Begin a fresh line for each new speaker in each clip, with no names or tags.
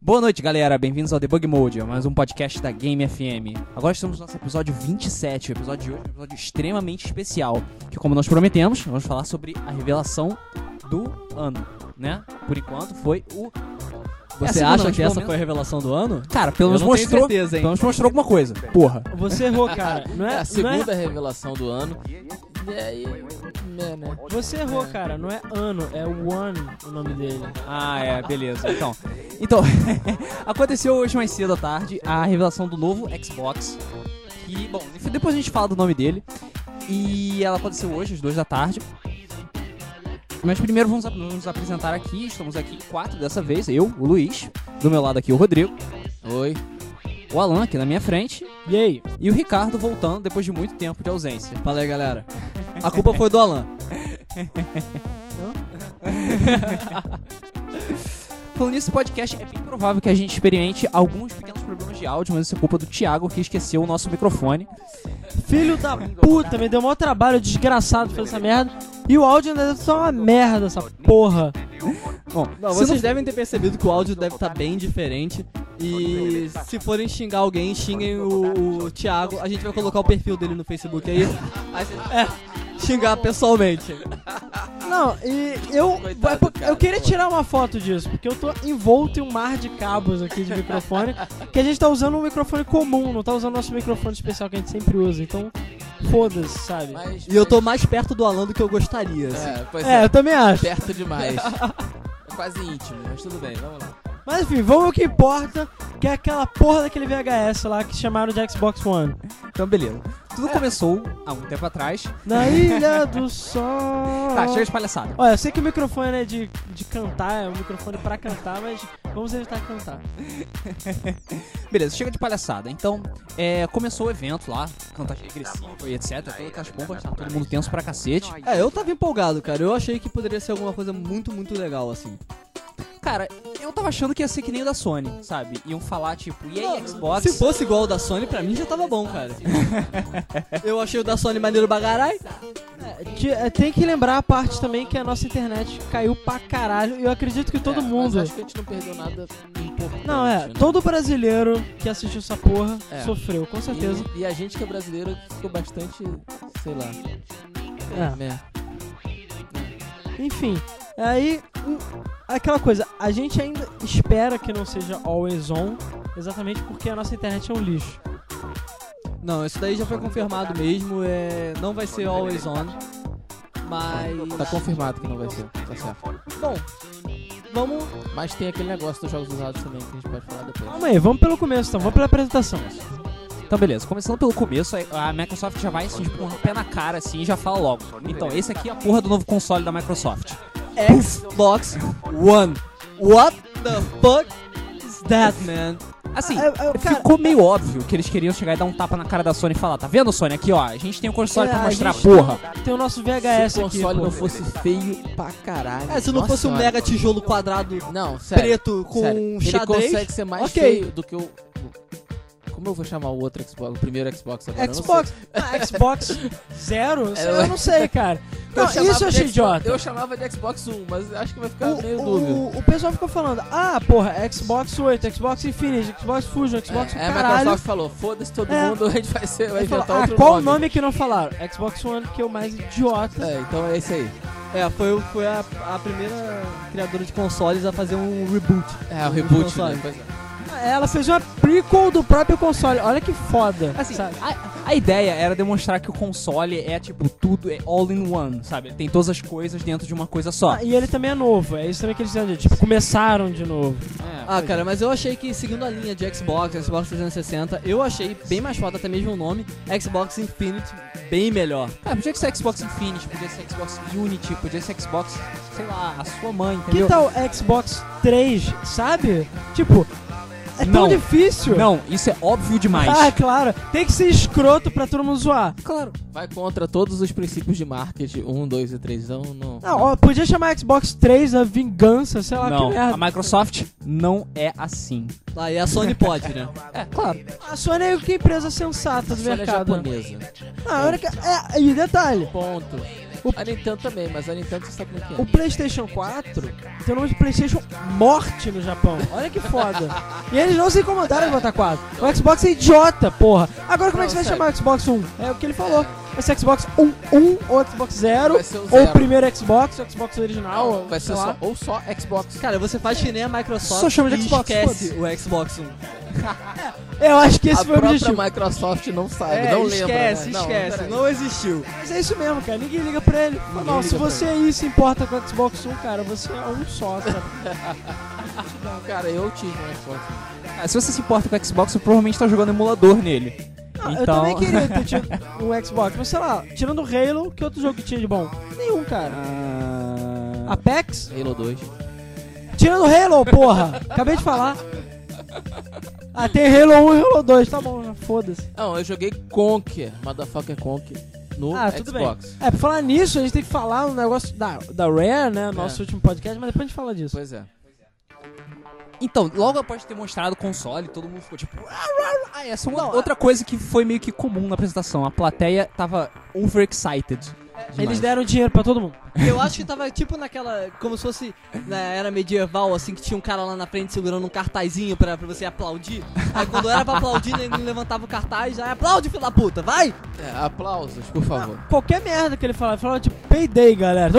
Boa noite, galera. Bem-vindos ao Debug Mode, mais um podcast da Game FM. Agora estamos no nosso episódio 27. O episódio de hoje é um episódio extremamente especial, que como nós prometemos, vamos falar sobre a revelação do ano, né? Por enquanto foi o
Você
É a segunda,
acha
mas
que
pelo
essa
menos-
foi a revelação do ano?
Cara, pelo
Eu
menos
não tenho
mostrou,
certeza, hein?
pelo menos mostrou alguma coisa. Porra.
Você errou, cara. Não é,
É a
não é-
segunda revelação do ano. E aí. É, né?
você errou, cara. Não é ano, é one o nome dele.
Ah, é, beleza. Então, então aconteceu hoje mais cedo à tarde a revelação do novo Xbox. E, bom, enfim, depois a gente fala do nome dele. E ela aconteceu hoje, às duas da tarde. Mas primeiro vamos ap- nos apresentar aqui. Estamos aqui em quatro dessa vez. Eu, o Luiz. Do meu lado aqui, o Rodrigo.
Oi.
O Alan aqui na minha frente.
E aí?
E o Ricardo voltando depois de muito tempo de ausência.
Fala aí, galera. A culpa foi do Alan.
Falando nisso, esse podcast é bem provável que a gente experimente alguns pequenos problemas de áudio, mas isso é culpa do Thiago que esqueceu o nosso microfone.
Filho da puta, me deu maior trabalho desgraçado fazer essa merda. E o áudio ainda deve ser uma merda, essa porra.
Bom,
Não,
se
vocês devem ter percebido que o áudio deve estar bem diferente. E
tá
se forem xingar alguém, xinguem o, o Thiago. A gente vai colocar o perfil dele no Facebook aí. Aí você- é, xingar pessoalmente.
Não, e eu.
Coitado,
é por-
cara,
eu queria
pô.
tirar uma foto disso, porque eu tô envolto em um mar de cabos aqui de microfone. que a gente tá usando um microfone comum, não tá usando nosso microfone especial que a gente sempre usa. Então, foda-se, sabe?
Mas,
E eu tô tá mais perto do Alan do que eu gostaria. assim.
É, pois
É,
é,
eu também acho.
perto demais. é quase íntimo, mas tudo bem, vamos lá.
Mas enfim, vamos ao que importa, que é aquela porra daquele VHS lá que chamaram de Xbox One.
Então, beleza. Tudo começou há um tempo atrás.
Na Ilha do Sol.
Ah.
Tá, chega de palhaçada.
Olha, eu sei que o microfone é de, de cantar, é um microfone pra cantar, mas vamos evitar cantar.
Beleza, chega de palhaçada. Então, é, começou o evento lá, cantagem regressiva e etc. Todas aquelas bombas, tá todo mundo tenso pra cacete.
É, eu tava empolgado, cara. Eu achei que poderia ser alguma coisa muito, muito legal, assim.
Cara, eu tava achando que ia ser que nem o da Sony, sabe? Iam falar, tipo, e aí, Xbox?
Se fosse igual o da Sony, pra mim já tava bom, cara. Eu achei o da Sony maneiro bagarai.
É, que- é, tem que lembrar a parte também que a nossa internet caiu pra caralho e eu acredito que todo
É,
mundo.
Mas acho que a gente não perdeu nada importante.
Não, é,
né?
todo brasileiro que assistiu essa porra
É.
sofreu, com certeza.
E, e a gente que é brasileiro ficou bastante, sei lá.
É.
né?
Enfim, aí hum, aquela coisa, a gente ainda espera que não seja always on, exatamente porque a nossa internet é um lixo.
Não, isso daí já foi confirmado mesmo. É, não vai ser Always On. Mas.
Tá confirmado que não vai ser. Tá certo.
Bom, vamos.
Mas tem aquele negócio dos jogos usados também que a gente pode falar depois.
Calma aí, vamos pelo começo então, vamos pela apresentação.
Então, beleza, começando pelo começo, a Microsoft já vai assim, tipo, com o pé na cara assim e já fala logo. Então, esse aqui é a porra do novo console da Microsoft.
Xbox One. What the fuck is that, man?
Assim,
Ah, eu- eu- cara-
ficou meio óbvio que eles queriam chegar e dar um tapa na cara da Sony e falar: tá vendo, Sony? Aqui, ó, a gente tem um console
É,
pra
a
mostrar,
gente-
porra.
Tem o nosso
Se
VHS
o
aqui.
console
pô.
não fosse feio pra caralho.
É, se não
Nossa
fosse um
senhora.
mega tijolo quadrado
Não, sério.
preto com
Sério,
um
Ele
xadrez.
consegue ser mais
Ok.
feio do que o. Como eu vou chamar o outro Xbox, o primeiro Xbox agora? Eu não
Xbox, ah, Xbox zero? Eu sei- Eu não sei, cara.
sei.
Não, isso eu
Então chamava de
achei
Xbox-
idiota.
Eu chamava de Xbox One, mas acho que vai ficar meio
O,
dúvio.
o, o pessoal ficou falando, ah, porra, Xbox 8, Xbox Infinity, Xbox Fusion, Xbox
é,
é,
a
caralho.
Microsoft falou, foda-se todo
É.
mundo, a gente vai, ser, vai
Aí falou,
é
inventar
ah,
outro
qual o
nome.
nome que não falaram? Xbox One, que é o mais idiota.
É, então é isso aí.
É, foi, o- foi a, a primeira criadora de consoles a fazer um reboot.
É, o
Os
reboot, né?
consoles.
Pois é.
Ah, Ela fez uma prequel do próprio console. Olha que foda.
Assim,
sabe?
a, a ideia era demonstrar que o console é tipo tudo, é all in one, sabe? Ele tem todas as coisas dentro de uma coisa só.
Ah, e ele também é novo. É isso também que eles dizem. Tipo, começaram de novo.
Ah, cara, mas eu achei que seguindo a linha de Xbox, Xbox 360, eu achei bem mais foda, até mesmo o nome, Xbox Infinity, bem melhor.
Ah, podia ser Xbox Infinity, podia ser Xbox Unity, podia ser Xbox, sei lá, a sua mãe,
Que
entendeu?
tal Xbox 3, sabe? Tipo, é tão
Não.
difícil.
Não, isso é óbvio demais.
Ah, claro. Tem que ser escroto pra todo mundo zoar.
claro.
Vai contra todos os princípios de marketing, 1, 2 e 3, não... não.
Não, ó, podia chamar Xbox 3 a vingança, sei lá,
não,
que
a
merda.
Microsoft não é assim.
Aí a Sony pode, né?
É, claro.
A Sony é que empresa sensata do
Olha a
mercado.
japonesa.
Não, a única- é, e detalhe,
Ponto. A Nintendo também, mas a Nintendo você sabe como é
O
que é.
PlayStation 4 tem o nome de PlayStation Morte no Japão. Olha que foda. e eles não se incomodaram em botar 4. O Xbox é idiota, porra. Agora como é que você
Não,
vai chamar o Xbox One? É o que ele falou. Vai ser Xbox 1, 1 ou Xbox Zero,
Vai ser um
ou
zero.
o primeiro Xbox, o Xbox original, ou
Vai ser
sei lá.
só, ou só Xbox.
Cara, você faz que nem a Microsoft
Só chama de
e
Xbox,
esquece o Xbox One.
Eu acho que esse
a
foi o
própria
objetivo.
Microsoft não sabe,
É,
não lembra.
esquece,
né? Não,
esquece,
peraí.
não, existiu.
Mas é isso mesmo, cara. Ninguém liga pra ele. Foi mal, se
liga pra
você aí se importa com o Xbox One, cara, você é um só, cara.
Cara, eu tive um Xbox.
Ah, se você se importa com o Xbox, você provavelmente tá jogando emulador nele.
Ah, Eu
Então-
também queria ter tido um Xbox, mas sei lá, tirando o Halo, que outro jogo que tinha de bom? Nenhum, cara.
Ah,
Apex?
Halo 2.
Tirando o Halo, porra! Acabei de falar. Ah, tem Halo 1 e Halo 2, tá bom, né? foda-se.
Não, eu joguei Conker, Motherfucker Conker, no
Ah, tudo
Xbox.
É, pra falar nisso, a gente tem que falar um negócio da, da Rare, né? Nosso
É.
último podcast, mas depois a gente fala disso.
Pois é.
Então, logo após ter mostrado o console, todo mundo ficou tipo. "Ah, ah, ah". essa é uma, outra coisa que foi meio que comum na apresentação. A plateia tava overexcited.
Eles deram dinheiro pra todo mundo.
Eu acho que tava tipo naquela. Como se fosse na era medieval, assim, que tinha um cara lá na frente segurando um cartazinho pra, pra você aplaudir. Aí quando era pra aplaudir, né, ele levantava o cartaz, aí aplaude, filho da puta, vai!
É, aplausos, por favor.
Qualquer merda que ele falava, ele falava tipo, payday, galera.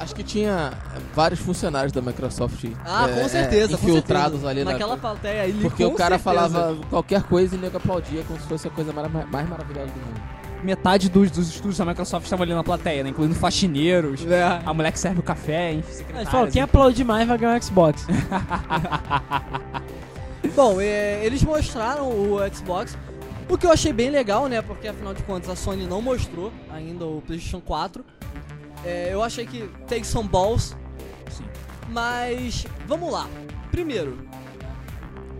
Acho que tinha vários funcionários da Microsoft
Ah,
é,
com certeza, com
infiltrados
certeza.
ali na-
Naquela plateia ali.
Porque
com
o cara
certeza.
falava qualquer coisa e o nego aplaudia como se fosse a coisa mara- mais maravilhosa do mundo.
Metade dos, dos estúdios da Microsoft estavam ali na plateia, né? Incluindo faxineiros,
É.
a mulher que serve o café, enfim, secretárias.
Eles falam, quem é aplaudir mais vai ganhar um Xbox.
Bom, é, eles mostraram o Xbox, o que eu achei bem legal, né? Porque afinal de contas a Sony não mostrou ainda o PlayStation 4. É, eu achei que take some balls,
Sim.
mas vamos lá. Primeiro,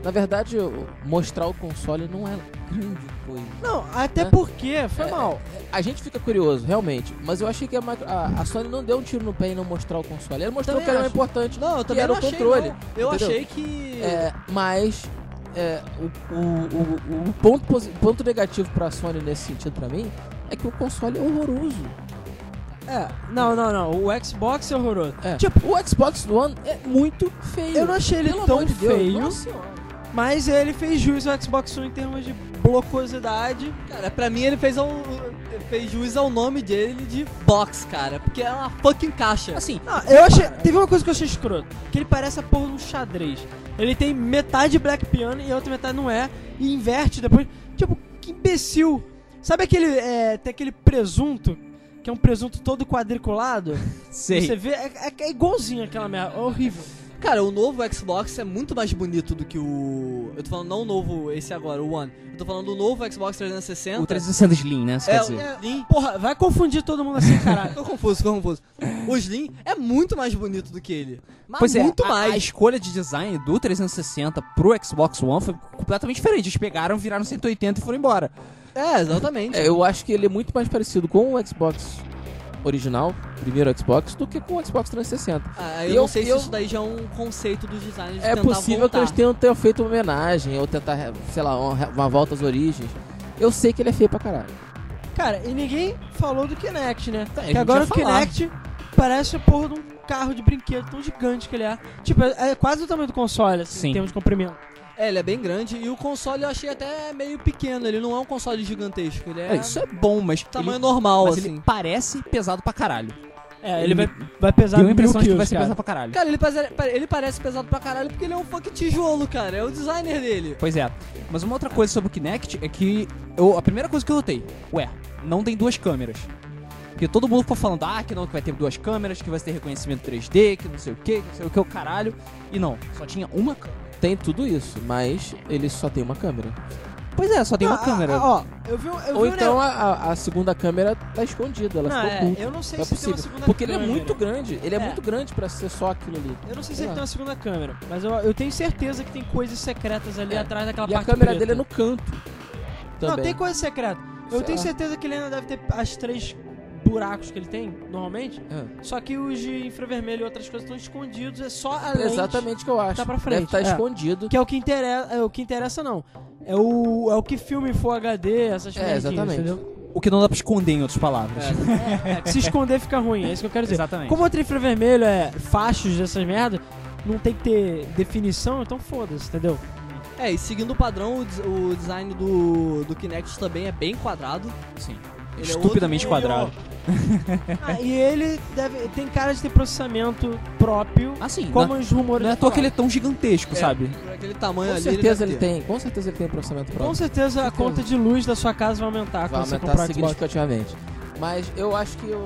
Na verdade, o- mostrar o console não é grande coisa.
Não, até
É.
porque, foi
É,
mal.
A gente fica curioso, realmente. Mas eu achei que a, micro- a- a Sony não deu um tiro no pé em não mostrar o console. Ela mostrou
Também
que era
acho.
importante.
não, eu também
era
não
o
achei,
controle,
não. Eu
entendeu?
achei que
É, mas é, o, o- o- o ponto, posi- ponto negativo pra Sony nesse sentido pra mim é que o console é horroroso.
É, não, não, não. O Xbox é horroroso.
É.
Tipo,
o Xbox One é muito feio.
Eu não achei ele
Pelo
tão
amor de Deus,
feio.
nossa senhora.
Mas ele fez jus ao Xbox One em termos de blocosidade.
Cara, pra mim ele fez, ao, fez jus ao nome dele de box, cara. Porque é uma fucking caixa.
Assim,
Ah, eu achei. Teve uma coisa que eu achei escroto: que ele parece a porra de um xadrez. Ele tem metade black piano e a outra metade não é. E inverte depois. Tipo, que imbecil. Sabe aquele. É, tem aquele presunto, que é um presunto todo quadriculado?
sei.
Você vê, é, é- é igualzinho aquela merda. É horrível.
Cara, o novo Xbox é muito mais bonito do que o. Eu tô falando não o novo, esse agora, o One. Eu tô falando do novo Xbox 360.
O 360 Slim, né? Você
é,
quer
o-
dizer.
é, Slim.
Porra, vai confundir todo mundo assim, caralho.
Tô confuso, tô confuso. O Slim é muito mais bonito do que ele. Mas
Pois é,
muito
a, a
mais.
escolha de design do 360 pro Xbox One foi completamente diferente. Eles pegaram, viraram 180 e foram embora.
É, exatamente.
É, eu acho que ele é muito mais parecido com o Xbox original, primeiro Xbox, do que com o Xbox 360.
Ah, eu,
Eu-
não sei se
eu-
isso daí já é um conceito dos designers de
é
tentar
possível
voltar.
que eles tenham, tenham feito uma homenagem ou tentar, sei lá, uma, uma volta às origens. Eu sei que ele é feio pra caralho.
Cara, e ninguém falou do Kinect, né?
Tá, a
que
gente
agora
ia
o
falar.
Kinect parece a porra de um carro de brinquedo tão gigante que ele é. Tipo, é, é quase o tamanho do console, assim,
Sim.
em termos de comprimento.
É, ele é bem grande e o console eu achei até meio pequeno. Ele não é um console gigantesco, ele é,
É, isso é bom, mas.
tamanho
ele,
normal,
mas
assim.
ele parece pesado pra caralho.
É,
Ele
ele vai, vai pesar
Deu a
mil
impressão de que
quilos,
vai ser
cara.
pesado pra caralho.
Cara, ele, pare- pare- ele parece pesado pra caralho porque ele é um fucking tijolo, cara. É o designer dele.
Pois é. Mas uma outra coisa sobre o Kinect é que. eu- a primeira coisa que eu notei, ué, não tem duas câmeras. Porque todo mundo ficou falando, ah, que não, que vai ter duas câmeras, que vai ter reconhecimento 3D, que não sei o que, que não sei o que, o caralho. E não, só tinha uma câmera.
Tem tudo isso, mas ele só tem uma câmera.
Pois é, só tem uma
Ah,
câmera.
ah, ó, eu vi, um- eu
Ou
vi um
então a, a- a segunda câmera tá escondida, ela
negócio-
ficou
Não,
oculta.
é, eu não sei
Não é
se tem uma
possível.
segunda
Porque ele é
câmera.
muito grande. Ele é,
É.
muito grande pra ser só aquilo ali.
Eu não sei se
Sei
ele
lá.
tem uma segunda câmera, mas eu, eu tenho certeza que tem coisas secretas ali
É.
atrás daquela
E a
parte
câmera
preta.
dele é no canto. Também.
Não, tem coisa secreta. Eu
Sei
tenho
é?
lá.
certeza que ele ainda deve ter as três buracos que ele tem, normalmente.
É.
Só que os de infravermelho e outras coisas estão escondidos, é só a lente,
Exatamente o que eu acho.
tá pra
Deve
frente,
estar
é.
escondido.
Que é o que interessa, é o que interessa não. É o, é o que filme for HD, essas
É,
merdinhas,
exatamente.
entendeu? É,
o que não dá pra esconder em outras palavras.
É,
Se esconder fica ruim, é isso que eu quero dizer.
Exatamente.
Como o infravermelho é fachos dessas merdas, não tem que ter definição, então foda-se, entendeu?
É, e seguindo o padrão, o, des- o design do, do Kinect também é bem quadrado.
Sim.
Ele é
Estupidamente
outro-
quadrado.
Ah, e ele deve, tem cara de ter processamento próprio,
Assim,
como
não,
os rumores.
não é à toa que ele é
falaram.
tão gigantesco,
né? É.
sabe?
Aquele tamanho
Com
ali.
certeza ele
deve ter.
tem, com certeza ele tem processamento
Com
próprio.
certeza a conta de luz da sua casa vai aumentar
Vai
quando você
aumentar
comprar o Xbox.
significativamente. Mas eu acho que eu,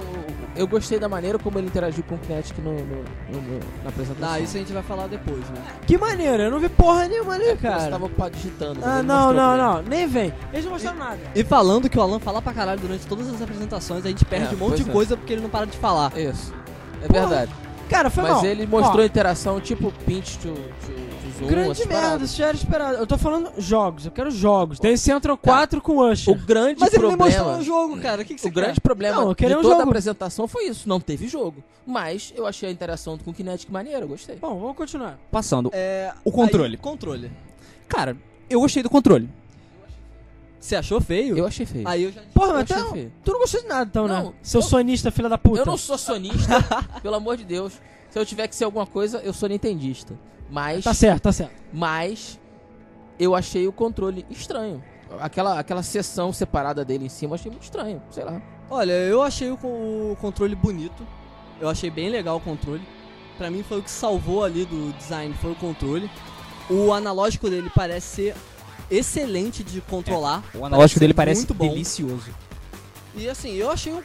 eu gostei da maneira como ele interagiu com o Kinetic no, no- no- na apresentação.
Ah, isso a gente vai falar depois, né?
Que maneiro, eu não vi porra nenhuma ali,
É Você
cara.
tava ocupado digitando. mas
Ah,
ele
não,
mostrou
não,
pra
não,
ele.
nem vem. Eles não mostraram nada.
E falando que o Alan fala pra caralho durante todas as apresentações, a gente
É,
perde um monte
pois
de
é.
coisa porque ele não para de falar.
Isso. É
Porra,
verdade.
Cara, foi
Mas
mal.
ele mostrou
Ó,
interação tipo pinch to, to, to zoom.
grande
essas
merda,
paradas.
isso já era esperado. Eu tô falando jogos, eu quero jogos. Tá. Tem Central 4 com
O
Usher.
grande
Mas ele nem mostrou
problema.
o jogo, cara. O que, que você
É. O grande problema
Não, eu
de
queria um
toda
jogo.
a apresentação foi isso, não teve jogo. Mas eu achei a interação com o Kinetic maneira, eu gostei.
Bom, vamos continuar.
Passando.
quer? É,
O controle.
aí, controle.
Cara, eu gostei do controle.
Você achou feio?
Eu achei feio.
Aí eu já disse.
Porra,
eu
mas
achei
então,
feio.
tu não gostou de nada então,
Não,
né? Seu
eu-
sonista, filha da puta.
Eu não sou sonista, pelo amor de Deus. Se eu tiver que ser alguma coisa, eu sou nintendista. Mas,
Tá certo, tá certo.
mas eu achei o controle estranho. Aquela, aquela seção separada dele em cima, eu achei muito estranho, sei lá.
Olha, eu achei o, co- o controle bonito. Eu achei bem legal o controle. Pra mim foi o que salvou ali do design, foi o controle. O analógico dele parece ser excelente de controlar.
É.
O analógico dele
ser
parece
é muito bom.
delicioso.
E assim, eu achei um,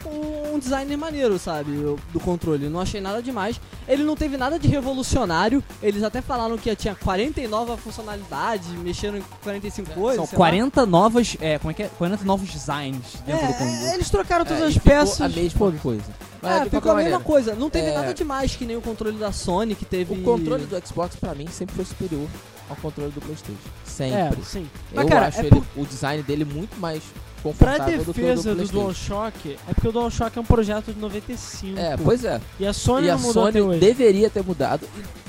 um designer maneiro, sabe? eu- do controle. Não achei nada demais. Ele não teve nada de revolucionário. Eles até falaram que tinha 49 funcionalidades, mexeram em
É,
45 coisas.
São
é, sei lá.
40 novas. É, como é que é? 40 novos designs dentro do
É,
controle.
eles trocaram todas
É,
as
e ficou
peças. Ah,
A mesma coisa. Mas
É,
de
ficou
qualquer
a mesma
maneira,
coisa. Não teve
É.
nada demais que nem o controle da Sony, que teve.
o controle do Xbox pra mim sempre foi superior ao controle do PlayStation. Sempre.
É, sim.
eu
Mas, cara,
acho
é
ele-
por-
o design dele muito mais
Pra
confortável do que o do
defesa do,
PlayStation.
DualShock, é porque o DualShock é um projeto de 95.
É, pois é.
E a Sony
e a
não mudou até
Sony
hoje.
deveria ter mudado.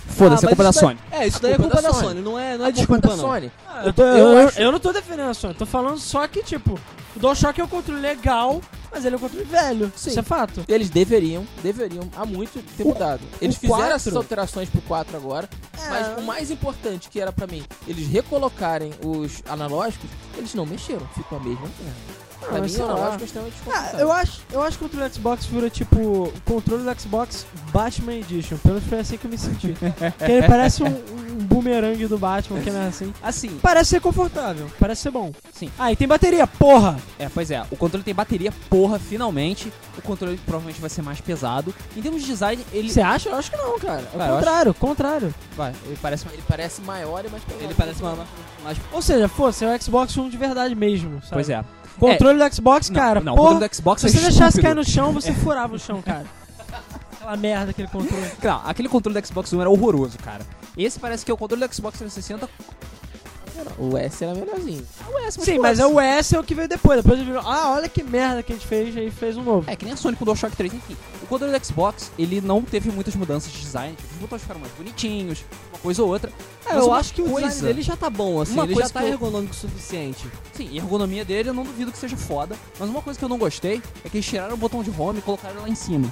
Foda-se,
Ah,
é culpa da
mas isso daí-
Sony.
É, isso daí é culpa da, Sony. não é, não é
A culpa
desculpa,
da
não.
Sony.
Ah, eu, tô-
eu
eu-
acho-
eu não tô defendendo a Sony, tô falando só que, tipo, o DualShock é um controle legal, mas ele é um controle velho.
Sim.
Isso é fato.
Eles deveriam, deveriam há muito ter mudado. Eles
o
fizeram
quatro-
essas alterações pro 4 agora,
É.
mas o mais importante que era pra mim, eles recolocarem os analógicos, eles não mexeram, ficou a mesma merda.
Ah,
Pra
mas
mim,
sei
o
lá.
analógico é extremamente
Ah,
desconfortável.
eu acho, eu acho que o controle do Xbox virou tipo o controle do Xbox Batman Edition. Pelo menos foi assim que eu me senti. que ele parece um, um boomerang do Batman, que não é assim.
Assim,
Parece ser confortável, parece ser bom.
Sim.
Ah, e tem bateria, porra!
é, pois é, o controle tem bateria, porra, finalmente. O controle provavelmente vai ser mais pesado. Em termos de design, ele.
Você acha? Eu acho que não, cara. É o
Ah, eu
contrário, contrário.
Vai, ele parece mais.
Ele parece maior e mais pesado.
Ele parece uma. Mas
Ou seja, fosse é o Xbox One de verdade mesmo. Sabe?
Pois é.
Controle do Xbox, cara.
não, não, o
porra,
controle do Xbox
se
é
você deixasse
estúpido.
cair no chão, você furava o chão, cara. Aquela merda que ele controle.
Não, aquele controle do Xbox One era horroroso, cara. Esse parece que é o controle do Xbox 360
O S era melhorzinho.
Sim, mas é o S é o que veio depois. Depois ele virou, ah, olha que merda que a gente fez, aí fez um novo.
É, que nem a Sony com o DualShock 3, enfim. O controle do Xbox, ele não teve muitas mudanças de design. Tipo, os botões ficaram mais bonitinhos, uma coisa ou outra.
É,
Mas
eu
uma
acho que o design
coisa-
dele já tá bom, assim.
Uma
ele
coisa
já tá
que eu-
ergonômico o suficiente.
Sim, e a ergonomia dele eu não duvido que seja foda. Mas uma coisa que eu não gostei é que eles tiraram o botão de home e colocaram lá em cima.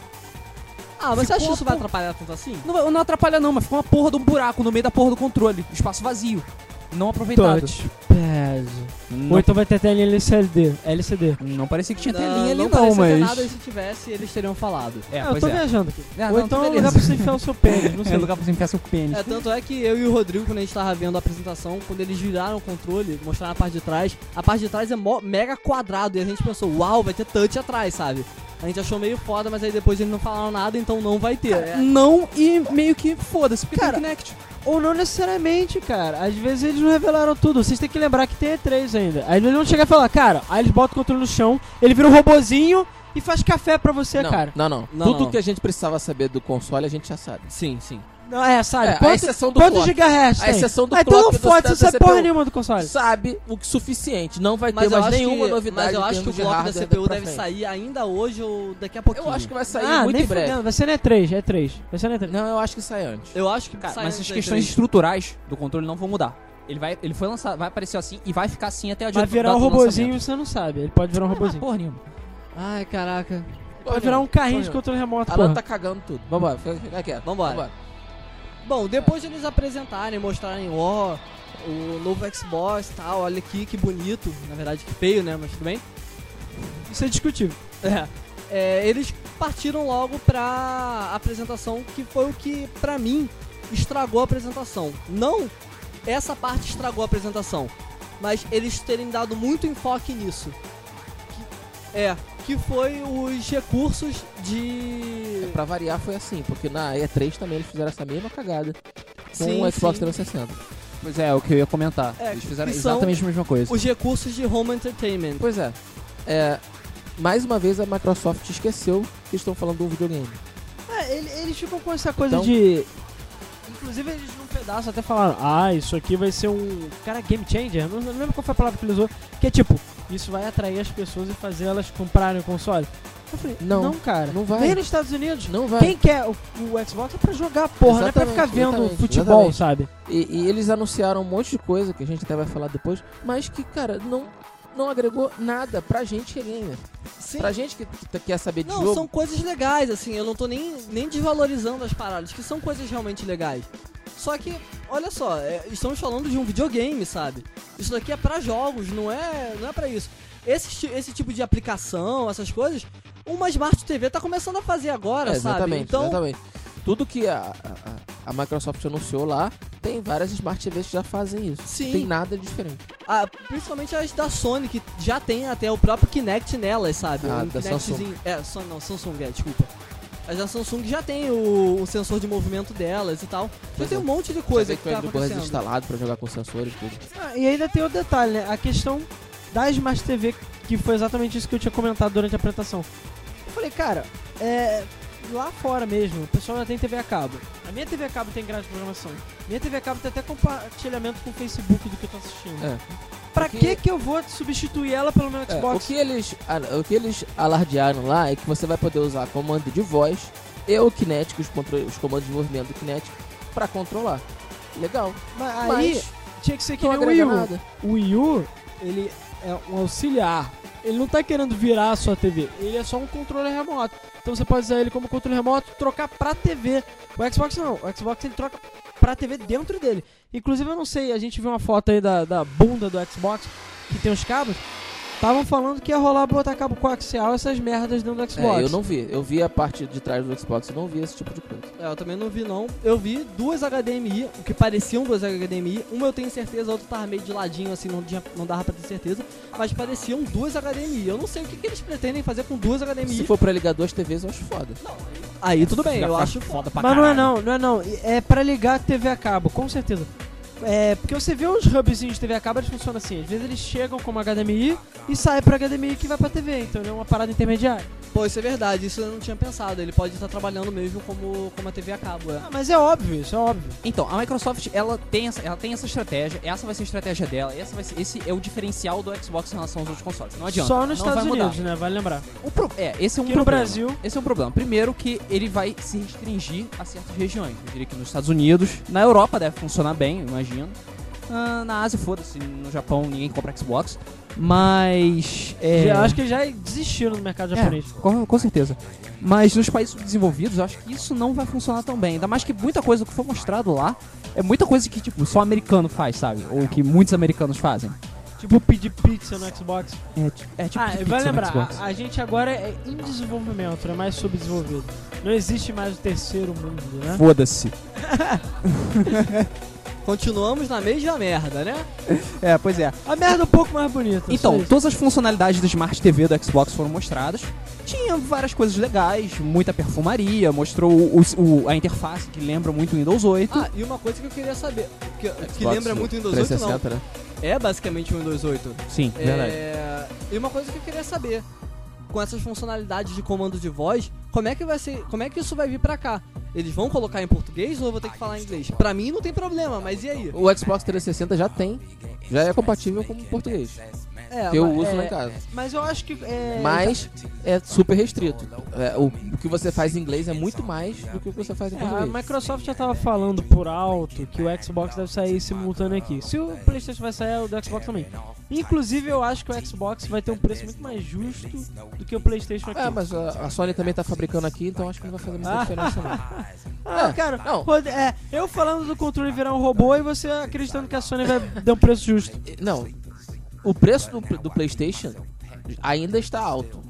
Ah, mas você acha
Ficou
que isso vai
bom.
atrapalhar tanto assim?
Não, vai- não atrapalha não, mas ficou uma porra de um buraco no meio da porra do controle. um Espaço vazio. Não aproveitado.
Touchpad. é Ou
Não,
então vai ter telinha LCD. LCD.
não parecia que tinha telinha ali
não tá,
não,
parecia ter
mas...
nada e se tivesse, eles teriam falado.
É,
Ah, eu
pois
tô
é.
viajando aqui.
É,
Ou
não,
então é um
beleza.
lugar pra você enfiar o seu pênis, não sei.
É lugar pra você enfiar seu pênis.
É, tanto é que eu e o Rodrigo, quando a gente tava vendo a apresentação, quando eles viraram o controle, mostraram a parte de trás, a parte de trás é mó- mega quadrado e a gente pensou, uau, vai ter touch atrás, sabe? A gente achou meio foda, mas aí depois eles não falaram nada, então não vai ter. É.
Não e meio que foda-se, porque
Cara,
tem Kinect.
Ou não necessariamente, cara. Às vezes eles não revelaram tudo. Vocês têm que lembrar que tem E3 ainda. Aí eles vão chegar e falar, cara, aí eles botam o controle no chão, ele vira um robozinho e faz café pra você,
não,
né, cara.
não, não,
Não,
Tudo
não.
que a gente precisava saber do console, a gente já sabe.
Sim, sim.
Não, é, sabe?
É, a
quanto,
exceção do
quantos
clock.
gigahertz
A
tem?
exceção do
Ah, então não
clock do
foda, você não sabe porra
3CPU.
nenhuma do console.
Sabe o que suficiente, não vai ter
Mas eu,
mais
acho
nenhuma
que,
novidade.
mas eu
em
acho que o
termos de
bloco da
hardware
CPU
pra
deve
frente.
sair ainda hoje ou daqui a pouquinho.
Eu acho que vai sair
ah,
é muito
nem
em breve.
fudendo. Vai ser na E3, é E3. Vai ser na E3.
Não, eu acho que sai antes.
Eu acho que
Cara,
sai
mas
antes
as
da
questões
E3.
estruturais do controle não vão mudar. Ele vai, ele foi lançado, vai aparecer assim e vai ficar assim até a dia
Vai
do-
virar
da-
um
do
robozinho
lançamento.
você não sabe. Ele pode virar um
Ah,
robozinho.
porra nenhuma.
Ai, caraca.
Vai virar um carrinho de
Sonho.
controle remoto,
Alan
porra.
tá cagando tudo. Vambora, fica, fica quieto.
Vambora. Bom, depois de eles apresentarem, mostrarem, ó, o novo Xbox e tal, olha aqui que bonito. Na verdade, que feio, né? Mas tudo bem.
Isso é discutível.
É. É, eles partiram logo pra apresentação, que foi o que, pra mim, estragou a apresentação. Não essa parte estragou a apresentação, mas eles terem dado muito enfoque nisso. Que- é, que foi os recursos de...
Pra variar foi assim, porque na E3 também eles fizeram essa mesma cagada com
Sim,
o um Xbox
sim.
360.
Pois é, é o que eu ia comentar.
É,
Eles fizeram
que são-
exatamente a mesma coisa.
Os recursos de home entertainment.
Pois é. É, mais uma vez a Microsoft esqueceu que estão falando de um videogame.
É, ele- eles ficam com essa coisa
Então-
de. Inclusive, eles num pedaço até falaram: Ah, isso aqui vai ser um. Cara, game changer. Não, não lembro qual foi a palavra que ele usou. Que é tipo: Isso vai atrair as pessoas e fazer elas comprarem o console. Eu falei: Não,
Não,
cara.
Não vai.
Vem nos Estados Unidos.
Não vai.
Quem quer o, o Xbox é pra jogar, porra, não é pra
Exatamente,
ficar vendo
exatamente,
futebol,
exatamente.
sabe?
E, e eles anunciaram um monte de coisa que a gente até vai falar depois, mas que, cara, não, não agregou nada pra gente que é gamer.
Sim.
Pra gente que, que quer saber de
Não,
jogo.
são coisas legais, assim, eu não tô nem, nem desvalorizando as paradas, que são coisas realmente legais. Só que, olha só, é, estamos falando de um videogame, sabe? Isso daqui é pra jogos, não é, não é para isso. Esse, ti- esse tipo de aplicação, essas coisas, uma Smart TV tá começando a fazer agora,
É,
sabe?
exatamente,
Então,
exatamente. Tudo que a, a, a Microsoft anunciou lá, tem várias Smart TVs que já fazem isso.
Sim.
Não Tem nada de diferente.
a- Ah, principalmente as da Sony, que já tem até o próprio Kinect nelas, sabe?
Ah,
um
da
Kinectzinho- É, Sony não, Samsung, é, desculpa. As da Samsung já tem o, o sensor de movimento delas e tal. Já
Pois
tem
é.
um monte de
Já
coisa
vê
que
que
tá
vai do Burns
acontecendo.
é instalado pra jogar com sensores e tudo.
Ah, e ainda tem o detalhe, né? A questão da Smart TV, que foi exatamente isso que eu tinha comentado durante a apresentação. Eu falei, cara, é, lá fora mesmo, o pessoal já tem TV a cabo. A minha TV a cabo tem grade de programação. Minha TV a cabo tem até compartilhamento com o Facebook do que eu tô assistindo.
É.
Pra
Porque-
que que eu vou substituir ela pelo meu
É, o,
Xbox?
que eles, a- o que eles alardearam lá é que você vai poder usar comando de voz e o Kinetic, os, contro- os comandos de movimento do Kinetic, pra controlar. Legal.
Mas aí
Mas
tinha que ser que
não
nem o
agrega
Wii U.
nada.
o Wii U, ele é um auxiliar. Ele não tá querendo virar a sua TV. Ele é só um controle remoto. Então você pode usar ele como controle remoto, trocar pra TV. O Xbox não. O Xbox ele troca pra TV dentro dele. Inclusive, eu não sei, a gente viu uma foto aí da, da bunda do Xbox, que tem os cabos. Estavam falando que ia rolar botar cabo coaxial essas merdas dentro do Xbox.
É, eu não vi. Eu vi a parte de trás do Xbox e não vi esse tipo de coisa.
É, eu também não vi não. Eu vi duas HDMI, o que pareciam duas HDMI. Uma eu tenho certeza, a outra tava meio de ladinho, assim, não, tinha, não dava pra ter certeza. Mas pareciam duas HDMI. Eu não sei o que, que eles pretendem fazer com duas HDMI.
Se for pra ligar duas TVs, eu acho foda.
Aí tudo bem,
Já
eu
foi
acho
foda pra
Mas não é
caralho.
não, não é não. É pra ligar a TV a cabo, com certeza. É, porque você vê uns hubzinhos de TV a cabo, eles funcionam assim. Às vezes eles chegam como HDMI e saem pra HDMI que vai pra TV. Então ele é uma parada intermediária.
Pô, isso é verdade, isso eu não tinha pensado. Ele pode estar trabalhando mesmo como, como a TV a cabo, é.
Ah, mas é óbvio, isso é óbvio.
Então, a Microsoft, ela tem, essa, ela tem essa estratégia, essa vai ser a estratégia dela, essa vai ser- esse é o diferencial do Xbox em relação aos outros consoles. Não adianta.
Só nos
não
Estados
vai mudar.
Unidos, né? Vale lembrar.
O pro- É, esse é um
Aqui no
problema.
Brasil,
Esse é um problema. Primeiro que ele vai se restringir a certas regiões. Eu diria que nos Estados Unidos, na Europa deve funcionar bem, eu imagino. Ah, na Ásia, foda-se, no Japão ninguém compra Xbox. Mas. É...
já- acho que já desistiram do mercado japonês.
É, com, com certeza. Mas nos países subdesenvolvidos, eu acho que isso não vai funcionar tão bem. Ainda mais que muita coisa que foi mostrado lá é muita coisa que, tipo, só americano faz, sabe? Ou que muitos americanos fazem.
Tipo pedir pizza no Xbox.
É, ti- é tipo
ah,
pizza
vai
no
lembrar,
Xbox.
a, a gente agora é em desenvolvimento, é mais subdesenvolvido. Não existe mais o terceiro mundo, né?
Foda-se.
Continuamos na mesma merda, né?
É, pois é.
A merda é um pouco mais bonita. só
Então,
isso.
todas as funcionalidades do Smart TV do Xbox foram mostradas. Tinha várias coisas legais, muita perfumaria, mostrou o- o- o- a interface que lembra muito o Windows 8.
Ah, e uma coisa que eu queria saber, que, que
Xbox
lembra muito o Windows 8, não.
360, né?
É basicamente o Windows 8.
Sim.
É, E uma coisa que eu queria saber, com essas funcionalidades de comando de voz, como é que vai ser, como é que isso vai vir pra cá? Eles vão colocar em português ou eu vou ter que falar em inglês? Pra mim não tem problema, mas e aí?
O Xbox 360 já tem. Já é compatível com o português.
É,
que eu
mas-
uso
é,
lá em casa.
Mas eu acho que. É,
Mas é super restrito. É, o, o que você faz em inglês é muito mais do que o que você
Ah,
faz em
É, a
português.
Microsoft já tava falando por alto que o Xbox deve sair simultâneo aqui. Se o PlayStation vai sair, é o do Xbox também. Inclusive, eu acho que o Xbox vai ter um preço muito mais justo do que o PlayStation aqui.
É, mas a, a Sony também tá fabricando aqui, então acho que não vai fazer muita diferença não.
Ah,
É,
cara,
não.
Rod- é, eu falando do controle virar um robô e você acreditando que a Sony vai dar um preço justo.
Não, o preço do, do PlayStation ainda está alto.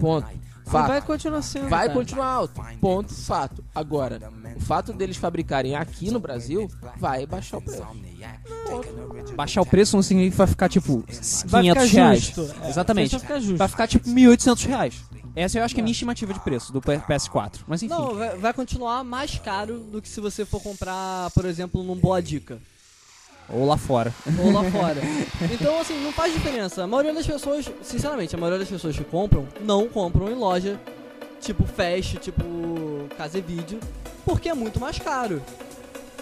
Ponto.
E vai
Fato.
continuar sendo.
Vai
cara.
continuar alto. Ponto. Fato. Agora, o fato deles fabricarem aqui no Brasil vai baixar o preço.
tipo, Baixar o preço não significa que vai ficar tipo 500
Vai ficar
reais.
justo. É,
Exatamente.
vai ficar justo.
Vai ficar tipo 1.800 reais. Essa eu acho que é a minha estimativa de preço do P- PS4. Mas enfim.
Não, vai, vai continuar mais caro do que se você for comprar, por exemplo, num Boa Dica.
Ou lá fora.
ou lá fora. Então, assim, não faz diferença. A maioria das pessoas, sinceramente, a maioria das pessoas que compram, não compram em loja, tipo Fast, tipo Casa e Vídeo, porque é muito mais caro.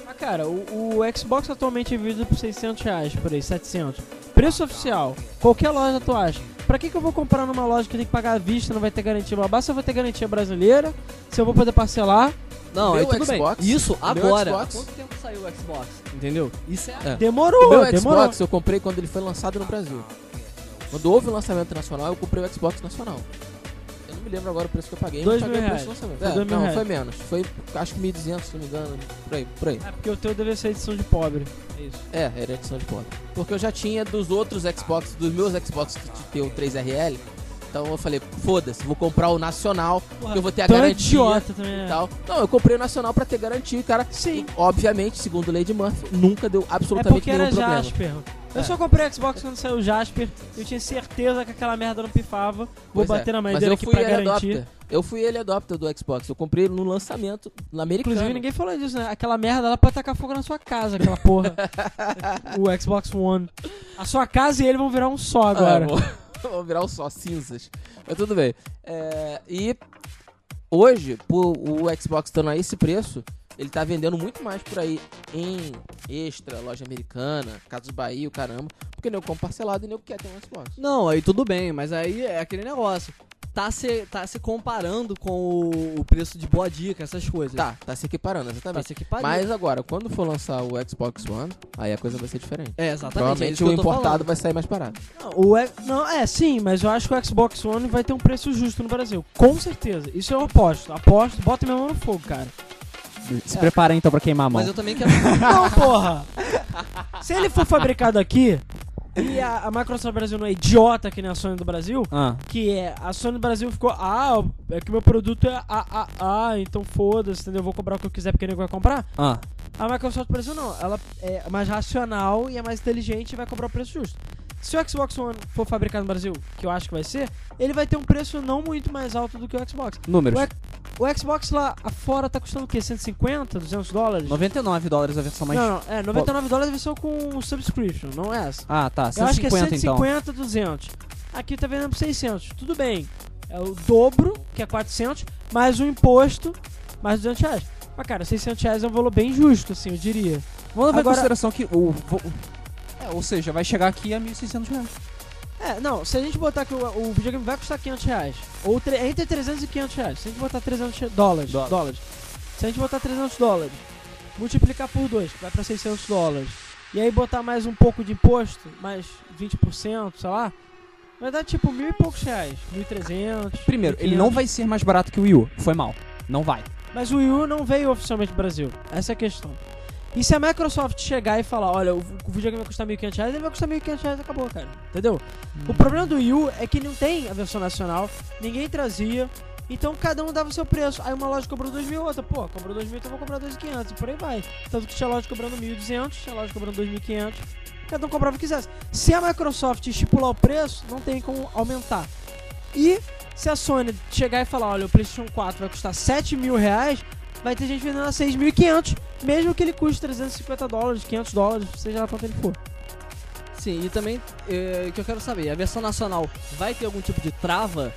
Mas, cara, o, o Xbox atualmente é vendido por 600 reais, por aí, 700. Preço oficial, qualquer loja tu acha. Pra que, que eu vou comprar numa loja que tem que pagar à vista, não vai ter garantia babá? Se eu vou ter garantia brasileira, se eu vou poder parcelar,
Não,
Meu
é tudo
Xbox,
bem. Isso, agora.
Xbox.
Há quanto tempo saiu o Xbox? Entendeu? Isso é,
O
demorou,
meu
demorou.
Xbox eu comprei quando ele foi lançado no Brasil. Quando houve o lançamento nacional, eu comprei o Xbox nacional. Eu não me lembro agora o preço que eu paguei,
Dois
mas paguei
mil
o preço do
reais.
lançamento.
Foi
É,
dois mil
não,
reais.
foi menos. Foi acho que 1.200, se não me engano, por aí, por aí.
É porque o teu deve ser edição de pobre. É isso.
É, era edição de pobre. Porque eu já tinha dos outros Xbox, dos meus Xbox que te- tem o 3RL. Então eu falei, foda-se, vou comprar o nacional, que eu vou ter a
Tu é
garantia
idiota também,
e
né?
tal. Não, eu comprei o nacional pra ter garantia e, cara,
Sim.
obviamente, segundo Lady Murphy, nunca deu
É
absolutamente
porque
nenhum
era
problema. É.
Jasper. Eu só comprei Xbox quando saiu o Jasper. Eu tinha certeza que aquela merda não pifava. Vou
Pois é,
bater na
mas
madeira
eu
aqui
fui
pra
ele
garantir.
adopter. Eu fui ele adopter do Xbox. Eu comprei no lançamento na americana.
Inclusive, ninguém falou disso, né? Aquela merda lá pode tacar fogo na sua casa, aquela porra. o Xbox One. A sua casa e ele vão virar um só agora.
Ah, vou, vou virar o só cinzas. Mas tudo bem. É, e hoje, por o Xbox estando a esse preço, ele tá vendendo muito mais por aí em extra, loja americana, Casas Bahia, o caramba. Porque nem eu compro parcelado e nem eu quero ter um Xbox.
Não, aí tudo bem, mas aí é aquele negócio. Tá se, tá se comparando com o, o preço de Boa Dica, essas coisas.
Tá, tá se equiparando,
Tá
exatamente.
se equiparando.
Mas agora, quando for lançar o Xbox One, aí a coisa vai ser diferente.
É, exatamente. é isso
Provavelmente
que eu
o
tô
importado
falando.
vai sair mais barato.
Não, o e- não, é, sim, mas eu acho que o Xbox One vai ter um preço justo no Brasil. Com certeza. Isso eu aposto. Aposto, bota minha mão no fogo, cara.
Se prepara então pra queimar a mão.
Mas eu também quero.
Não, porra! Se ele for fabricado aqui, e a, a Microsoft Brasil não é idiota que nem a Sony do Brasil,
Ah,
que é a Sony Brasil ficou, ah, é que meu produto é AAA, então foda-se, entendeu? Eu vou cobrar o que eu quiser porque ninguém vai comprar.
ah.
A Microsoft Brasil não, ela é mais racional e é mais inteligente e vai cobrar o preço justo. Se o Xbox One for fabricado no Brasil, que eu acho que vai ser, ele vai ter um preço não muito mais alto do que o Xbox.
Números.
Ué, O Xbox lá fora tá custando o quê? 150, 200 dólares?
99 dólares a versão mais.
Não, não, é 99 dólares a versão com subscription, não essa.
Ah, tá.
Eu
150
acho que é
então.
150, 200. Aqui tá vendendo por 600. Tudo bem. É o dobro, que é 400, mais o imposto, mais 200 reais. Mas, cara, 600 reais é um valor bem justo, assim, eu diria.
Vamos levar
Agora-
em consideração que o. o- é, ou seja, vai chegar aqui a 1.600 reais.
É, não, se a gente botar que o, o videogame vai custar 500 reais, ou tre- entre 300 e 500 reais, se a gente botar 300 re- dólares,
Dólares.
dólares, se a gente botar 300 dólares, multiplicar por 2, vai pra 600 dólares, e aí botar mais um pouco de imposto, mais 20%, sei lá, vai dar tipo mil e poucos reais, 1.300.
Primeiro, ele
1.500.
não vai ser mais barato que o Wii U. Foi mal. Não vai.
Mas o Wii U não veio oficialmente pro Brasil, essa é a questão. E se a Microsoft chegar e falar, olha, o o videogame vai custar 1.500 reais, ele vai custar 1.500 reais, acabou, cara. Entendeu? O problema do Wii U é que não tem a versão nacional, ninguém trazia, então cada um dava o seu preço. Aí uma loja cobrou 2 mil, outra, pô, cobrou 2 mil, então eu vou cobrar 2.500, e por aí vai. Tanto que tinha loja cobrando 1.200, tinha loja cobrando 2.500, cada um cobrava o que quisesse. Se a Microsoft estipular o preço, não tem como aumentar. E se a Sony chegar e falar, olha, o PlayStation 4 vai custar 7 mil reais, vai ter gente vendendo a 6.500, mesmo que ele custe 350 dólares, 500 dólares, seja lá quanto ele for.
Sim, e também eh, o que eu quero saber, a versão nacional vai ter algum tipo de trava?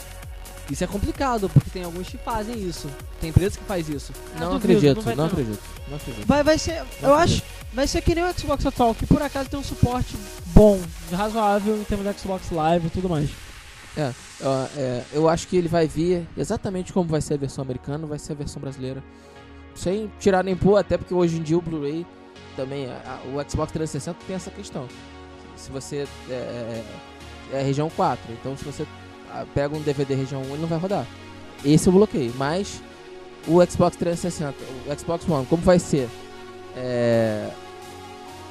Isso é complicado, porque tem alguns que fazem isso. Tem empresa que faz isso.
Não
duvido,
acredito,
não vai
não
ter, não.
acredito. Não acredito.
Vai, vai ser, eu acho, vai ser que nem o Xbox atual, que por acaso tem um suporte bom razoável em termos de Xbox Live e tudo mais.
Ó, é, eu acho que ele vai vir exatamente como vai ser a versão americana, vai ser a versão brasileira. Sem tirar nem pôr, até porque hoje em dia o Blu-ray também, a- a- o Xbox 360 tem essa questão. Se você é, é, é região 4, então se você ah, pega um DVD região 1, ele não vai rodar. Esse eu bloqueei, mas o Xbox 360, o Xbox One, como vai ser é,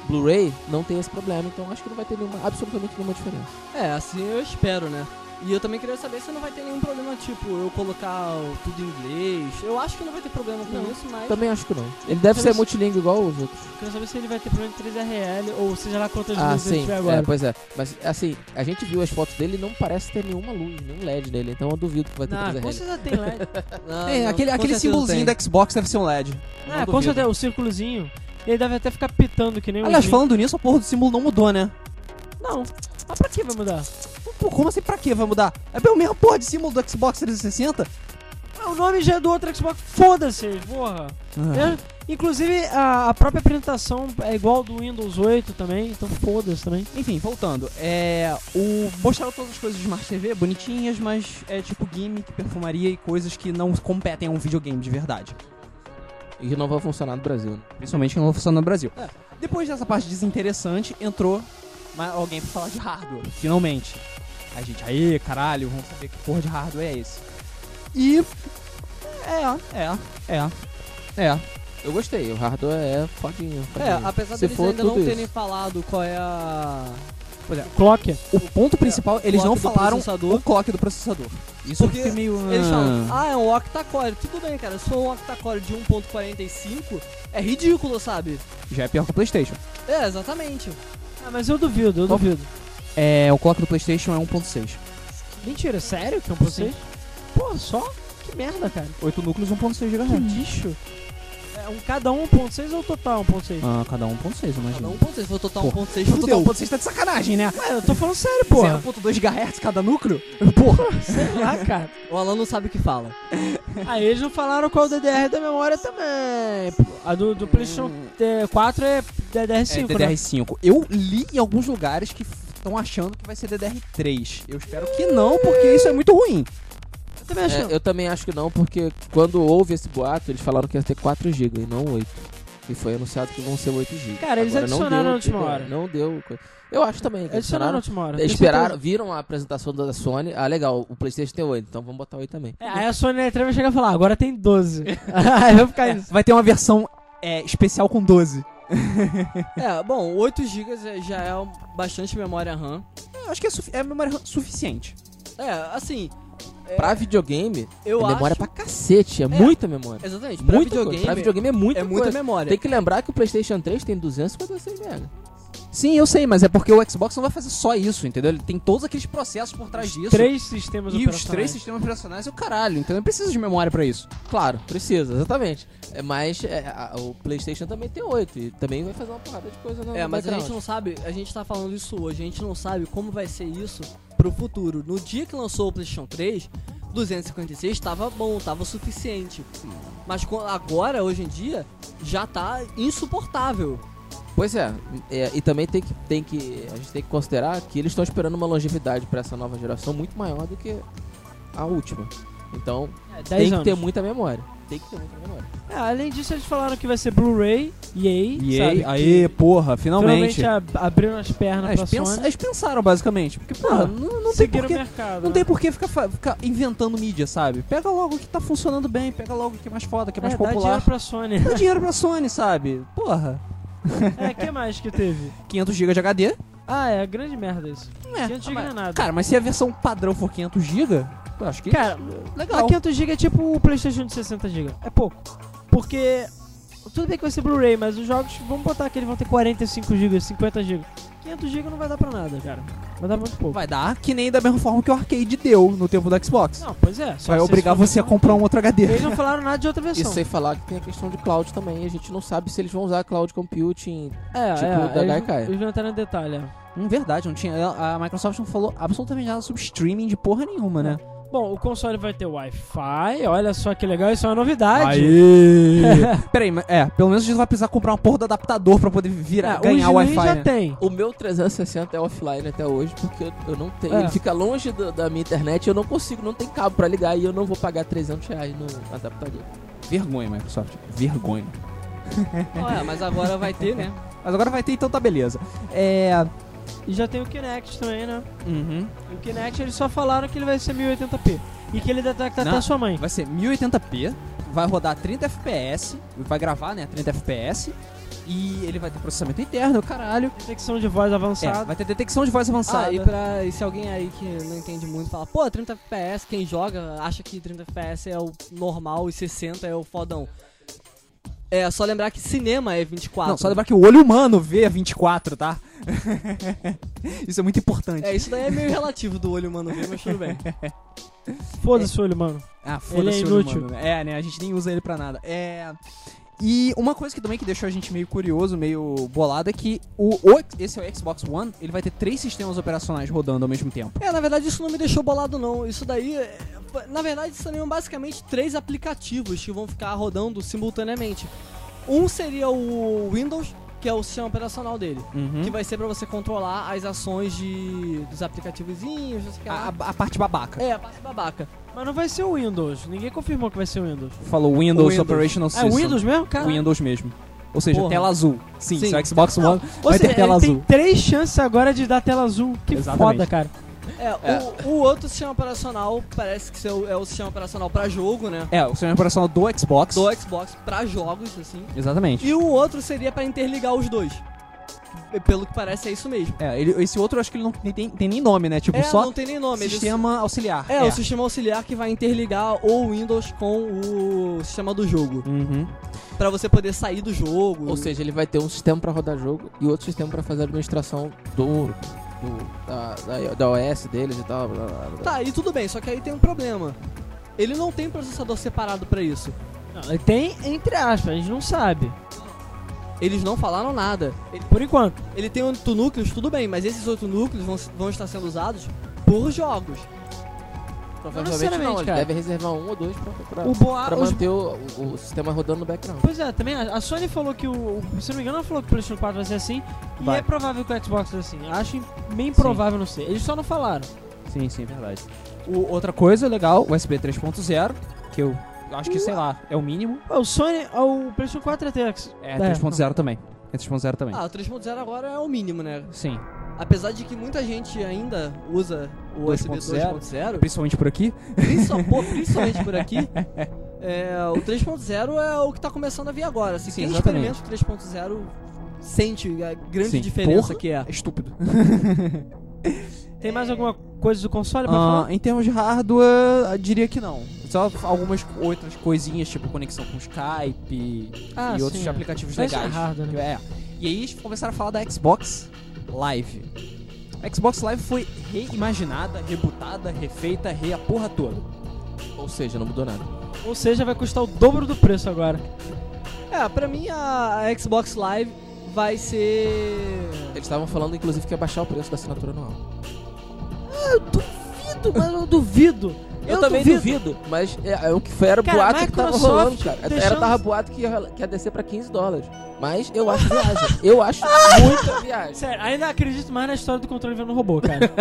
Blu-ray, não tem esse problema, então acho que não vai ter nenhuma, absolutamente nenhuma diferença.
É, assim eu espero, né? E eu também queria saber se não vai ter nenhum problema, tipo, eu colocar o- tudo em inglês. Eu acho que não vai ter problema com
Não.
isso, mas.
Também acho que não. Ele deve ser
Talvez-
multilíngue igual os outros.
Quero saber se ele vai ter problema de 3RL ou seja lá quantas
Ah,
luzes ele
sim.
tiver
É,
agora.
pois é. Mas, assim, a gente viu as fotos dele e não parece ter nenhuma luz, nenhum LED nele. Então eu duvido que vai ter
Ah,
3
com certeza tem LED.
Tem,
Não, Ah, não,
É, aquele,
com
aquele
certeza
símbolozinho
tem.
da Xbox deve ser um LED. Não
Ah, com
duvido.
certeza, o círculozinho. Ele deve até ficar pitando que nem um
Aliás,
Slim.
falando nisso, a porra do símbolo não mudou, né?
Não, mas pra que vai mudar?
Pô, como assim pra que vai mudar? É bem o mesmo porra de símbolo do Xbox 360?
Ah, o nome já é do outro Xbox, foda-se, porra.
Ah.
É.
Eu- inclusive, a, a própria apresentação é igual do Windows 8 também, então foda-se também.
Enfim, voltando. É, o, mostraram todas as coisas de Smart TV bonitinhas, mas é tipo gimmick, perfumaria e coisas que não competem a um videogame de verdade.
E que não vai funcionar no Brasil. né?
Principalmente que não funciona no Brasil. É, Depois dessa parte desinteressante, entrou ma- alguém pra falar de hardware, finalmente. A gente, aí, caralho, vamos saber que porra de hardware é esse. E. É, é, é, é.
Eu gostei. O hardware é fodinho.
É,
fodinho.
apesar
Se
deles
for
ainda não
tudo isso.
terem falado qual é a.
Clock.
O ponto principal, eles
clock
não
do
falaram
processador.
É, o clock do processador. Isso
Porque
eu fiquei meio.
Eles falam,
"Ah,
ah, é um octa-core. Tudo bem, cara, se for um octa-core de 1.45, é ridículo, sabe?
Já é pior que o PlayStation.
É, exatamente.
Ah, mas eu duvido, eu
Qual-
duvido.
É, o clock do PlayStation é 1.6.
Mentira, sério que é um processo? Pô, só? Que merda, cara.
8 núcleos, 1.6
Que
GHz.
lixo. É, um, cada um 1.6 ou total 1.6?
Ah, cada um 1.6,
Cada
imagina.
1.6, se for total
Pô,
1.6,
Total
fudeu.
1.6 tá de sacanagem, né? um
Ué, eu tô falando sério, porra.
0.2 GHz cada núcleo? Porra.
Sei lá, cara.
O Alan não sabe o que fala.
Aí eles não falaram qual é DDR da memória também. pô. A do, do PlayStation eh, 4 é DDR5,
é,
né?
DDR5. Eu li em alguns lugares que estão achando que vai ser DDR3. Eu espero que não, porque isso é muito ruim.
Eu também acho.
É, eu também acho que não, porque quando houve esse boato, eles falaram que ia ter 4GB e não 8. E foi anunciado que vão ser 8GB.
Cara, eles
Agora,
adicionaram
não deu,
na última
tipo,
hora.
Não deu. coisa. Eu acho também. que
Adicionaram na última hora.
Esperaram, viram a apresentação da Sony. Ah, legal, o PlayStation tem 8, então vamos botar 8 também.
É, aí a Sony na E3 vai chegar e falar, "Ah, agora tem 12. aí vai ficar isso.
Vai ter uma versão é, especial com 12.
É, bom, 8 GB já- já é um- bastante memória RAM.
Eu acho que é, sufi- é memória suficiente.
É, assim,
Pra videogame,
eu
é
acho...
memória pra cacete, é, muita memória.
Exatamente, pra
Muita
videogame,
coisa. Pra videogame é muita,
é muita
coisa.
memória.
Tem que lembrar que o PlayStation 3 tem 256 mega.
Sim, eu sei, mas é porque o Xbox não vai fazer só isso, entendeu? Ele tem todos aqueles processos por trás disso.
Três sistemas
e os
operacionais.
três sistemas operacionais é o caralho, então ele precisa de memória pra isso.
Claro, precisa, exatamente. É, mas é, a- o PlayStation também tem 8 e também vai fazer uma porrada de coisa no
É,
no
mas a
background.
gente não sabe, a gente tá falando isso hoje, a gente não sabe como vai ser isso pro futuro. No dia que lançou o PlayStation 3, 256 tava bom, tava o suficiente. Mas co- agora, hoje em dia, já tá insuportável.
Pois é, é, e também tem que, tem que a gente tem que considerar que eles estão esperando uma longevidade pra essa nova geração muito maior do que a última. Então,
É, dez
tem que
anos.
ter muita memória. Tem que ter muita memória.
É, além disso, eles falaram que vai ser Blu-ray, yay, sabe?
aê, porra,
Finalmente ab- abriram as pernas
É,
pra
eles, pensa-
Sony.
eles pensaram, basicamente. Porque, pô,
Ah,
não, não tem
Seguiram o
porquê.
mercado.
Não
né?
tem porquê ficar, fa- ficar inventando mídia, sabe? Pega logo o que tá funcionando bem, pega logo o que é mais foda, o que é mais
é, dá
popular.
dinheiro pra Sony.
Dá dinheiro pra Sony, sabe? Porra.
é, que mais que teve?
500 GB de HD.
Ah, é grande merda isso. 500 GB não é nada.
Cara, mas se a versão padrão for 500 GB, eu acho que é
Cara,
legal.
a 500 GB é tipo o PlayStation de 60 GB. É pouco. Porque tudo bem que vai ser Blu-ray, mas os jogos, vamos botar que eles vão ter 45 GB, 50 GB. 500 GB não vai dar pra nada, cara. Vai dar muito pouco.
Vai dar que nem da mesma forma que o arcade deu no tempo do Xbox.
Não, pois é. só
Vai
se
obrigar
eles
você a
forem-
comprar um outro HD.
Eles não falaram nada de outra versão.
Isso sem falar que tem a questão de cloud também. A gente não sabe se eles vão usar cloud computing.
é,
tipo
é,
da
eles-
Gaikai.
Eles não entraram em detalhe. é.
Hum, verdade, não tinha. A a Microsoft não falou absolutamente nada sobre streaming de porra nenhuma, né?
Bom, o console vai ter Wi-Fi, olha só que legal, isso é uma novidade.
Aí.
Peraí, mas é, pelo menos a gente vai precisar comprar uma porra do adaptador pra poder virar,
É,
ganhar
o
o
Slim
Wi-Fi.
já
né?
tem.
O meu 360 é offline até hoje, porque eu- eu não tenho.
É.
Ele fica longe do- da minha internet, eu não consigo, não tem cabo pra ligar e eu não vou pagar 300 reais no adaptador.
Vergonha, Microsoft. Vergonha.
Ué, É, mas agora vai ter, né?
Mas agora vai ter, então tá beleza. É.
E já tem o Kinect também, né?
Uhum.
O Kinect eles só falaram que ele vai ser 1080p. E que ele detecta
Não.
até a sua mãe.
Vai ser 1080p, vai rodar 30 FPS, vai gravar, né, 30 FPS, e ele vai ter processamento interno, caralho.
Detecção de voz
É,
avançada.
vai ter detecção de voz avançada.
Ah, e, pra, e se alguém aí que não entende muito fala, pô, 30 FPS, quem joga acha que 30 FPS é o normal e 60 é o fodão. É, só lembrar que cinema é 24.
Não, só lembrar que o olho humano vê a 24, tá? Isso é muito importante.
É, isso daí é meio relativo do olho humano ver, mas tudo bem.
Foda-se o olho, mano.
Ah,
Ele é
foda-se o olho
inútil.
humano, né? É, né? A gente nem usa ele pra nada. É. E uma coisa que também que deixou a gente meio curioso, meio bolado, é que o, o- esse é o Xbox One, ele vai ter três sistemas operacionais rodando ao mesmo tempo.
É, na verdade isso não me deixou bolado não. Isso daí, é, na verdade seriam basicamente três aplicativos que vão ficar rodando simultaneamente. Um seria o Windows, que é o sistema operacional dele,
Hum?
que vai ser pra você controlar as ações de dos aplicativozinhos, não sei o que
A,
lá.
a- a parte babaca.
É, a parte babaca.
Mas não vai ser o Windows. Ninguém confirmou que vai ser o Windows.
Falou Windows,
Windows. né?
Operational
Ah,
System.
é o Windows mesmo, cara?
Windows mesmo. Ou seja,
Porra.
tela azul. Sim,
Sim.
se o Xbox One
Ou
vai
seja,
ter tela
ele
azul.
tem três chances agora de dar tela azul. Que
Exatamente.
foda, cara.
É, O, o outro sistema operacional parece que é o, é o sistema operacional pra jogo, né?
É, o sistema operacional do Xbox.
Do Xbox pra jogos, assim.
Exatamente.
E o outro seria pra interligar os dois. E Pelo que parece é isso mesmo.
É, ele- esse outro eu acho que ele não tem, tem- tem nem nome, né? Tipo,
É,
só
não tem nem nome. eles-
sistema auxiliar.
É, o sistema auxiliar que vai interligar o Windows com o sistema do jogo.
Uhum.
Pra você poder sair do
Hum.
jogo.
Ou seja, ele vai ter um sistema pra rodar jogo e outro sistema pra fazer a administração do, do- da, da, da OS deles e tal. blá, blá, blá.
Tá, e tudo bem, só que aí tem um problema. Ele não tem processador separado pra isso.
Não, ele tem, entre aspas, a gente não sabe.
Eles não falaram nada. Ele,
Por enquanto.
ele tem oito núcleos, tudo bem, mas esses oito núcleos vão, vão estar sendo usados por jogos.
Provavelmente não, eles
cara.
devem reservar um ou dois pra, pra,
O boa,
pra
os-
manter o, o- o sistema rodando no background.
Pois é, também a a Sony falou que o. o- Se não me engano, ela falou que o PlayStation 4 vai ser assim.
Vai.
E é provável que o Xbox seja assim. Acho bem provável não ser. Eles só não falaram.
Sim, sim, verdade. O- outra coisa legal, USB 3.0, que eu acho que, sei lá, é o mínimo.
Pô, Ah, o Sony. O PlayStation 4 é TX.
É, 3.0 também. É 3.0 também.
Ah, o 3.0 agora é o mínimo, né?
Sim.
Apesar de que muita gente ainda usa o USB
2.0.
2.0,
Principalmente por aqui.
principal- pô, principalmente por aqui, é, o 3.0 é o que tá começando a vir agora. Assim,
Sim,
quem
exatamente.
experimenta o 3.0 sente a grande
Sim.
diferença
Porra.
que é.
É estúpido.
Tem mais alguma coisa do console pra
Ah,
falar?
em termos de hardware, eu diria que não. Só algumas outras coisinhas, tipo conexão com Skype
Ah,
e outros
sim, é.
aplicativos
Mas isso é
legais.
errado, né?
É. E aí eles começaram a falar da Xbox Live. A Xbox Live foi reimaginada, rebutada, refeita, re a porra toda.
Ou seja, não mudou nada.
Ou seja, vai custar o dobro do preço agora.
É, pra mim a, a Xbox Live vai ser.
Eles estavam falando, inclusive, que ia baixar o preço da assinatura anual.
Ah, Duvido, mas eu duvido.
Eu, também duvido, mas é, é o que foi, era o
Cara,
boato que tava
Microsoft
rolando, cara. Era
deixando-
tava boato que ia, que ia descer pra 15 dólares. Mas eu acho viagem. Eu acho
Ah!
muita viagem.
Sério, ainda acredito mais na história do controle vendo robô, cara.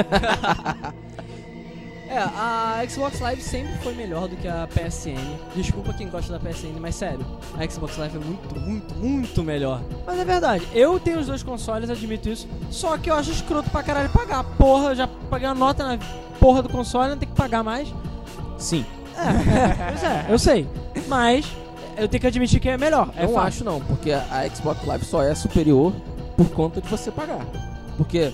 É, a Xbox Live sempre foi melhor do que a PSN. Desculpa quem gosta da PSN, mas sério, a Xbox Live é muito, muito, muito melhor.
mas é verdade, eu tenho os dois consoles, admito isso. Só que eu acho escroto pra caralho pagar. Porra, eu já paguei a nota na porra do console, não tem que pagar mais.
Sim.
É, pois é, eu sei. Mas eu tenho que admitir que é melhor. É
não
fato.
acho não, porque a Xbox Live só é superior por conta de você pagar. Porque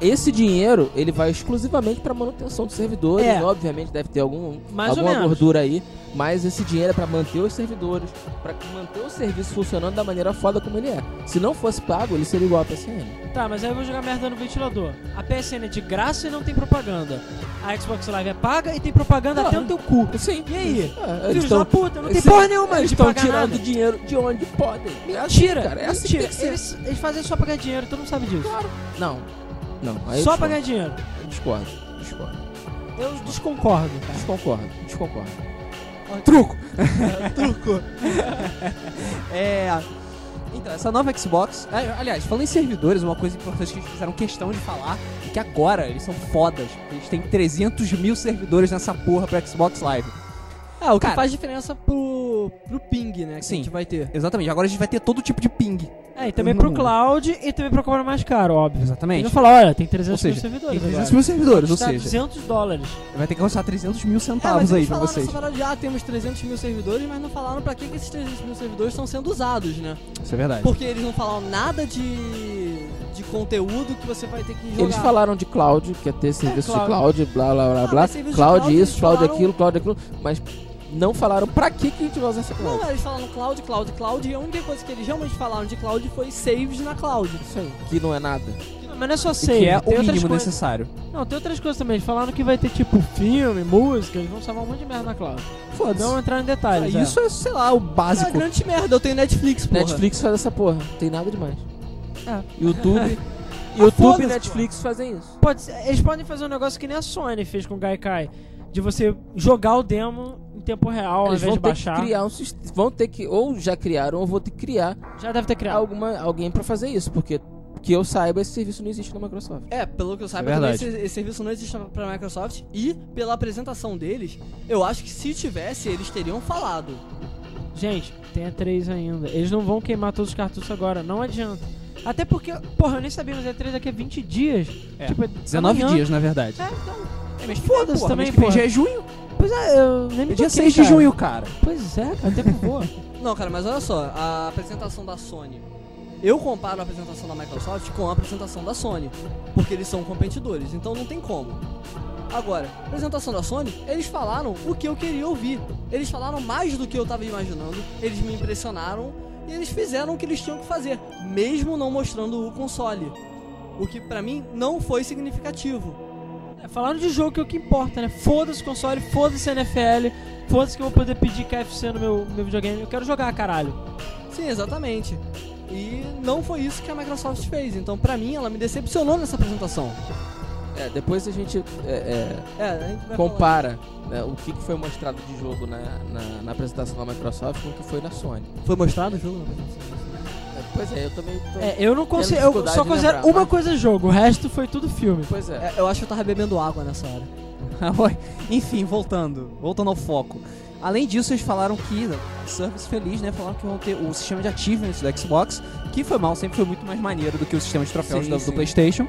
esse dinheiro, ele vai exclusivamente pra manutenção dos servidores,
É.
obviamente deve ter algum
Mais ou
alguma
menos.
gordura aí, mas esse dinheiro é pra manter os servidores, pra manter o serviço funcionando da maneira foda como ele é. Se não fosse pago, ele seria igual a PSN.
Tá, mas aí eu vou jogar merda no ventilador. A PSN é de graça e não tem propaganda. A Xbox Live é paga e tem propaganda
Claro.
até no teu cu.
Sim.
E aí?
É,
Filhos
eles estão
da puta, não tem
Sim,
porra nenhuma
eles
de
estão
pagar
tirando
nada.
dinheiro de onde podem. É assim,
Mentira,
cara, é assim que
mentira.
tem que ser.
eles, eles fazem só pra ganhar dinheiro, todo mundo sabe disso.
Não, não. aí eu
só
discordo,
pra ganhar dinheiro.
Discordo, discordo.
Eu Eu desconcordo, cara.
Desconcordo, desconcordo.
Truco!
É. Então, essa nova Xbox. ah, Aliás, falando em servidores, uma coisa importante que eles fizeram questão de falar é que agora eles são fodas. Eles têm 300 mil servidores nessa porra pra Xbox Live.
Ah, o que
Cara.
faz diferença pro, pro ping, né? Que
Sim.
a gente vai ter.
Exatamente, agora a gente vai ter todo tipo de ping.
É, e também
Não.
pro cloud e também pro cobrar mais caro, óbvio. Eles
Exatamente.
vão falar, olha, tem
Ou
300 mil
seja,
servidores
Tem 300
agora.
mil servidores, ou
Tá
seja,
200 dólares.
vai ter que gastar 300 mil
É, mas
centavos
eles
aí pra
falaram
vocês.
nessa parada de, ah, temos 300 mil servidores, mas não falaram pra que, que esses 300 mil servidores estão sendo usados, né?
Isso é verdade.
Porque eles não falaram nada de, de conteúdo que você vai ter que jogar.
Eles falaram de cloud, que ia ter serviço de cloud, blá blá blá
Ah,
blá.
mas serviço de
Cloud
cloud,
isso,
eles
cloud
falaram-
aquilo, cloud aquilo. Mas não falaram pra que que a gente vai usar essa cloud.
Não, eles falaram cloud, cloud, cloud, e a única coisa que eles realmente falaram de cloud foi saves na cloud.
Que não é nada.
Mas não é só
E
sei.
que é
tem
o
outras
mínimo
coisas-
necessário.
Não, tem outras coisas também. Eles falaram que vai ter tipo filme, música, eles vão salvar um monte de merda na cloud.
Foda-se.
Não vou entrar em detalhes.
Ah, Isso é, sei lá, o
Isso é uma
básico.
grande merda, eu tenho Netflix, porra.
Netflix faz essa porra, não tem nada demais.
É.
YouTube.
YouTube
foda-se,
e Netflix fazem isso.
Pode ser- eles podem fazer um negócio que nem a Sony fez com o Gaikai. De você jogar o demo em tempo real, ao invés
Eles vão
de
ter que
baixar.
criar um sistema. Vão ter que, ou já criaram, ou vou ter que criar
Já deve
É.
ter criado.
alguma, alguém pra fazer isso, porque que eu saiba, esse serviço não existe na Microsoft.
É, pelo que eu saiba,
É
também
verdade.
esse, esse serviço não existe pra Microsoft. E, pela apresentação deles, eu acho que se tivesse, eles teriam falado.
Gente, tem a 3 ainda. Eles não vão queimar todos os cartuchos agora, não adianta. Até porque, porra, eu nem sabia, mas a 3 daqui a 20 dias.
É,
Tipo,
19
amanhã.
dias, na verdade.
É, então.
É, mas
foda-se
porra,
também,
mês que vem
porra.
Já é junho.
Pois é, eu nem me
É dia
toquei,
6 de
cara.
junho, cara.
Pois é, cara, o tempo voa.
Não, cara, mas olha só, a apresentação da Sony. Eu comparo a apresentação da Microsoft com a apresentação da Sony, porque eles são competidores, então não tem como. Agora, a apresentação da Sony, eles falaram o que eu queria ouvir. Eles falaram mais do que eu tava imaginando, eles me impressionaram e eles fizeram o que eles tinham que fazer, mesmo não mostrando o console. O que pra mim não foi significativo.
É, falaram de jogo que é o que importa, né? Foda-se o console, foda-se a NFL, foda-se que eu vou poder pedir KFC no meu, meu videogame. Eu quero jogar, caralho.
Sim, exatamente. E não foi isso que a Microsoft fez, então pra mim ela me decepcionou nessa apresentação.
É, depois a gente é, é,
É, a gente vai falar
compara né, o que, que foi mostrado de jogo na, na, na apresentação da Microsoft com o que foi na Sony.
Foi mostrado o jogo?
É, pois é, eu também tô.
É, eu não consigo. Eu
dificuldade
só
de
considero
lembrar,
uma
mas-
coisa jogo, o resto foi tudo filme.
Pois é.
É, eu acho que eu tava bebendo água nessa hora.
Ah, oi. Enfim, voltando, voltando ao foco. Além disso, eles falaram que, service feliz, né? Falaram que vão ter o sistema de achievements do Xbox, que foi mal, sempre foi muito mais maneiro do que o sistema de troféus
Sim,
da- do,
sim.
PlayStation.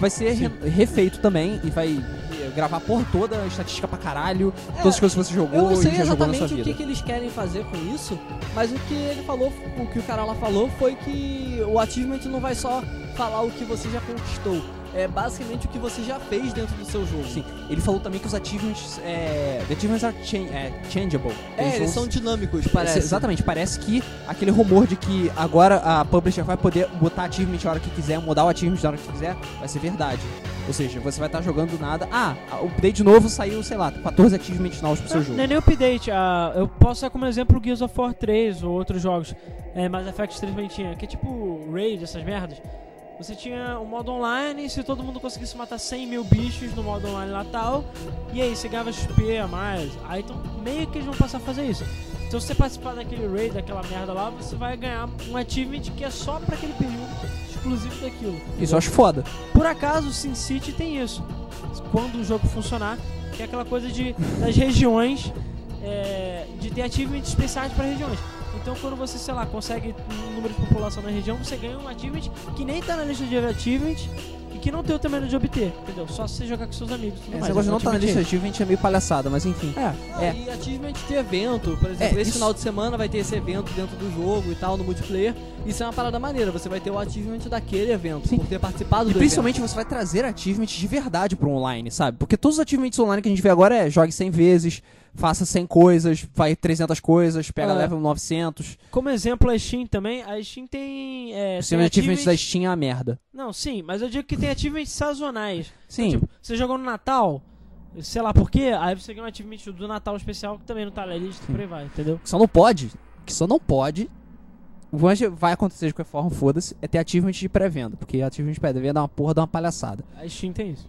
Vai ser re- refeito também e vai eh, gravar por toda a estatística pra caralho, todas as coisas que você jogou
É, Eu não sei
e já jogou na sua
exatamente o
vida.
que, que eles querem fazer com isso, mas o que ele falou, o que o cara lá falou foi que o achievement não vai só falar o que você já conquistou, é basicamente o que você já fez dentro do seu jogo.
Sim. Ele falou também que os achievements, é, the achievements are chan- é, changeable.
É, eles
vão
são dinâmicos, parece.
Exatamente, parece que aquele rumor de que agora a publisher vai poder botar achievement a hora que quiser, mudar o achievement a hora que quiser, vai ser verdade. Ou seja, você vai estar jogando do nada. Ah, o update novo saiu, sei lá, 14 achievements novos pro seu
Não é
jogo.
nem update, ah, eu posso usar como exemplo o Gears of War 3 ou outros jogos, é, Mass Effect 3 também tinha, que é tipo Raid, essas merdas. Você tinha um modo online, e se todo mundo conseguisse matar 100 mil bichos no modo online lá tal, e aí você ganhava XP a mais. Aí então meio que eles vão passar a fazer isso. Então se você participar daquele raid, daquela merda lá, você vai ganhar um achievement que é só pra aquele período, exclusivo daquilo.
Isso eu acho foda.
Por acaso, Sin City tem isso. Quando o jogo funcionar, que é aquela coisa de das regiões, é, de ter achievements especiais para regiões. Então, quando você, sei lá, consegue um número de população na região, você ganha um achievement que nem tá na lista de achievements e que não tem outra maneira de obter, entendeu? Só se você jogar com seus amigos. e Tudo
Esse
mais.
negócio
É um
não tá na
achievement
lista de achievement é meio palhaçada, mas enfim.
Ah,
É.
E achievement de evento, por exemplo,
É,
esse
isso-
final de semana vai ter esse evento dentro do jogo e tal, no multiplayer. Isso é uma parada maneira, você vai ter o achievement daquele evento,
Sim.
por ter participado
E
do
principalmente você vai trazer achievements de verdade pro online, sabe? Porque todos os achievements online que a gente vê agora é jogue 100 vezes, faça 100 coisas, vai 300 coisas, pega
Ah, é.
level 900.
Como exemplo, a Steam também. A Steam tem. É,
O
tem
sistema de achievements da
achievements-
Steam é uma merda.
Não, sim, mas eu digo que tem achievements sazonais.
Sim.
Tipo, você jogou no Natal, sei lá por quê, aí você ganha um achievement do Natal especial que também não tá na lista, por aí vai, entendeu?
que só não pode, que só não pode, mas vai acontecer de qualquer forma, foda-se, é ter achievement de pré-venda, porque achievement de pré-venda é uma porra de uma palhaçada.
A Steam tem isso.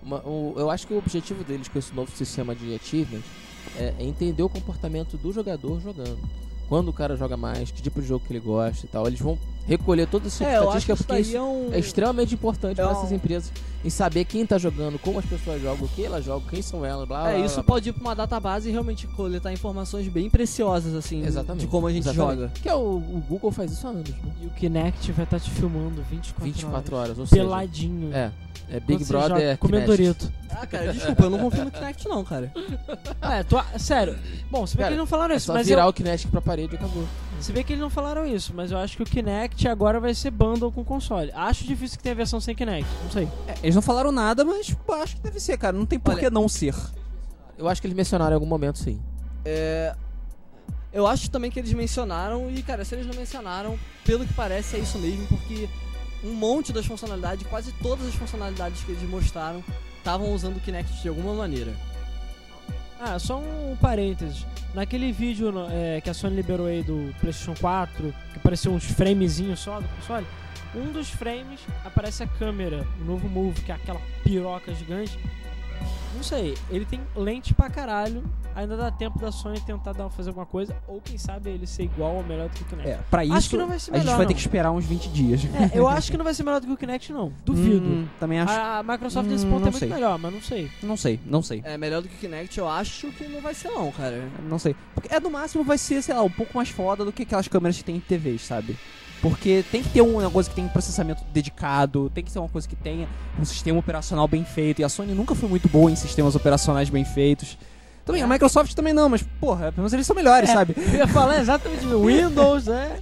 Uma- o- eu acho que o objetivo deles com esse novo sistema de achievement é, é entender o comportamento do jogador jogando. Quando o cara joga mais, que tipo de jogo que ele gosta e tal. Eles vão recolher toda essa
É, eu acho que
estatística
isso
porque
daí
isso
é um...
é extremamente importante
é
para essas
um-
empresas em saber quem tá jogando, como as pessoas jogam, o que elas jogam, quem são elas, blá blá.
É,
blá,
isso
blá,
pode ir pra uma database e realmente coletar informações bem preciosas, assim,
Exatamente.
de como a gente
Exatamente.
joga.
Que é o, o Google faz isso há anos, né?
E o Kinect vai estar te filmando 24,
24
horas.
horas, ou seja,
Peladinho.
é, é
Quando
Big
você
Brother
joga
Kinect.
Comendo Dorito.
Ah, cara, desculpa, eu não confio no Kinect não, cara.
É, tu a- sério. Bom, se bem que
Cara,
eles não falaram
É
isso,
só
mas
virar
eu,
o Kinect pra parede e acabou.
se bem que eles não falaram isso, mas eu acho que o Kinect agora vai ser bundle com console. Acho difícil que tenha versão sem Kinect, não sei.
É, Eles não falaram nada, mas pô, acho que deve ser, cara. Não tem por
Olha-
que não ser.
Eu acho que eles mencionaram em algum momento, sim.
É, Eu acho também que eles mencionaram, e cara, se eles não mencionaram, pelo que parece é isso mesmo, porque um monte das funcionalidades, quase todas as funcionalidades que eles mostraram, estavam usando o Kinect de alguma maneira.
Ah, só um parênteses. Naquele vídeo no- é, que a Sony liberou aí do PlayStation 4, que apareceu uns framezinhos só do console, um dos frames aparece a câmera, o novo Move, que é aquela piroca gigante. Não sei, ele tem lente pra caralho. Ainda dá tempo da Sony tentar dar, fazer alguma coisa, ou quem sabe ele ser igual ou melhor do que o Kinect.
É, pra isso,
Acho que não vai ser
a gente
melhor,
vai ter
não.
que esperar uns 20 dias.
É, eu acho que não vai ser melhor do que o Kinect, não. Duvido.
Hum, também acho.
A a Microsoft nesse
Hum,
ponto
não
é muito
sei.
melhor, mas não sei.
Não sei, não sei.
É, melhor do que o Kinect, eu acho que não vai ser não, cara.
Não sei. Porque é no máximo vai ser, sei lá, um pouco mais foda do que aquelas câmeras que tem em TVs, sabe? Porque tem que ter um negócio que tem processamento dedicado, tem que ser uma coisa que tenha um sistema operacional bem feito. E a Sony nunca foi muito boa em sistemas operacionais bem feitos. Também, a
É.
Microsoft também não, mas, porra, pelo menos eles são melhores, sabe?
Eu ia falar exatamente Windows, né?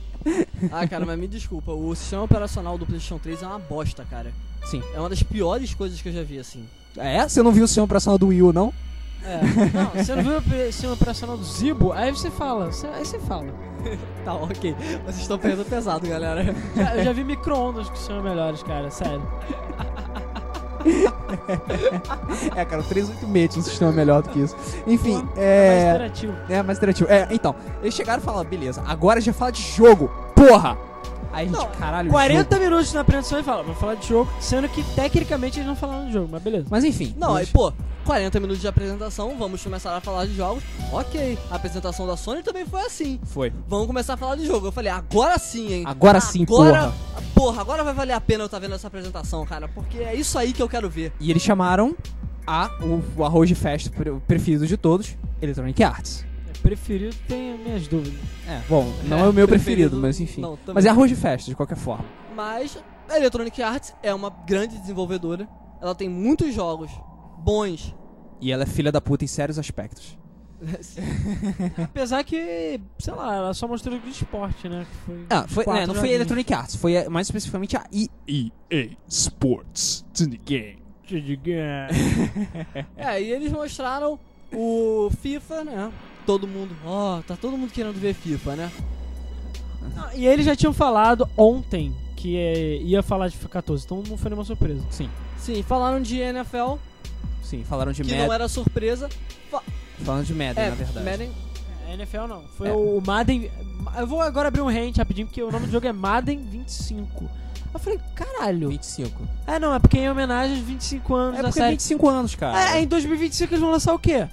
Ah, cara, mas me desculpa, o sistema operacional do PlayStation 3 é uma bosta, cara.
Sim.
É uma das piores coisas que eu já vi, assim.
É? Você não viu o sistema operacional do Wii U, não?
É. Não, você não viu o sistema operacional do Zibo? Aí você fala, você- aí você fala.
Tá, ok. Vocês estão pegando pesado, galera.
Já- Eu já vi micro-ondas que são melhores, cara, sério.
É, cara, o 386 tinha um sistema melhor do que isso. Enfim,
É mais
é.
interativo.
É, mais interativo. É, então, eles chegaram e falaram, beleza, agora já fala de jogo, porra! Aí a gente,
Não,
caralho,
40
jogo.
minutos na apresentação e fala, vou falar de jogo, sendo que tecnicamente eles não falaram de jogo, mas beleza.
Mas enfim.
Não, aí,
eles-
pô, 40 minutos de apresentação, vamos começar a falar de jogos. Ok, a apresentação da Sony também foi assim.
Foi.
Vamos começar a falar de jogo. Eu falei, agora sim, hein?
Agora sim,
agora,
porra.
Porra, agora vai valer a pena eu estar vendo essa apresentação, cara, porque é isso aí que eu quero ver.
E eles chamaram a, o, o arroz de festa pre- preferido de todos, Electronic Arts.
Preferido tem É, minhas dúvidas.
É, bom, não é, o meu preferido, mas enfim.
não, também
mas é arroz de festa, de qualquer forma.
Mas a Electronic Arts é uma grande desenvolvedora. Ela tem muitos jogos bons.
E ela é filha da puta em sérios aspectos.
Apesar que, sei lá, ela só mostrou o de esporte, né? que foi-
Ah, foi,
Quatro
né, não foi a
joguinhos.
Electronic Arts, foi a- mais especificamente a EA.
EA Sports to the game.
É, e eles mostraram o FIFA, né? Todo mundo, ó, tá todo mundo querendo ver FIFA, né?
Não, E eles já tinham falado ontem que é, ia falar de 14, então não foi nenhuma surpresa.
Sim,
Sim, falaram de NFL,
sim, falaram de
que
Madden.
não era surpresa.
Falaram de Madden,
é,
na verdade.
Madden,
É, NFL não. Foi
É.
o Madden. Eu vou agora abrir um rant rapidinho, porque o nome do jogo é Madden 25. Eu falei, caralho.
25.
É, não, é porque é em homenagem aos 25 anos
É
da
porque
série.
25 anos, cara.
É, em 2025 eles vão lançar o quê?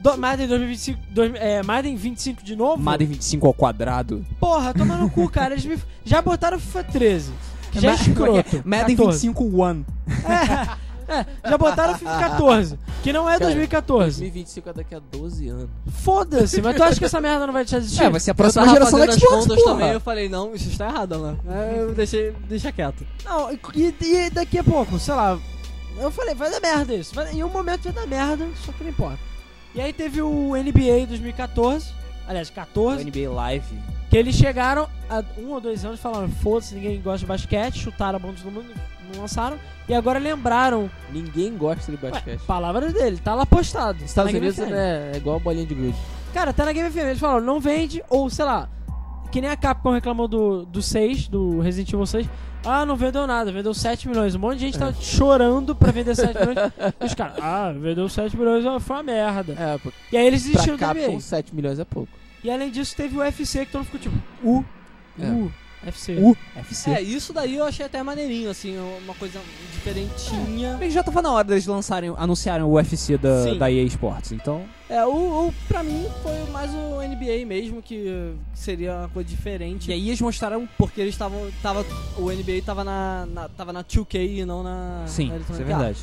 Do- Madden 2025. dois- é, Madden 25 de novo?
Madden 25 ao quadrado.
Porra, toma no cu, cara. Eles me- já botaram FIFA 13. que já é
Ma- como é que
escroto.
é? Madden
14.
25 One.
É, já botaram FIFA 14, que não é 2014.
2025 é daqui a 12 anos.
Foda-se, mas tu acha que essa merda não vai deixar de existir?
É, vai ser a
Eu
próxima
tava
geração do
fazendo as
Xbox,
contas
porra.
também, eu falei, não, isso está errado, Alan. É, Eu deixei, deixa quieto.
Não, e, e- e daqui a pouco, sei lá. Eu falei, vai dar merda isso. Vai- em um momento vai dar merda, só que não importa. E aí teve o NBA 2014, aliás, 14,
NBA Live.
que eles chegaram há um ou dois anos e falaram, foda-se, ninguém gosta de basquete, chutaram a bunda do mundo, não lançaram. E agora lembraram,
Ninguém gosta de basquete.
palavras dele, tá lá postado. tá
Estados
na Game
Unidos
FM.
né, é igual bolinha de gude.
Cara, tá na Game FM, eles falaram, não vende, ou sei lá, que nem a Capcom reclamou do, do 6, do Resident Evil 6. Ah, não vendeu nada, vendeu 7 milhões. Um monte de gente
É.
tá chorando pra vender 7 milhões. E os caras, ah, vendeu 7 milhões, ah, foi uma merda.
É, porque
E aí eles
pra
desistiram do
Capcom
NBA.
7 milhões é pouco.
E além disso, teve o UFC que todo mundo ficou tipo, U,
É.
U. FC.
Uh, FC.
É, isso daí eu achei até maneirinho, assim, uma coisa diferentinha.
Bem que já tava na hora deles lançarem, anunciarem o UFC da,
Sim.
da EA Sports, então.
É, o, o pra mim foi mais o NBA mesmo, que seria uma coisa diferente.
E aí eles mostraram. um-
Porque eles estavam. Tava, o NBA tava na, na- tava na 2K e não na.
Sim,
na
isso é
Electronic
verdade.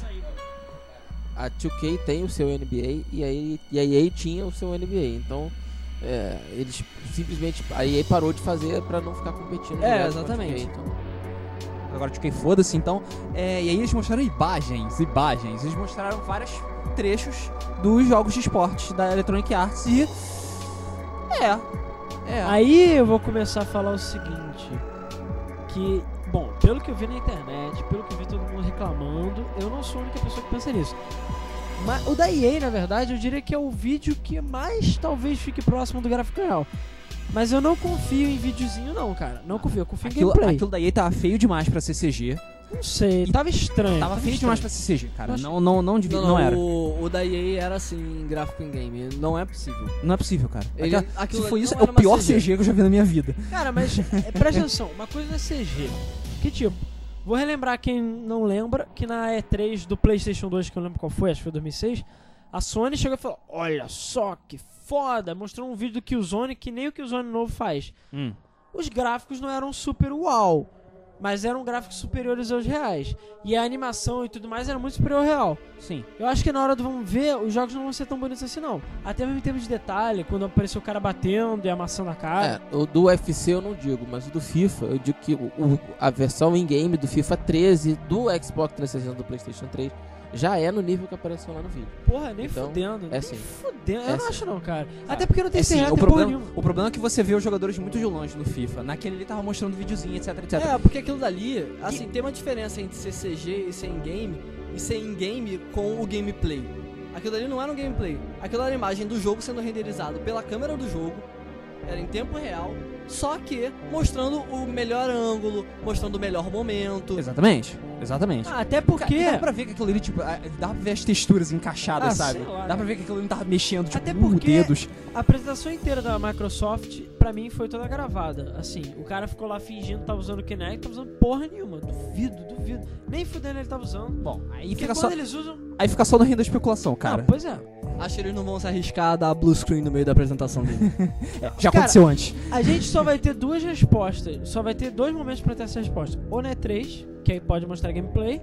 A 2K tem o seu NBA e, aí, e a EA tinha o seu NBA. Então, é, eles simplesmente. A EA parou de fazer pra não ficar competindo.
É,
direto com a
exatamente.
2K, então.
Agora de quem foda-se, então. É, e aí eles mostraram imagens, imagens. Eles mostraram vários trechos dos jogos de esportes da Electronic Arts e. É. É.
Aí eu vou começar a falar o seguinte, que, bom, pelo que eu vi na internet, pelo que eu vi todo mundo reclamando, eu não sou a única pessoa que pensa nisso. Mas o da EA, na verdade, eu diria que é o vídeo que mais talvez fique próximo do gráfico real. Mas eu não confio em videozinho não, cara. Não confio, eu confio
Aquilo,
em gameplay.
aquilo da EA tava feio demais pra CCG.
Não sei, tava estranho.
Tava feio demais pra CCG, cara.
Mas-
Não, não, não, devia-
Não,
não,
não,
era.
O, o da EA era assim, gráfico em game. Não é possível.
Não é possível, cara.
Ele-
Aquela-
aquilo
se foi
ali
isso,
não
é o
era uma
pior
CG.
CG. que eu já vi na minha vida.
Cara, mas é, presta atenção, uma coisa é CG. Que tipo, vou relembrar quem não lembra que na E3 do PlayStation 2, que eu não lembro qual foi, acho que foi 2006, a Sony chegou e falou: Olha só que foda! Mostrou um vídeo do Killzone que nem o Killzone novo faz.
Hum.
Os gráficos não eram super uau, mas eram gráficos superiores aos reais. E a animação e tudo mais era muito superior ao real.
Sim.
Eu acho que na hora do vamos ver, os jogos não vão ser tão bonitos assim, não. Até mesmo em termos de detalhe, quando apareceu o cara batendo e amassando a cara.
É, o do UFC eu não digo, mas o do FIFA, eu digo que o, o- a versão in-game do FIFA 13, do Xbox 360 do PlayStation 3, já é no nível que apareceu lá no vídeo.
Porra, nem
Então,
fudendo.
É assim.
Fudendo, eu
É
não
sim.
acho não, cara. Até porque não tem
Sim,
CG
É assim, o,
até porra
problema,
nenhuma.
o problema é que você vê os jogadores muito de longe no FIFA. Naquele ele tava mostrando videozinho, etc, etc.
É, porque aquilo dali, assim, tem uma diferença entre ser CG e ser in-game e ser in-game com o gameplay. Aquilo dali não era um gameplay. Aquilo era a imagem do jogo sendo renderizado pela câmera do jogo, era em tempo real, só que mostrando o melhor ângulo, mostrando o melhor momento.
Exatamente. Exatamente.
Ah, até
Ca-
porque.
Dá pra ver que aquilo ali, tipo, a- dá pra ver as texturas encaixadas,
Ah,
sabe?
sei lá,
dá pra
cara.
ver que aquilo ali não tava mexendo, tipo,
Até
uh,
porque-
dedos.
A apresentação inteira da Microsoft, pra mim, foi toda gravada. Assim, o cara ficou lá fingindo que tá usando o Kinect, tá usando porra nenhuma. Duvido, duvido. Nem fudendo ele tá usando.
Bom, aí
Porque
fica,
quando
só,
eles usam.
aí fica só no reino da especulação, cara.
Ah, pois é.
Acho que eles não vão se arriscar a dar blue screen no meio da apresentação dele.
É, Já
Cara,
aconteceu antes.
A gente só vai ter duas respostas. Só vai ter dois momentos pra ter essa resposta. Ou na E3, que aí pode mostrar gameplay.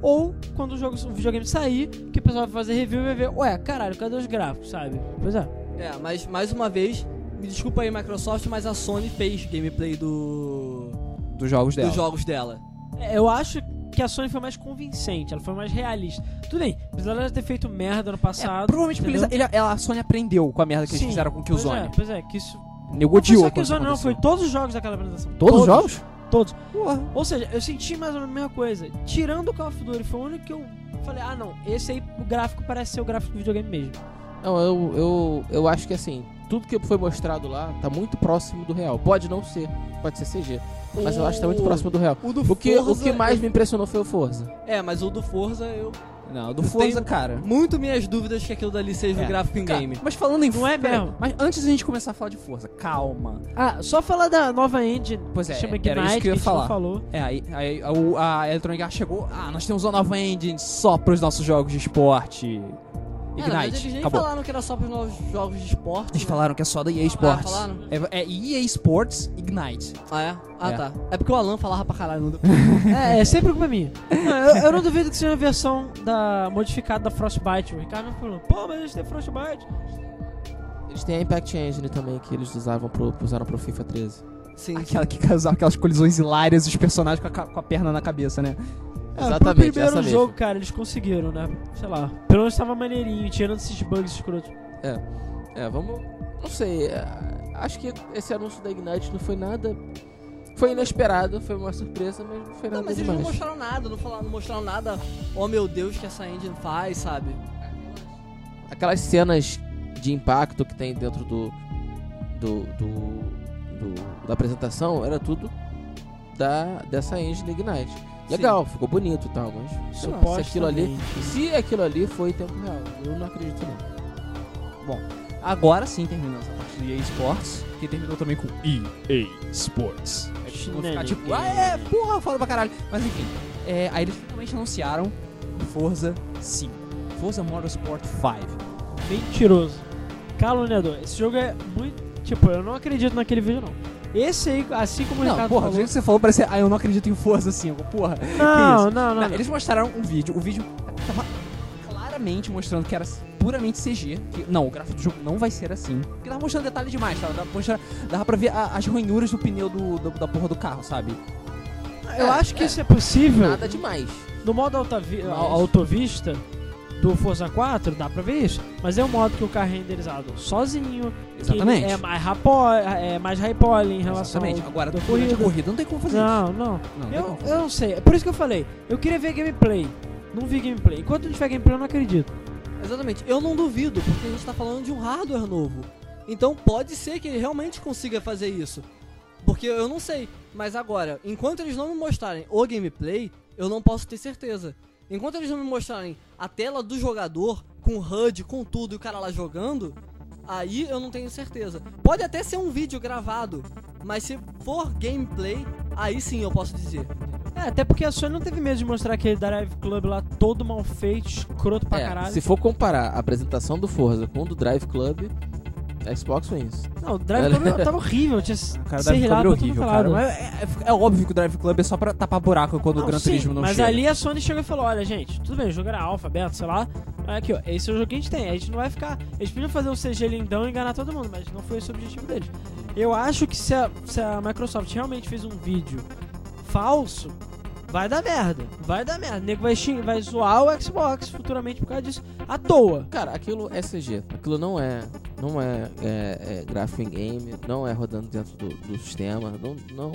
Ou quando o, jogo, o videogame sair, que o pessoal vai fazer review e vai ver. Ué, caralho, cadê os gráficos, sabe? Pois é.
é, mas mais uma vez, me desculpa aí, Microsoft, mas a Sony fez gameplay do.
Dos jogos dela.
dos jogos dela.
É, Eu acho que a Sony foi mais convincente, ela foi mais realista. Tudo bem, apesar dela ter feito merda no passado.
É, Provavelmente porque eles,
entendeu?
ele- ela, a Sony aprendeu com a merda que eles
Sim,
fizeram com o
Pois
Killzone.
é, pois é, que isso.
Negociou.
não foi só Killzone,
assim,
não, foi todos os jogos daquela apresentação.
Todos os jogos?
Todos.
Porra.
Ou seja, eu senti mais ou menos a mesma coisa. Tirando o Call of Duty, foi o único que eu falei, ah não, esse aí o gráfico parece ser o gráfico do videogame mesmo.
Não, eu, eu, eu acho que assim, tudo que foi mostrado lá tá muito próximo do real. Pode não ser, pode ser CG, mas eu acho que tá muito próximo do real.
O do
O que, o
Forza,
que mais me impressionou foi o Forza.
É, mas o do Forza eu.
Não, do Forza,
um
cara.
Muito minhas dúvidas que aquilo dali seja
É.
um gráfico em game.
Mas falando em
Não é
pera-
mesmo?
Mas antes da gente começar a falar de Forza, calma.
Ah, só falar da nova engine.
Pois é,
que chama
era
Ignite,
isso que eu ia
a gente não
falar.
falou.
É, aí, aí a, o- a Electronic Arts chegou. Ah, nós temos uma nova engine só pros nossos jogos de esporte.
É, na verdade,
Ignite.
eles nem
Acabou.
falaram que era só para os novos jogos de esporte.
Eles
né?
falaram que é só da EA Sports.
Ah, falaram?
É, é EA Sports Ignite.
Ah, é? Ah,
É.
tá. É porque o Alan falava pra caralho. Não deu.
É, é sempre culpa minha. Não, eu, eu não duvido que seja uma versão da, modificada da Frostbite. O Ricardo me falou, pô, mas eles têm Frostbite.
Eles têm a Impact Engine também que eles usavam pro, usaram pro FIFA 13.
Sim.
Aquela que causava aquelas colisões hilárias e os personagens com a, ca- com a perna na cabeça, né?
É, pro
Exatamente,
primeiro
essa
jogo,
mesmo.
cara, eles conseguiram, né? Sei lá. Pelo menos tava maneirinho, tirando esses bugs escrotos.
É, vamos. Não sei. é, acho que esse anúncio da Ignite não foi nada. Foi inesperado, foi uma surpresa, mas não foi nada
Não, mas eles
demais.
não mostraram nada, não, falaram, não mostraram nada. Oh meu Deus, que essa engine faz, sabe?
Aquelas cenas de impacto que tem dentro do. do. do- do- da apresentação era tudo da, dessa engine da Ignite. Legal, ficou bonito e tal, mas. sei lá, se aquilo ali.
Supostamente.
Se aquilo ali foi em tempo real, eu não acredito não.
Bom, Agora sim terminou essa parte do EA Sports, que terminou também com
EA Sports.
Vou ficar tipo, ah é, porra, foda pra caralho. Mas enfim, é, aí eles finalmente anunciaram Forza 5. Forza Motorsport 5.
Mentiroso. Caluniador. Esse jogo é muito. Tipo, eu não acredito naquele vídeo, não. Esse aí, assim como o
Não,
Ricardo
porra, o
falou.
jeito que você falou parece, ah, eu não acredito em Forza 5, porra. que isso?
Não, não, não,
Não,
não.
eles mostraram um vídeo, o vídeo tava claramente mostrando que era puramente CG. que- não, o gráfico do jogo não vai ser assim. Porque tava mostrando detalhe demais, tava, tava mostrando, dava pra ver a- as ranhuras do pneu do, do- da porra do carro, sabe?
Eu acho que isso é possível.
Nada demais.
No modo altavi-
Mas-
au- autovista do Forza 4, dá pra ver isso. Mas é um modo que o carro é renderizado sozinho. que
Exatamente.
ele É mais, rapo, é mais high poly em relação
Exatamente.
ao
Agora,
da
durante
corrida.
a corrida não tem como fazer
Não, não.
isso. Não, não tem
Eu,
como fazer.
eu não sei. É por isso que eu falei. Eu queria ver gameplay. Não vi gameplay. Enquanto não tiver gameplay, eu não acredito.
Exatamente. Eu não duvido, porque a gente tá falando de um hardware novo. Então pode ser que ele realmente consiga fazer isso. Porque eu não sei. Mas agora, enquanto eles não me mostrarem o gameplay, eu não posso ter certeza. Enquanto eles não me mostrarem a tela do jogador, com HUD, com tudo, e o cara lá jogando, aí eu não tenho certeza. Pode até ser um vídeo gravado, mas se for gameplay, aí sim eu posso dizer.
É, até porque a Sony não teve medo de mostrar aquele Drive Club lá todo mal feito, escroto pra
É,
caralho.
se for comparar a apresentação do Forza com o do Drive Club, a Xbox wins.
Não, o Drive Club tava horrível. Tinha
Cara, É. o Drive Club
serrilado
é
pra todo
horrível,
lado.
cara. Mas é, é- é óbvio que o Drive Club é só pra tapar buraco quando o
Não,
Gran
sim,
Turismo não
mas
chega.
ali a Sony chegou e falou: olha, gente, tudo bem, o jogo era alfa, beta, sei lá. Mas aqui, ó, esse é o jogo que a gente tem. A gente não vai ficar. Eles podiam fazer um CG lindão e enganar todo mundo, mas não foi esse o objetivo deles. Eu acho que se a, se a Microsoft realmente fez um vídeo falso, vai dar merda. Vai dar merda. O nego vai, xing- vai zoar o Xbox futuramente por causa disso. À toa.
Cara, aquilo é CG. Aquilo não é. Não é, é, é gráfico em game, não é rodando dentro do, do sistema. Não. não-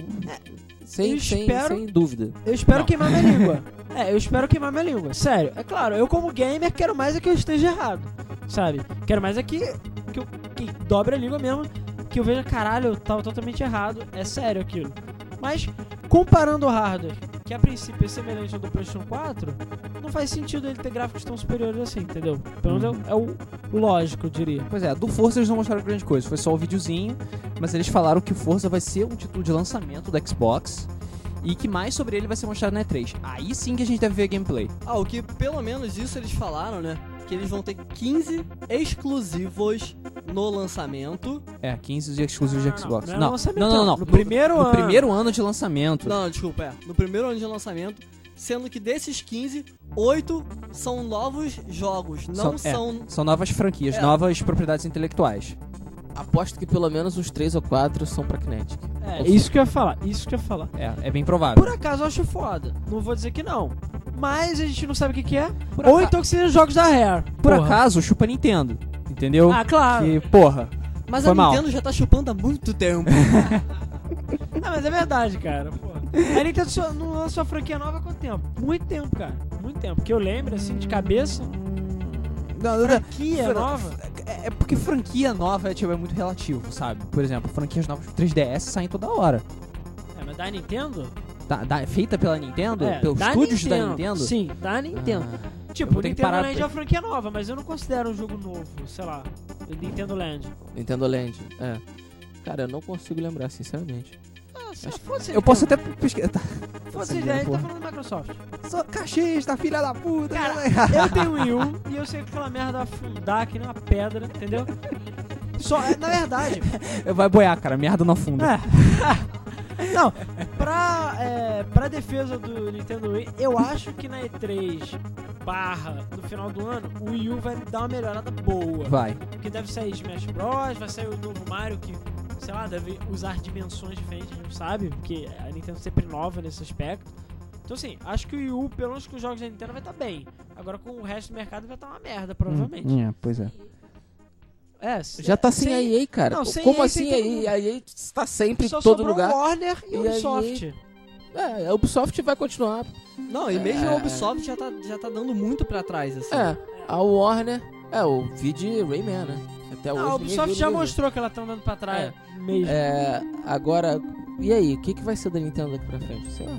sem,
É, eu
sem,
espero-
sem dúvida.
Eu espero
Não.
queimar minha língua. É, eu espero queimar minha língua. Sério, é claro, eu como gamer quero mais é que eu esteja errado. Sabe? Quero mais é que, que eu que dobre a língua mesmo, que eu veja, caralho, eu tava totalmente errado. É sério aquilo. Mas, comparando o hardware, que a princípio é semelhante ao do PlayStation 4, não faz sentido ele ter gráficos tão superiores assim, entendeu? Pelo menos é o é o lógico, eu diria.
Pois é, do Forza eles não mostraram grande coisa, foi só o videozinho, mas eles falaram que o Forza vai ser um título de lançamento da Xbox e que mais sobre ele vai ser mostrado na E3. Aí sim que a gente deve ver gameplay.
Ah, o que pelo menos isso eles falaram, né? Que eles vão ter 15 exclusivos no lançamento.
É, 15 dias exclusivos de Xbox.
Ah,
Não,
Não, não,
não,
lançamento,
não, não.
No
No-
primeiro
No
ano.
primeiro ano de lançamento.
Não, não, desculpa, é. No primeiro ano de lançamento. Sendo que desses 15, 8 são novos jogos. Não
São- é.
são.
São novas franquias,
É.
novas propriedades intelectuais.
Aposto que pelo menos uns 3 ou 4 são pra Kinetic.
É, isso que eu ia falar, isso que eu ia falar.
É, é bem provável.
Por acaso eu acho foda. Não vou dizer que não. Mas a gente não sabe o que, que é.
Por
Ou
aca-
então que sejam jogos da Rare.
Por
Porra.
acaso, chupa Nintendo. Entendeu?
Ah, claro.
Que, porra.
Mas
Foi
a
mal.
Nintendo já tá chupando há muito tempo.
Ah, mas é verdade, cara. porra. A Nintendo só- não lançou a franquia nova há quanto tempo? Muito tempo, cara. Muito tempo. Que eu lembro, assim, de cabeça.
Não, não, não.
Franquia
Fra-
nova.
É é porque franquia nova é, tipo, é muito relativo, sabe? Por exemplo, franquias novas pro 3DS saem toda hora.
É, mas da Nintendo?
Da- da- feita pela Nintendo?
É,
pelos
da
estúdios da Nintendo? Ah.
Sim, da Nintendo.
eu
tipo,
vou ter que
Nintendo
parar
Land
pra-
é uma franquia nova, mas eu não considero um jogo novo, sei lá. Nintendo Land.
Nintendo Land. É. Cara, eu não consigo lembrar, sinceramente.
Ah, se- foda-se,
Eu posso até pesquisar. Tá.
Nintendo. Foda-se, a gente tá falando da Microsoft.
Sou cachista, filha da puta.
Eu tenho Wii U e eu sei que aquela merda vai afundar que nem uma pedra, entendeu? Só, é, na verdade,
Vai boiar, cara. Merda não afunda.
é. Não, pra, é, pra defesa do Nintendo Wii, eu acho que na E3 barra no final do ano, o Wii U vai dar uma melhorada boa.
Vai.
Porque deve sair Smash Bros, vai sair o novo Mario que, sei lá, deve usar dimensões diferentes, a gente não sabe, porque a Nintendo sempre inova nesse aspecto. Então assim, acho que o Wii U, pelo menos com os jogos da Nintendo, vai estar bem. Agora com o resto do mercado vai estar uma merda, provavelmente.
Hum, é, pois é.
É,
Já tá sem, a EA, cara.
Não,
Co-
sem
Como
EA, sem
assim a
todo mundo.
EA? A EA tá sempre em
Só
todo
sobrou um
lugar.
Warner e,
E a
Ubisoft.
É, a Ubisoft vai continuar.
Não, e mesmo
É.
a Ubisoft já tá, já tá dando muito pra trás, assim.
É, a Warner. É, o vídeo Rayman, né? Até
Não,
hoje.
a
ninguém
Ubisoft
viu,
já
ninguém viu.
mostrou que ela tá andando pra trás mesmo.
É,
É, agora, e aí? O que, que vai ser da Nintendo daqui pra frente? Sei lá.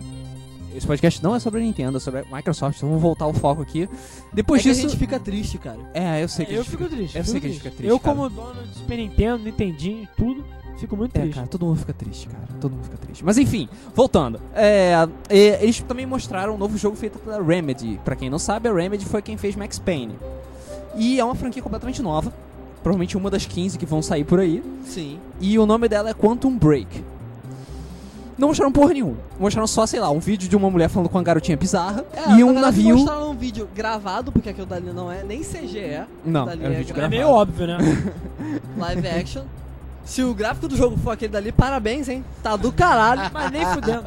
Esse podcast não é sobre a Nintendo, é sobre a Microsoft. Então vamos voltar o foco aqui. Depois
É que a
disso.
gente fica triste, cara.
É, eu sei que a
eu
gente
fico triste.
eu
fico
sei que a gente fica triste,
Eu,
cara.
como dono de Super Nintendo, Nintendinho, tudo, fico muito
É,
triste.
cara, todo mundo fica triste, cara. Todo mundo fica triste. Mas enfim, voltando. É, é, eles também mostraram um novo jogo feito pela Remedy. Pra quem não sabe, a Remedy foi quem fez Max Payne. E é uma franquia completamente nova. Provavelmente uma das 15 que vão sair por aí.
Sim.
E o nome dela é Quantum Break. Não mostraram porra nenhuma. Mostraram só, sei lá, um vídeo de uma mulher falando com uma garotinha bizarra.
É,
e um navio.
mostraram um vídeo gravado, porque aquilo dali não é nem CG, é
Não,
dali
era um
é
vídeo
gra-
É
gravado.
meio óbvio, né?
live action. Se o gráfico do jogo for aquele dali, parabéns, hein? Tá do
Ah,
caralho.
Mas nem fudendo.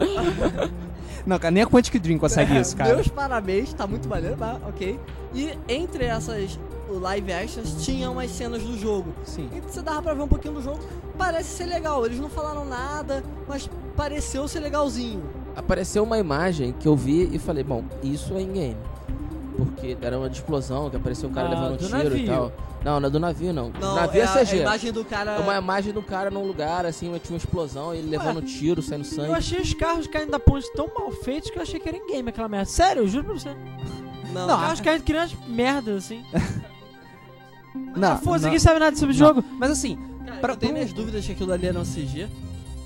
Não, cara, nem a Quantic Dream consegue
É,
isso, cara.
Meus parabéns, tá muito maneiro, mas ok. E entre essas o live actions tinha umas cenas do jogo.
Sim.
E você dava pra ver um pouquinho do jogo. Parece ser legal, eles não falaram nada, mas pareceu ser legalzinho.
Apareceu uma imagem que eu vi e falei, bom, isso é in-game. Porque era uma de explosão, que apareceu um cara
Ah,
levando um
do
tiro
navio.
e tal. Não, não é do navio, não.
Não,
navio
é
é
a,
CG.
a imagem do cara.
É uma imagem do cara num lugar, assim, tinha uma explosão, ele levando um tiro, saindo
Eu
sangue.
achei os carros caindo da ponte tão mal feitos que eu achei que era em game aquela merda. Sério, eu juro pra você.
Não,
Os
é-
carros caindo que nem umas merdas, assim.
Não,
Não, foda,
Ah, não.
ninguém sabe nada sobre o
Não.
jogo.
Mas assim,
Cara,
Pra-
eu
pra
tenho
um-
minhas dúvidas que aquilo ali era um CG,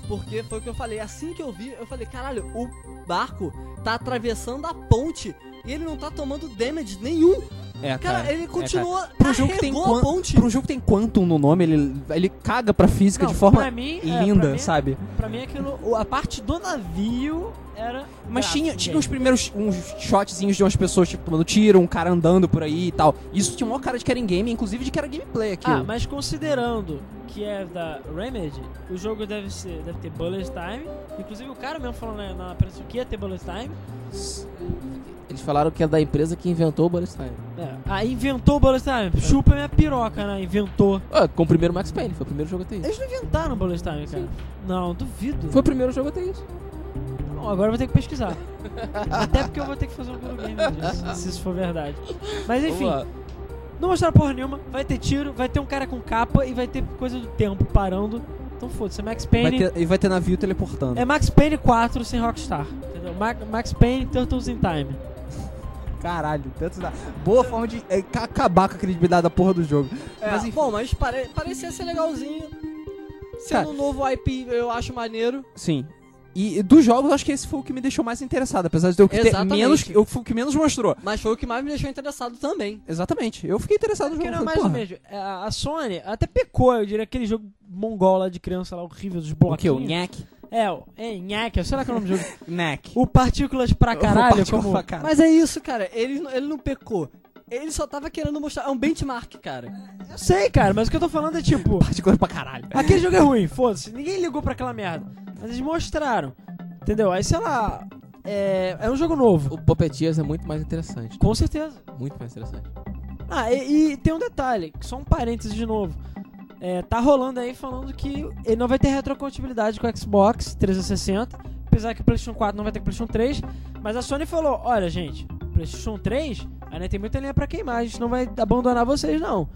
porque foi o que eu falei. Assim que eu vi, eu falei, caralho, o barco tá atravessando a ponte e ele não tá tomando damage nenhum.
é,
Cara,
cara.
ele continua
Pro jogo que tem
carregou
quan-
a ponte.
Pro jogo que tem Quantum no nome, ele, ele caga pra física
Não,
de forma
pra mim, é,
linda,
pra mim,
sabe?
Pra mim, aquilo, o- a parte do navio era.
Mas
gráfico,
tinha, tinha uns
gente.
primeiros uns shotzinhos de umas pessoas, tipo, tomando tiro, um cara andando por aí e tal. Isso tinha uma cara de que era em game, inclusive de que era gameplay aquilo.
Ah, mas considerando que é da Remedy, o jogo deve ser, deve ter bullet time. Inclusive o cara mesmo falou na, na imprensa que ia ter bullet time.
Eles falaram que é da empresa que inventou o Bolestein.
É. Ah, inventou o bullet time. Chupa minha piroca, né? Inventou.
Ah, com o primeiro Max Payne, foi o primeiro jogo até isso.
Eles não inventaram bullet time, cara. Não, duvido.
Foi o primeiro jogo até isso.
Bom, agora eu vou ter que pesquisar. Até porque eu vou ter que fazer um Google Game disso, se isso for verdade. Mas enfim,
Vamos lá.
não mostraram porra nenhuma. Vai ter tiro, vai ter um cara com capa e vai ter coisa do tempo parando. Então foda-se, é Max
vai
Payne.
ter, e vai ter navio teleportando.
É Max Payne 4 sem Rockstar. Entendeu? Ma- Max Payne Turtles in Time.
Caralho, tanto da. Boa forma de é, ca- acabar com a credibilidade da porra do jogo.
É,
Mas enfim.
bom, mas pare- parecia ser legalzinho. Sendo
Cara.
um novo IP, eu acho maneiro.
Sim. E e dos jogos, eu acho que esse foi o que me deixou mais interessado, apesar de eu ter
Exatamente.
menos. Eu fui o que menos mostrou.
Mas foi o que mais me deixou interessado também.
Exatamente. Eu fiquei interessado no
Porque
jogo.
não é
falei,
mais o
porra,
mesmo. É, A Sony até pecou, eu diria, aquele jogo mongola de criança lá, horrível, dos
O que? O
bloquinhos.
Nhack?
É, o é, Nhaque, sei lá que é o nome do jogo.
Nhack.
O Partículas pra
O
caralho,
Partículas
como...
pra caralho.
Mas é isso, cara. Ele, não- ele não pecou. Ele só tava querendo mostrar. É um benchmark, cara.
Eu sei, cara, mas o que eu tô falando é tipo...
Partículas pra caralho.
Aquele jogo é ruim, foda-se. Ninguém ligou pra aquela merda. Mas eles mostraram. Entendeu? Aí, sei lá. É, é um jogo novo.
O Puppeteers é muito mais interessante. tá?
Com certeza.
Muito mais interessante.
Ah, e, e tem um detalhe, só um parênteses de novo. É, tá rolando aí falando que ele não vai ter retrocompatibilidade com o Xbox 360, apesar que o PlayStation 4 não vai ter com o PlayStation 3. Mas a Sony falou: olha, gente, PlayStation 3 ainda tem muita linha pra queimar, a gente não vai abandonar vocês, não.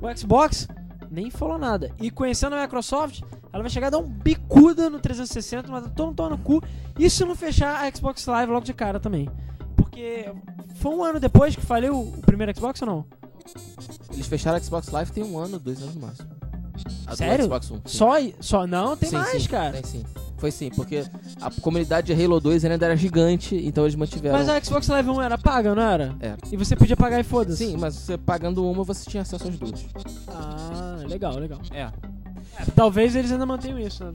O Xbox nem falou nada. E conhecendo a Microsoft, ela vai chegar a dar um bicuda no 360, mas todo mundo toma no cu. E se não fechar a Xbox Live logo de cara também? Porque foi um ano depois que faliu o primeiro Xbox ou não?
Eles fecharam a Xbox Live tem um ano, dois anos no máximo. A do
Sério?
Xbox One. sim.
Só, i- só não, tem
Sim,
mais,
sim,
cara.
Tem sim. Foi sim, porque a comunidade de Halo 2 ainda era gigante, então eles mantiveram.
Mas a Xbox Live 1 era paga, não era?
Era.
E você podia pagar e foda-se.
Sim, mas você pagando uma, você tinha acesso às duas.
Ah, legal, legal.
É.
Talvez eles ainda mantenham isso, né?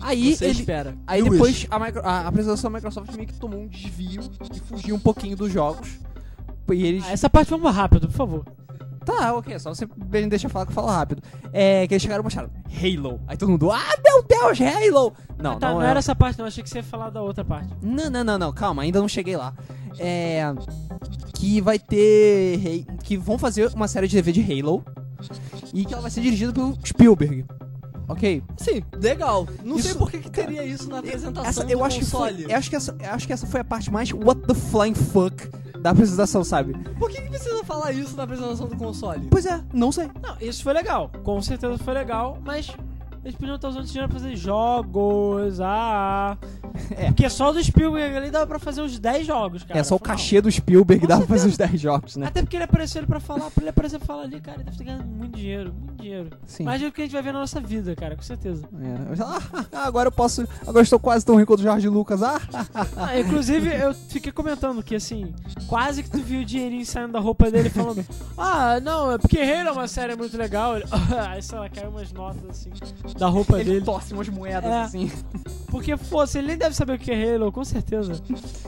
Aí
Você
ele,
espera.
Aí depois a, micro, a apresentação da Microsoft meio que tomou um desvio e fugiu um pouquinho dos jogos. E eles.
Ah, essa parte vamos rápido, por favor.
Tá, ok, só você me deixa falar que eu falo rápido. É, que eles chegaram e mostraram Halo. Aí todo mundo, ah meu Deus, Halo! Não,
tá,
não,
não
é-
era essa parte, não. Achei que você ia falar da outra parte.
Não, não, não, não, calma, ainda não cheguei lá. É. Que vai ter. rei- Que vão fazer uma série de TV de Halo. E que ela vai ser dirigida pelo Spielberg. Ok?
Sim, legal. Não sei
Isso-
por que, que teria isso na apresentação
Essa,
do
eu acho que
console.
foi, eu acho que essa, eu acho que essa foi a parte mais what the flying fuck da apresentação, sabe?
Por que, que precisa falar isso na apresentação do console?
Pois é, não sei.
Não, isso foi legal. Com certeza foi legal, mas... Eles podiam estar usando esse dinheiro pra fazer jogos, ah... Porque só do Spielberg ali dava pra fazer uns 10 jogos, cara.
é só o
Foi mal.
cachê do Spielberg
Com
dá pra fazer os
certeza.
10 jogos, né?
Até porque ele apareceu ali pra falar, pra ele aparecer e falar ali, cara, ele deve ter ganhado muito dinheiro, muito dinheiro.
Sim.
Mais do que a gente vai ver na nossa vida, cara, com certeza.
É. Ah, agora eu posso. Agora eu estou quase tão rico quanto o Jorge Lucas. Ah,
Ah, inclusive, eu fiquei comentando que, assim, quase que tu viu o dinheirinho saindo da roupa dele falando Ah, não, é porque Halo é uma série muito legal. Ele, aí, sei lá, caiu umas notas, assim, da roupa
ele
dele.
torce umas moedas
É.
assim.
Porque, fosse, ele nem deve saber o que é Halo, com certeza.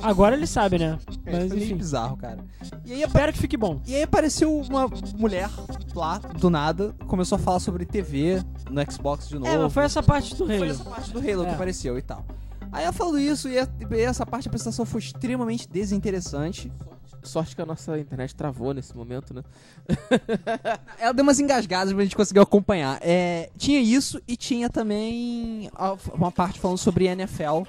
Agora ele sabe, né?
É,
Mas,
isso é meio
enfim.
bizarro, cara.
E aí, espero que fique bom.
E aí apareceu uma mulher lá, do nada, começou a falar sobre TV no Xbox de novo.
É, mas foi essa parte do
Foi
Halo.
essa parte do Halo
É.
que apareceu e tal. Aí ela falou isso e a- e essa parte da apresentação foi extremamente desinteressante.
Sorte que a nossa internet travou nesse momento, né?
Ela deu umas engasgadas pra gente conseguir acompanhar. É, tinha isso e tinha também a- uma parte falando sobre NFL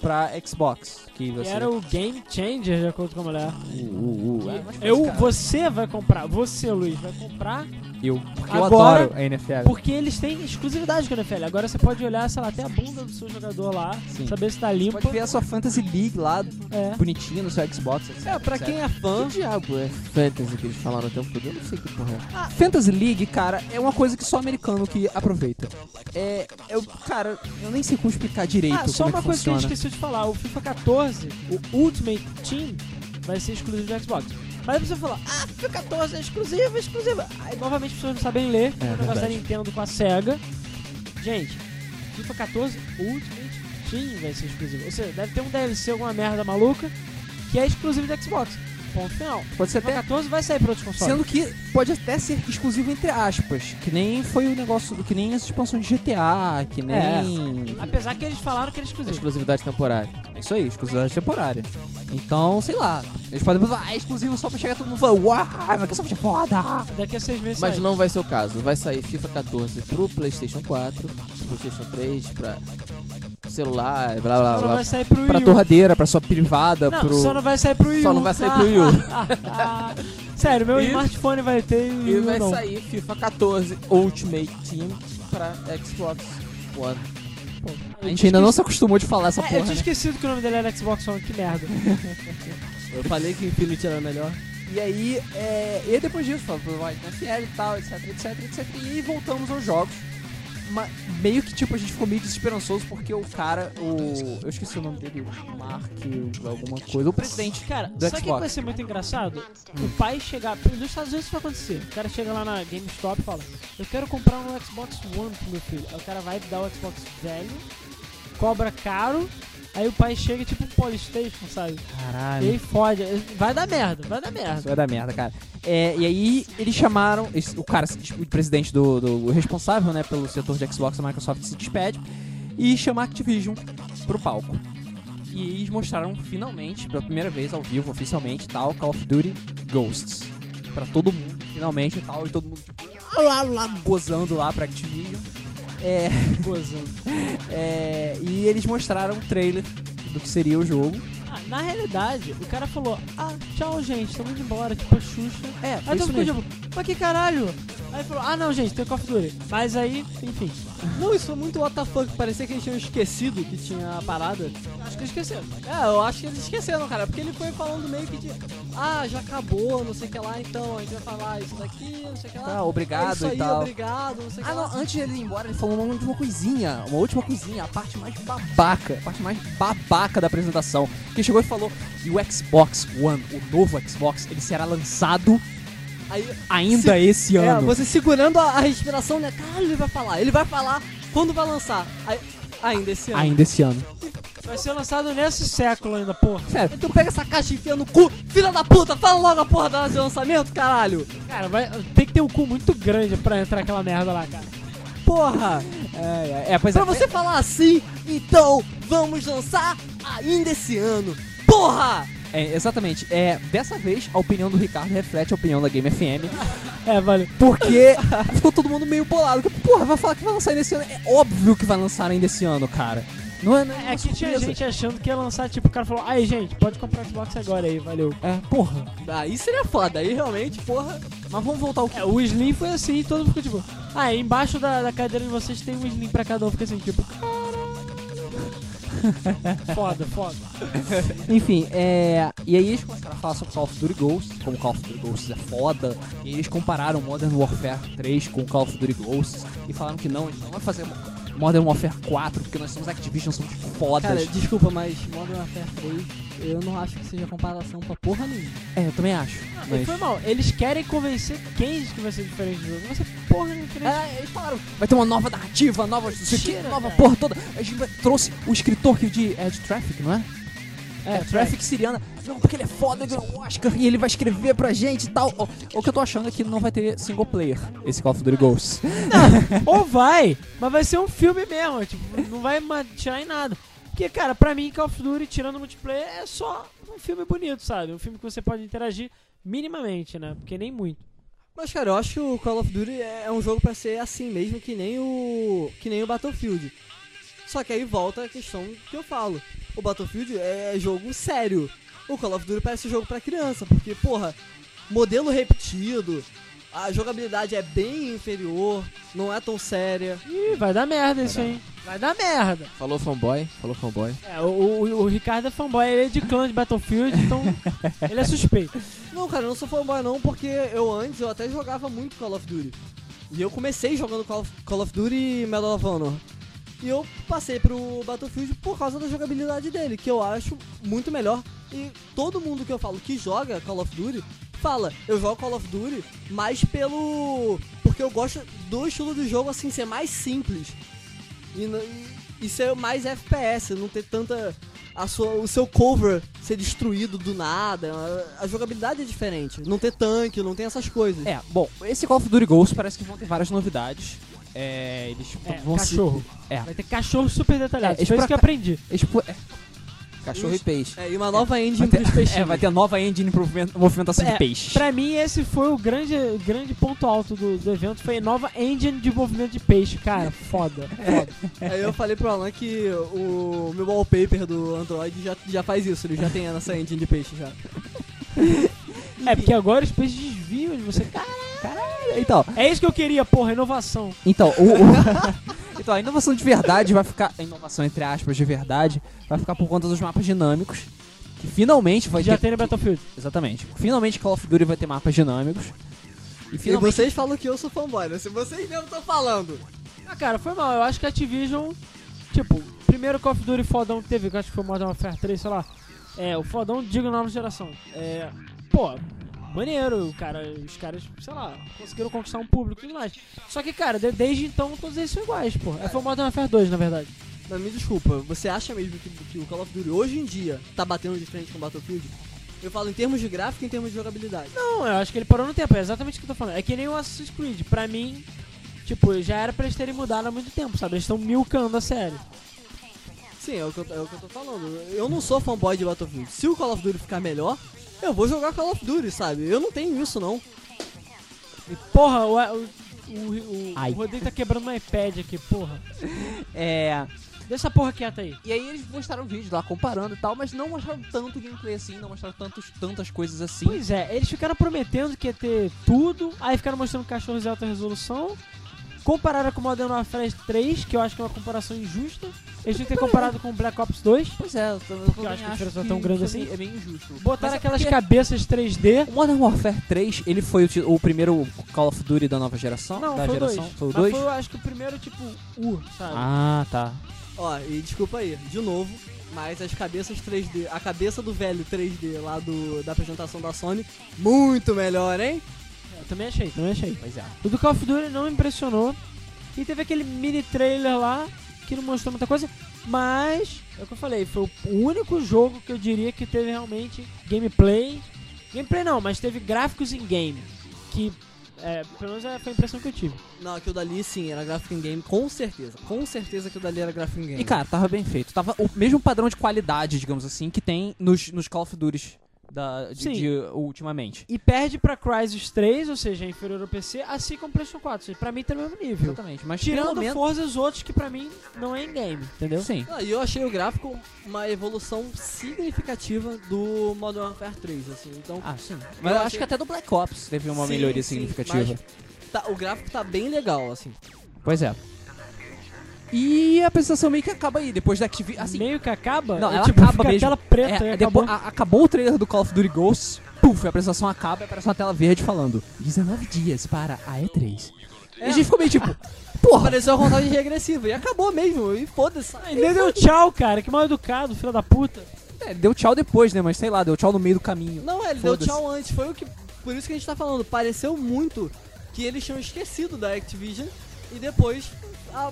pra Xbox. Que
E
você...
era o Game Changer, de acordo com a mulher.
Uh, uh, uh, é, mas
Eu,
cara,
você vai comprar, você, Luiz, vai comprar
eu, porque eu
Agora-
adoro a NFL.
Porque eles têm exclusividade com a NFL. Agora você pode olhar, sei lá, até a bunda do seu jogador lá,
Sim.
saber se tá
Você
limpa.
pode ver a sua Fantasy League lá,
É.
bonitinha no seu Xbox. etc,
É, pra
etc.
quem é fã,
Que diabo é fantasy que eles falaram o tempo todo? Eu não sei que porra é.
Ah.
Fantasy League, cara, é uma coisa que só americano que aproveita. É, eu, cara, eu nem sei como explicar direito
Ah, só
como é
uma
que
coisa
funciona.
que a gente esqueceu de falar: o FIFA 14, o Ultimate Team, vai ser exclusivo do Xbox. Mas aí você fala, ah, FIFA 14 é exclusivo, é exclusivo. Aí novamente as pessoas não sabem ler, é, o negócio da
verdade.
Nintendo com a SEGA. Gente, FIFA 14, Ultimate Team vai ser exclusivo. Ou seja, deve ter um DLC, alguma merda maluca, que é exclusivo do Xbox. Ponto final.
Pode ser
FIFA
até
14 vai sair para outros consoles.
Sendo que pode até ser exclusivo entre aspas, que nem foi o negócio, que nem essa expansão de GTA, que nem. É,
Apesar que eles falaram que era exclusivo.
Exclusividade temporária.
isso aí, exclusividade temporária. Então, sei lá, eles podem falar, ah, é exclusivo só pra chegar todo mundo e falar, uau, mas que software foda!
Daqui a seis meses
Mas
sai.
não vai ser o caso. Vai sair FIFA 14 pro PlayStation 4, pro PlayStation 3, pra celular, blá blá
Só não
blá.
vai sair pro Wii
Pra
U.
torradeira, pra sua privada,
Não,
pro.
só não vai sair pro Wii
Só
U. Ah,
não vai sair pro Wii U.
Sério, meu
E-
smartphone vai ter e o Wii
E
U
vai
não.
sair FIFA 14 Ultimate Team pra Xbox One.
A gente ainda não se acostumou de falar essa
É, eu
porra. né?
tinha esquecido que o nome dele era Xbox One, que merda.
eu falei que Infinity era melhor.
E aí, é, e aí depois disso, falando do NFL é e tal, etc, etc, etc. E aí voltamos aos jogos. Ma- meio que tipo, a gente ficou meio desesperançoso porque o cara, o. Eu esqueci o nome dele, o Mark, o- alguma coisa. O presidente.
Cara,
Do
sabe o que
Xbox.
vai ser muito engraçado? O pai chegar. Nos Estados Unidos isso vai acontecer. O cara chega lá na GameStop e fala: Eu quero comprar um Xbox One pro meu filho. Aí o cara vai dar o Xbox velho, cobra caro. Aí o pai chega tipo um Polystation, sabe?
É.
E
Caralho.
aí fode. Vai dar merda, vai dar merda.
Isso vai dar merda, cara. É, e aí eles chamaram. esse- o cara, se- o presidente do, do- o responsável, né, pelo setor de Xbox da Microsoft se despede e chama a Activision pro palco. E eles mostraram finalmente, pela primeira vez ao vivo, oficialmente, e tal, Call of Duty Ghosts. Pra todo mundo, finalmente e tal, e todo mundo tipo, lá, lá, lá, gozando lá pra Activision. É,
Gozando.
é, e eles mostraram o trailer do que seria o jogo.
Ah, na realidade, o cara falou, ah, tchau, gente, estamos indo embora, tipo a Xuxa.
É,
Aí todo
isso
mundo
mesmo.
tipo, mas que caralho? Aí falou, ah não, gente, tem Call of Duty. Mas aí, enfim,
Não, isso foi muito WTF, parecia que eles tinham esquecido que tinha a parada.
acho que esqueceu.
É, eu acho que eles esqueceram, cara, porque ele foi falando meio que de. Ah, já acabou, não sei o que lá, então, a gente vai falar isso daqui, não sei o que lá.
Tá, obrigado
é isso
e
aí,
tal.
obrigado, não sei o que
Ah,
lá.
não, antes dele ir embora, ele falou uma última coisinha. Uma última coisinha, a parte mais babaca, a parte mais babaca da apresentação. Que chegou e falou que o Xbox One, o novo Xbox, ele será lançado
Aí-
ainda esse
É,
ano.
você segurando a, a respiração, né? Caralho, ele vai falar. Ele vai falar quando vai lançar. Aí- ainda esse ano.
Ainda esse ano.
Vai ser lançado nesse século ainda, porra.
Sério,
Então pega essa caixa e enfia no cu, filha da puta, fala logo a porra da data de lançamento, caralho.
Cara, vai, tem que ter um cu muito grande pra entrar aquela merda lá, cara.
Porra.
é, é, é, pois é,
Pra você falar assim, então vamos lançar ainda esse ano. Porra.
é, exatamente. É, dessa vez, a opinião do Ricardo reflete a opinião da Game FM.
É, valeu.
Porque ficou todo mundo meio bolado. Porque, porra, vai falar que vai lançar ainda esse ano. É óbvio que vai lançar ainda esse ano, cara. Não é, não
É
uma
que tinha
surpresa.
gente achando que ia lançar, tipo, o cara falou, aí gente, pode comprar Xbox agora aí, valeu.
É, porra.
Aí seria foda, aí realmente, porra.
Mas vamos voltar ao que
É, o Slim foi assim, e todo mundo ficou tipo, ah, embaixo da, da cadeira de vocês tem um Slim pra cada um, fica assim, tipo, caralho. Foda, foda.
Enfim, é. E aí eles começaram a falar sobre Call of Duty Ghosts, como Call of Duty Ghosts é foda. E eles compararam Modern Warfare 3 com Call of Duty Ghosts e falaram que não, a gente não vai fazer Modern Warfare 4 porque nós somos Activision, somos fodas.
Cara, desculpa, mas Modern Warfare 3, eu não acho que seja comparação pra porra nenhuma.
é, eu também acho.
E foi mal. Eles querem convencer quem que vai ser diferente do jogo. Vai ser porra diferente.
É, eles falaram, vai ter uma nova narrativa, nova, não sei o quê,
Mentira,
nova
cara.
porra toda. A gente vai- trouxe o escritor que de, é de Traffic, não é? É, Traffic Siriana. Não, porque ele é foda, ele ganhou um Oscar e ele vai escrever pra gente e tal. O, o que eu tô achando é que não vai ter single player esse Call of Duty Ghosts.
Ou vai, mas vai ser um filme mesmo. Tipo, não vai ma- tirar em nada. Porque, cara, pra mim, Call of Duty, tirando o multiplayer, é só um filme bonito, sabe? Um filme que você pode interagir minimamente, né? Porque nem muito.
Mas, cara, eu acho que o Call of Duty é um jogo pra ser assim mesmo, que nem o. que nem o Battlefield. Só que aí volta a questão que eu falo. O Battlefield é jogo sério. O Call of Duty parece jogo pra criança, porque, porra, modelo repetido, a jogabilidade é bem inferior, não é tão séria.
Ih, vai dar merda isso, hein? Vai dar merda.
Falou fanboy, falou fanboy.
É, o, o, o Ricardo é fanboy, ele é de clã de Battlefield, então ele é suspeito.
Não, cara, eu não sou fanboy não, porque eu antes eu até jogava muito Call of Duty. E eu comecei jogando Call of, Call of Duty e Medal of Honor. E eu passei pro Battlefield por causa da jogabilidade dele, que eu acho muito melhor. E todo mundo que eu falo que joga Call of Duty fala, eu jogo Call of Duty mais pelo. porque eu gosto do estilo do jogo assim ser mais simples. E, n- e- e ser mais FPS, não ter tanta. a sua- o seu cover ser destruído do nada. A, a jogabilidade é diferente. Não ter tanque, não tem essas coisas.
É, bom, esse Call of Duty Ghosts parece que vão ter várias novidades. É, eles
É,
vão se-
cachorro.
É.
Vai ter cachorro super detalhado.
É,
Foi isso que eu aprendi.
eles pu- é,
Cachorro e peixe.
É, e uma nova engine
vai ter-
pros peixinhos.
é, vai ter a nova engine pro movimento- movimentação
É,
de peixe.
Pra mim, esse foi o grande, o grande ponto alto do, do evento. Foi a nova engine de movimento de peixe, cara. Foda. foda.
Aí eu falei pro Alan que o meu wallpaper do Android já, já faz isso, ele já tem essa engine de peixe já.
é, porque agora os peixes desviam de você. Cara,
Então,
é isso que eu queria, porra, inovação.
Então, o, o- então, a inovação de verdade vai ficar. A inovação, entre aspas, de verdade, vai ficar por conta dos mapas dinâmicos. Que finalmente vai
Já
ter.
tem no Battlefield.
Exatamente. Finalmente Call of Duty vai ter mapas dinâmicos. E
E
é finalmente.
vocês falam que eu sou fanboy, né? Se vocês mesmo estão falando.
Ah, cara, foi mal. Eu acho que a Activision, tipo, primeiro Call of Duty fodão que teve, que eu acho que foi o Modern Warfare 3, sei lá. É, o fodão, digo nova geração. É, pô, maneiro, o cara, os caras, sei lá, conseguiram conquistar um público e tudo mais. Só que, cara, de- desde então todos eles são iguais, pô. É, foi o Modern Warfare 2, na verdade.
Mas me desculpa, você acha mesmo que, que o Call of Duty hoje em dia tá batendo de frente com o Battlefield? Eu falo em termos de gráfico e em termos de jogabilidade.
Não, eu acho que ele parou no tempo, é exatamente o que eu tô falando. É que nem o Assassin's Creed, pra mim, tipo, já era pra eles terem mudado há muito tempo, sabe? Eles estão milcando a série.
Sim, é o, que eu, é o que eu tô falando. Eu não sou fanboy de Battlefield. Se o Call of Duty ficar melhor, eu vou jogar Call of Duty, sabe? Eu não tenho isso não.
E, porra, o, o, o, o-
Ai.
o Rodrigo tá quebrando um iPad aqui, porra.
É.
Deixa essa porra quieta aí.
E aí eles mostraram vídeos lá comparando e tal, mas não mostraram tanto gameplay assim, não mostraram tantos, tantas coisas assim.
Pois é, eles ficaram prometendo que ia ter tudo, aí ficaram mostrando cachorros de alta resolução. Compararam com o Modern Warfare 3, que eu acho que é uma comparação injusta. Eles tinham que ter comparado com o Black Ops 2.
Pois é, eu, tô- eu
Porque eu
também
acho que a diferença não é tão
isso
grande
é
assim.
meio- É meio injusto. Mas
Botaram
é
aquelas
porque
cabeças 3D.
O Modern Warfare 3, ele foi o, ti- o primeiro Call of Duty da nova geração?
Não,
da
foi o
geração?
2.
Foi o
Mas
2?
foi, eu acho que o primeiro, tipo, U, sabe?
Ah, tá.
Ó, e desculpa aí, de novo, mas as cabeças 3D, a cabeça do velho 3D lá do, da apresentação da Sony, muito melhor, hein?
Eu também achei, também achei.
Pois é.
O do Call of Duty não me impressionou. E teve aquele mini trailer lá que não mostrou muita coisa. Mas, é o que eu falei, foi o único jogo que eu diria que teve realmente gameplay. Gameplay não, mas teve gráficos em game. Que, é, pelo menos é- foi a impressão que eu tive.
Não, aquilo dali sim, era graphic in game, com certeza. Com certeza aquilo dali era graphic in game.
E cara, tava bem feito. Tava o mesmo padrão de qualidade, digamos assim, que tem nos, nos Call of Duty da, de,
Sim.
de, uh, ultimamente.
E perde pra Crysis 3, ou seja, é inferior ao PC, assim como PlayStation 4. Ou seja, pra mim tá no mesmo nível.
Exatamente. Mas pelo
Tirando
menos.
Forza os outros que pra mim não é em game, entendeu?
Sim.
Ah, e eu achei o gráfico uma evolução significativa do Modern Warfare 3, assim, então...
Ah, sim. Mas eu,
Eu
acho
achei-
que até do Black Ops teve uma
sim,
melhoria
sim,
significativa.
mas tá- o gráfico tá bem legal, assim.
Pois é. E a apresentação meio que acaba aí, depois da Activision. Assim,
Meio que acaba?
Não,
é,
ela
tipo,
acaba
fica
mesmo.
aquela preta
é,
e
é,
acabou.
depois, a- acabou o trailer do Call of Duty Ghosts, puf, a apresentação acaba e aparece uma tela verde falando 19 dias para a E3.
É.
E a gente ficou meio tipo, porra,
Pareceu uma contagem regressiva e acabou mesmo. E foda-se.
Ah, Ainda deu tchau, cara. Que mal educado, filho da puta.
É, deu tchau depois, né? Mas sei lá, deu tchau no meio do caminho.
Não, ele deu
Foda-se.
tchau antes. Foi o que. Por isso que a gente tá falando. Pareceu muito que eles tinham esquecido da Activision e depois. a-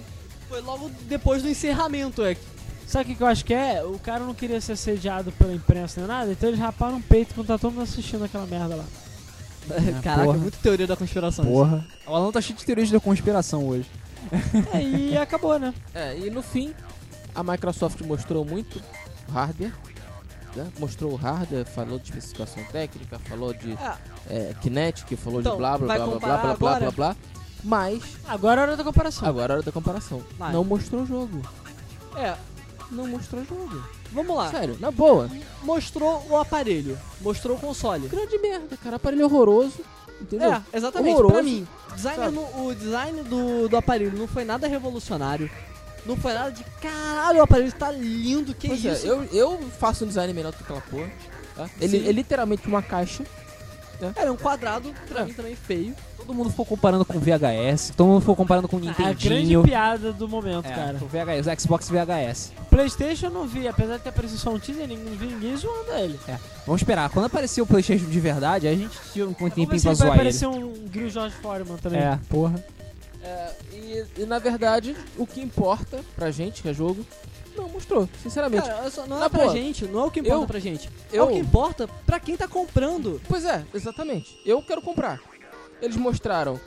foi logo depois do encerramento. É.
Sabe o que, que eu acho que é? O cara não queria ser sediado pela imprensa nem nada, então eles raparam o peito quando tá todo mundo assistindo aquela merda lá.
É,
Caraca,
porra.
muito teoria da conspiração. isso.
Porra. O Alan tá cheio de teorias da conspiração hoje.
É, e acabou, né?
É, e no fim, a Microsoft mostrou muito hardware. né? Mostrou o hardware, falou de especificação técnica, falou de
Ah.
é, Kinetic, falou
Então,
de blá blá
vai
blá blá blá
comparar
blá blá blá
agora?
blá. Mas,
Agora é a hora da comparação.
agora é hora da comparação.
Vai.
Não mostrou o jogo.
É,
Não mostrou o jogo.
vamos lá.
Sério, na boa.
Mostrou o aparelho, mostrou o console.
Grande merda, cara. Aparelho horroroso. Entendeu?
É, exatamente,
Horroroso,
pra mim. Designer
sabe?
no- o design do, do aparelho não foi nada revolucionário. Não foi nada de caralho, o aparelho tá lindo, que
Pois é,
isso?
eu, eu faço um design melhor do que aquela porra. tá? Ele
Sim.
é literalmente uma caixa.
Era um quadrado, pra
É.
mim também feio.
Todo mundo ficou comparando com VHS, todo mundo ficou comparando com
É a grande
Nintendinho. É,
piada do momento, cara.
o VHS, o Xbox VHS.
Playstation eu não vi, apesar de ter aparecido só um teaser, ninguém, não vi ninguém zoando ele.
Vamos esperar, quando aparecer o Playstation de verdade, a gente tira um
Vamos ver
tempinho
se
pra
ele vai
zoar ele.
aparecer né? um Grill George Foreman também.
É, porra.
É, e, e, na verdade, o que importa pra gente, que é jogo, não mostrou, sinceramente.
Cara, olha só, não é
Na
pra
boa.
gente, não é o que importa
Eu-
pra gente. É
eu,
o que importa pra quem tá comprando.
Pois é, exatamente. Eu quero comprar. Eles mostraram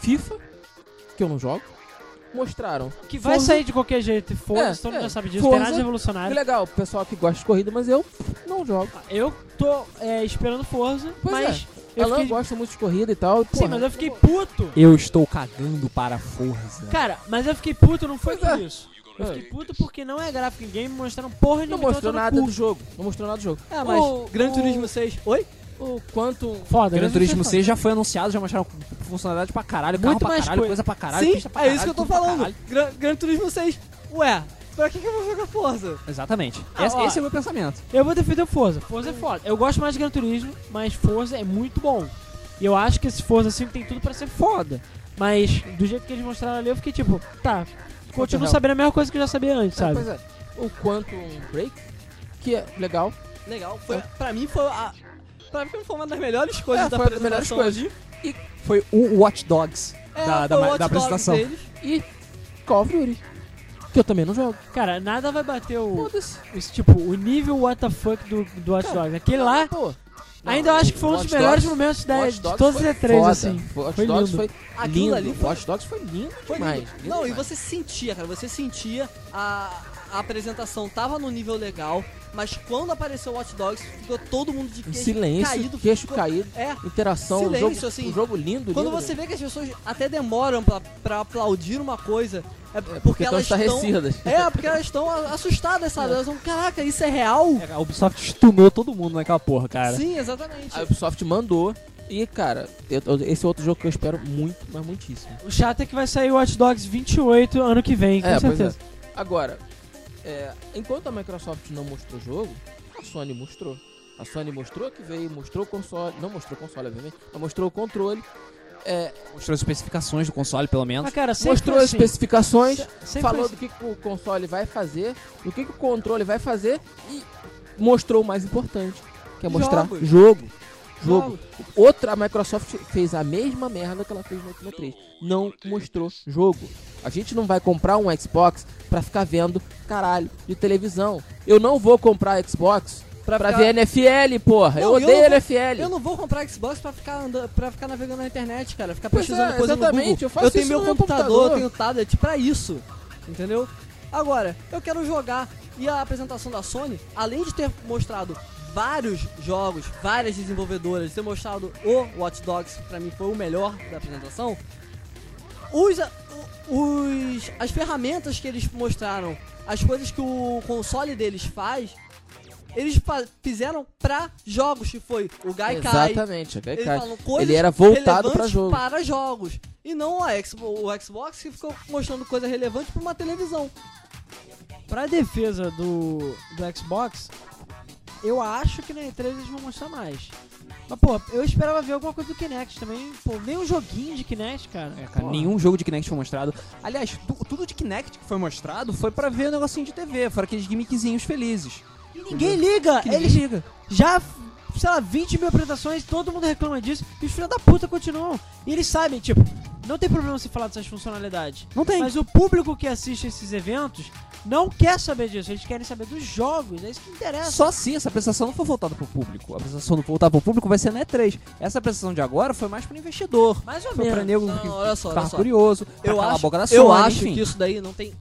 FIFA, que eu não jogo. Mostraram.
Que vai
Forza.
sair de qualquer jeito, e foda-se,
É,
todo mundo
é.
já sabe disso,
Forza.
tem nada de
Que
revolucionário.
legal, o pessoal que gosta de corrida, mas eu não jogo.
Eu tô é, esperando Forza,
Pois é.
mas eu
Alan
fiquei...
gosta muito de corrida e tal.
Sim,
porra.
mas eu fiquei puto.
Eu estou cagando para a Forza.
Cara, mas eu fiquei puto, não foi
Pois
por
é.
isso. Eu fiquei puto porque não é gráfico em game, mostraram porra
Não
nenhuma. então
mostrou
eu tô no
nada
cu.
do jogo. Não mostrou nada do jogo.
Ah, mas
O-
Gran
o-
Turismo 6. Oi?
O quanto.
Foda,
Gran
né?
Turismo 6 já foi anunciado, já mostraram funcionalidade pra caralho,
Muito
carro pra
mais
caralho,
coisa.
coisa pra caralho,
Sim,
pista pra
é isso que
caralho,
eu tô
tudo pra caralho.
falando. Gran, Gran Turismo 6. Ué, pra que, que eu vou jogar Forza?
Exatamente.
Ah,
esse,
ó.
esse é o meu pensamento.
Eu vou defender o Forza. Forza é foda. Eu gosto mais de Gran Turismo, mas Forza é muito bom. E eu acho que esse Forza 5 tem tudo pra ser foda. Mas do jeito que eles mostraram ali, eu fiquei tipo, tá, continuo
real.
sabendo a mesma coisa que eu já sabia antes,
É,
sabe?
pois é. O Quantum Break, que é legal.
Legal, foi, pra mim foi a. Pra mim foi uma das melhores coisas
É,
da
foi uma das melhores
apresentação
coisas.
aqui.
Foi o Watch Dogs
É,
da, da,
foi o
da
Watch Dogs
apresentação.
deles.
E Call of Duty, que eu também não jogo.
Cara, nada vai bater o.
Foda-se.
Esse, tipo, o nível what the fuck do, do Watch Dogs. Aquele lá,
Pô,
ainda eu acho que foi um dos
Watch
melhores
Dogs-
momentos da,
Watch
de
Dogs
todos os
foi
E3,
foda.
assim.
Watch
Foi
Dogs
lindo.
foi
Aquilo
lindo.
ali foi-
Watch Dogs foi lindo
Foi lindo.
demais. lindo
Não, e
demais.
você sentia, cara, você sentia a, a apresentação tava num nível legal, mas quando apareceu o Watch Dogs, ficou todo mundo de
Em
queixo
Um silêncio,
caído.
queixo
ficou-
caído,
É,
interação, um
Silêncio,
jogo,
assim.
um jogo lindo.
quando
lindo.
você vê que as pessoas até demoram pra, pra aplaudir uma coisa, é porque,
É porque estão
elas estão...
estarrecidas.
É, porque elas estão a- assustadas, sabe? Elas vão, caraca, isso é real?
É, A Ubisoft stunou todo mundo naquela porra, cara.
Sim, exatamente.
A Ubisoft mandou. E, cara, eu- eu- esse é outro jogo que eu espero muito, mas muitíssimo.
O chato é que vai sair o Watch Dogs 28 ano que vem, com
É, pois
certeza.
é. Agora, é, enquanto a Microsoft não mostrou o jogo, a Sony mostrou. A Sony mostrou que veio, mostrou o console. Não mostrou o console, obviamente, mas mostrou o controle. é,
Mostrou as especificações do console, pelo menos.
Mas, cara, sempre
mostrou
foi
as
assim.
especificações.
Se- sempre
falou
foi assim.
do que, que o console vai fazer, do que, que o controle vai fazer e mostrou o mais importante, que é mostrar
Jogos.
jogo. Jogo. Outra, a Microsoft fez a mesma merda que ela fez no último 3. Não mostrou jogo. A gente não vai comprar um Xbox pra ficar vendo caralho de televisão. Eu não vou comprar Xbox pra,
ficar-
ver NFL, porra. eu
Não, eu não
odeio
vou-
NFL.
Eu não vou comprar Xbox pra ficar, andando, pra ficar navegando na internet, cara. Ficar
Pois
pesquisando
é,
coisa
exatamente,
no Google.
eu faço
tenho
isso
meu
no meu
computador,
computador.
eu tenho tablet pra isso. Entendeu? Agora, eu quero jogar. E a apresentação da Sony, além de ter mostrado vários jogos, várias desenvolvedoras, ter mostrado o Watch Dogs, que pra mim foi o melhor da apresentação, os, a- o- os- as ferramentas que eles mostraram, as coisas que o console deles faz, eles fa- fizeram pra jogos, que foi o Gaikai.
Exatamente, é a
Eles
Gaikai.
falam coisas
Ele era voltado
relevantes
pra jogo.
para jogos. E não a Xbox, o Xbox que ficou mostrando coisa relevante pra uma televisão.
Pra defesa do, do Xbox, eu acho que na E3 eles vão mostrar mais. Mas, pô, eu esperava ver alguma coisa do Kinect também. Pô, nem um joguinho de Kinect, cara.
É, cara,
Pô.
nenhum jogo de Kinect foi mostrado. Aliás, tu- tudo de Kinect que foi mostrado foi pra ver um negocinho de TV, foram aqueles gimmickzinhos felizes.
E Ninguém liga!
Que
eles
ninguém liga.
já, sei lá, 20 mil apresentações, todo mundo reclama disso, e os filhos da puta continuam. E eles sabem, tipo, não tem problema se falar dessas funcionalidades.
Não tem.
Mas o público que assiste esses eventos não quer saber disso, eles querem saber dos jogos, é isso que interessa.
Só se essa apresentação não for voltada pro público. A apresentação não voltada pro público vai ser na E3. Essa apresentação de agora foi mais pro investidor.
Mais ou
Foi pra
menos.
nego
Não,
que
olha só, olha
tava
só.
curioso. pra
Eu
calar a
acho,
boca da Sony,
eu acho
enfim.
que isso daí não tem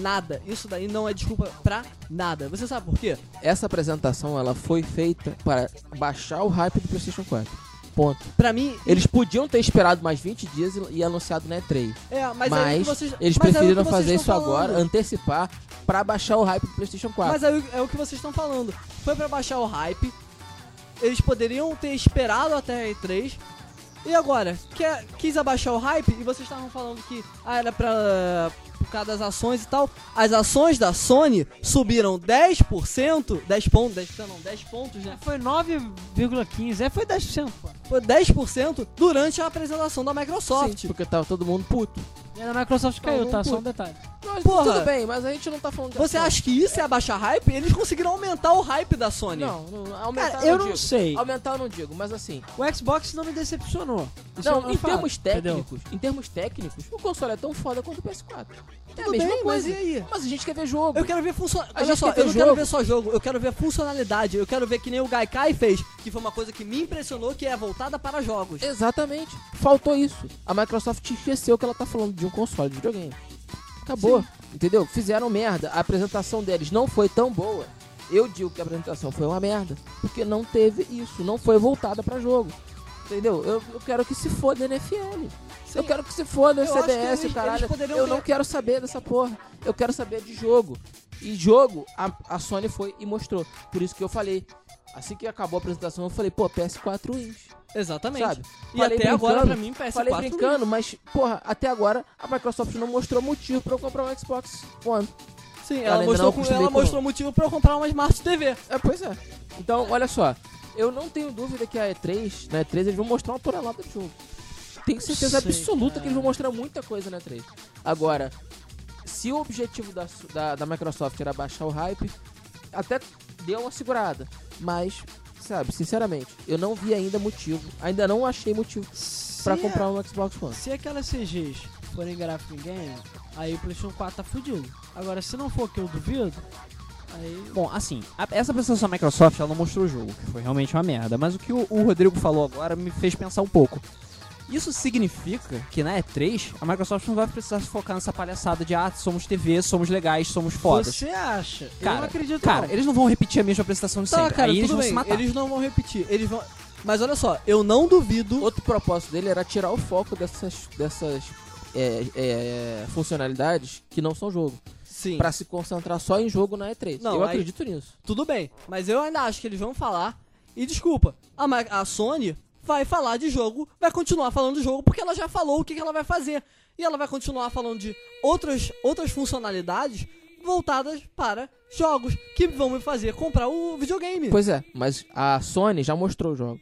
nada. Isso daí não é desculpa pra nada. Você sabe por quê?
Essa apresentação ela foi feita para baixar o hype do PlayStation 4. Ponto.
Pra mim,
Eles podiam ter esperado mais 20 dias e- e anunciado na E3.
é, mas,
Mas,
aí vocês,
eles
mas aí é o
preferiram
que vocês
fazer isso
estão
agora,
falando.
antecipar, pra baixar o hype do PlayStation 4.
Mas aí é o que vocês estão falando. Foi pra baixar o hype. Eles poderiam ter esperado até a E3. E agora? Quer, quis abaixar o hype e vocês estavam falando que ah, era pra. Por causa das ações e tal. As ações da Sony subiram 10%. 10 pontos, 10, não, 10 pontos, né?
É, Foi 9,15, é, foi 10%, pô.
Foi 10% durante a apresentação da Microsoft.
Sim, porque tava todo mundo puto.
E a da Microsoft caiu,
Não,
tá?
não
Só um
pude.
detalhe.
Mas
Porra.
tudo bem, mas a gente não tá falando de
Você
ação.
acha que isso é abaixar hype? Eles conseguiram aumentar o hype da Sony.
Não, não aumentar
Cara, Tá, eu
não
não
digo.
sei.
Aumentar eu não digo, mas assim.
O Xbox não me decepcionou. Isso eu
não, em
falo,
termos
entendeu?
técnicos, em termos técnicos, o console é tão foda quanto o PS4. É a
Tudo
mesma
bem,
coisa.
Mas e aí?
Mas a gente quer ver jogo.
Eu quero ver funcionalidade.
A
Olha
gente
só,
quer ver
eu não quero
jogo.
ver só jogo, eu quero ver funcionalidade. Eu quero ver que nem o Gaikai fez, que foi uma coisa que me impressionou, que é voltada para jogos.
Exatamente. Faltou isso. A Microsoft esqueceu que ela tá falando de um console de videogame. Acabou. Entendeu? Fizeram merda. A apresentação deles não foi tão boa. Eu digo que a apresentação foi uma merda. Porque não teve isso. Não foi voltada pra jogo. Entendeu? Eu, eu quero que se foda NFL.
Sim.
Eu quero que se foda o
Eu acho que
CBS,
eles-
caralho.
eles poderiam
eu
ter-
não quero saber dessa porra. Eu quero saber de jogo. E jogo, a, a Sony foi e mostrou. Por isso que eu falei. Assim que acabou a apresentação, eu falei, pô, PS4 wins.
Exatamente.
Sabe?
E
Falei
até agora,
brincando.
pra mim, PS4
Falei brincando, mas, porra, até agora a Microsoft não mostrou motivo pra eu comprar um Xbox One.
Sim,
Ela
ela,
ainda
mostrou,
não
com-
acostumei
ela
com-
mostrou motivo pra eu comprar uma Smart TV.
É, pois é. Então, olha só. Eu não tenho dúvida que a E3, na E3, eles vão mostrar uma tonelada de jogo. Tenho certeza
Sei,
absoluta
cara.
que eles vão mostrar muita coisa na E3. Agora, se o objetivo da, su- da, da Microsoft era baixar o hype, até deu uma segurada. Mas, sabe, sinceramente, eu não vi ainda motivo. Ainda não achei motivo pra
Se-
comprar um Xbox One.
Se aquelas CGs forem gráfico em game, aí o PlayStation 4 tá fudido. Agora, se não for que eu duvido, aí.
Bom, assim, a- essa apresentação da Microsoft, ela não mostrou o jogo, que foi realmente uma merda. Mas o que o, o Rodrigo falou agora me fez pensar um pouco. Isso significa que na E3, a Microsoft não vai precisar se focar nessa palhaçada de ah, somos TV, somos legais, somos fodas.
Você acha? eu
Cara,
não acredito.
Cara,
não. Tá,
eles não vão repetir a mesma apresentação de sempre. Aí eles
Então, tudo
vão
bem,
se matar.
Eles não vão repetir. Eles vão. Mas olha só, eu não duvido.
Outro propósito dele era tirar o foco dessas, dessas é, é, funcionalidades que não são jogo.
Sim.
Pra se concentrar só em jogo na E3.
Não,
eu
aí-
acredito nisso.
Tudo bem, mas eu ainda acho que eles vão falar. E desculpa, a, Ma- a Sony vai falar de jogo, vai continuar falando de jogo, porque ela já falou o que, que ela vai fazer. E ela vai continuar falando de outras, outras funcionalidades voltadas para jogos, que vão me fazer comprar o videogame.
Pois é, mas a Sony já mostrou os jogos.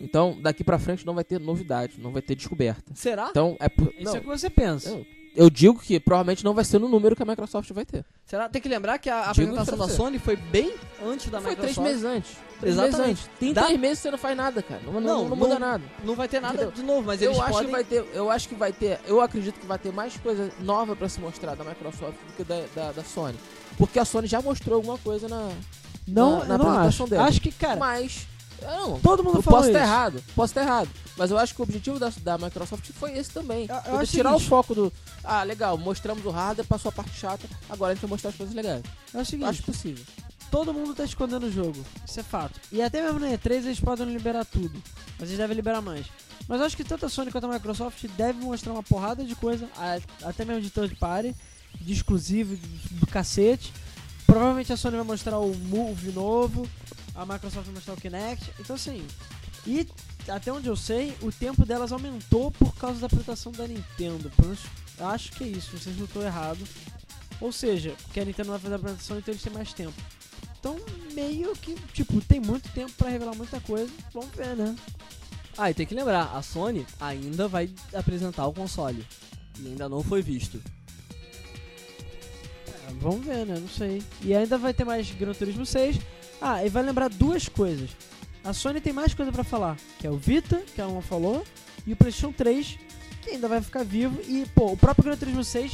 Então, daqui pra frente não vai ter novidade, não vai ter descoberta.
Será?
Então, é por...
Isso
não,
é o que você pensa.
Eu- eu digo que provavelmente não vai ser no número que a Microsoft vai ter.
Será? Tem que lembrar que a
Digo
apresentação
pra
da
você.
Sony foi bem antes da
Foi
Microsoft.
três meses antes. Três
Exatamente.
Meses antes. Tem
Dá-
três meses que você não faz nada, cara. Não, não,
Não,
não, muda
não-
nada.
Não vai ter nada
Entendeu?
de novo, mas
eu
eles
acho
podem...
que vai ter, eu acho que vai ter, eu acredito que vai ter mais coisa nova pra se mostrar da Microsoft do que da, da, da Sony, porque a Sony já mostrou alguma coisa na,
Não,
na,
eu
na
não acho.
apresentação dela.
Acho que, cara,
Mas eu não,
todo mundo
eu
falou
posso
isso.
estar errado, posso estar errado, mas eu acho que o objetivo da, da Microsoft foi esse também,
Eu- eu
Foi de
acho o
tirar
seguinte.
o foco do, ah, legal, mostramos o hardware, passou a parte chata, agora a gente vai mostrar as coisas legais.
É o seguinte,
Eu acho possível.
todo mundo tá escondendo o jogo. Isso é fato. E até mesmo na E3 eles podem não liberar tudo. Mas eles devem liberar mais. Mas eu acho que tanto a Sony quanto a Microsoft devem mostrar uma porrada de coisa, a- até mesmo de third party, de exclusivo, de, do cacete, Provavelmente a Sony vai mostrar o Move novo, a Microsoft vai mostrar o Kinect. Então, assim. E até onde eu sei, o tempo delas aumentou por causa da apresentação da Nintendo. Pelo menos eu acho que é isso, vocês não estão errado. Ou seja, porque a Nintendo vai fazer a apresentação, então eles têm mais tempo. Então, meio que, tipo, tem muito tempo pra revelar muita coisa. Vamos ver, né?
Ah, e tem que lembrar, a Sony ainda vai apresentar o console. E ainda não foi visto.
É, Vamos ver, né? Não sei. E ainda vai ter mais Gran Turismo 6. Ah, e vai lembrar duas coisas. A Sony tem mais coisa pra falar, que é o Vita, que ela não falou, e o PlayStation 3, que ainda vai ficar vivo. E, pô, o próprio Gran Turismo 6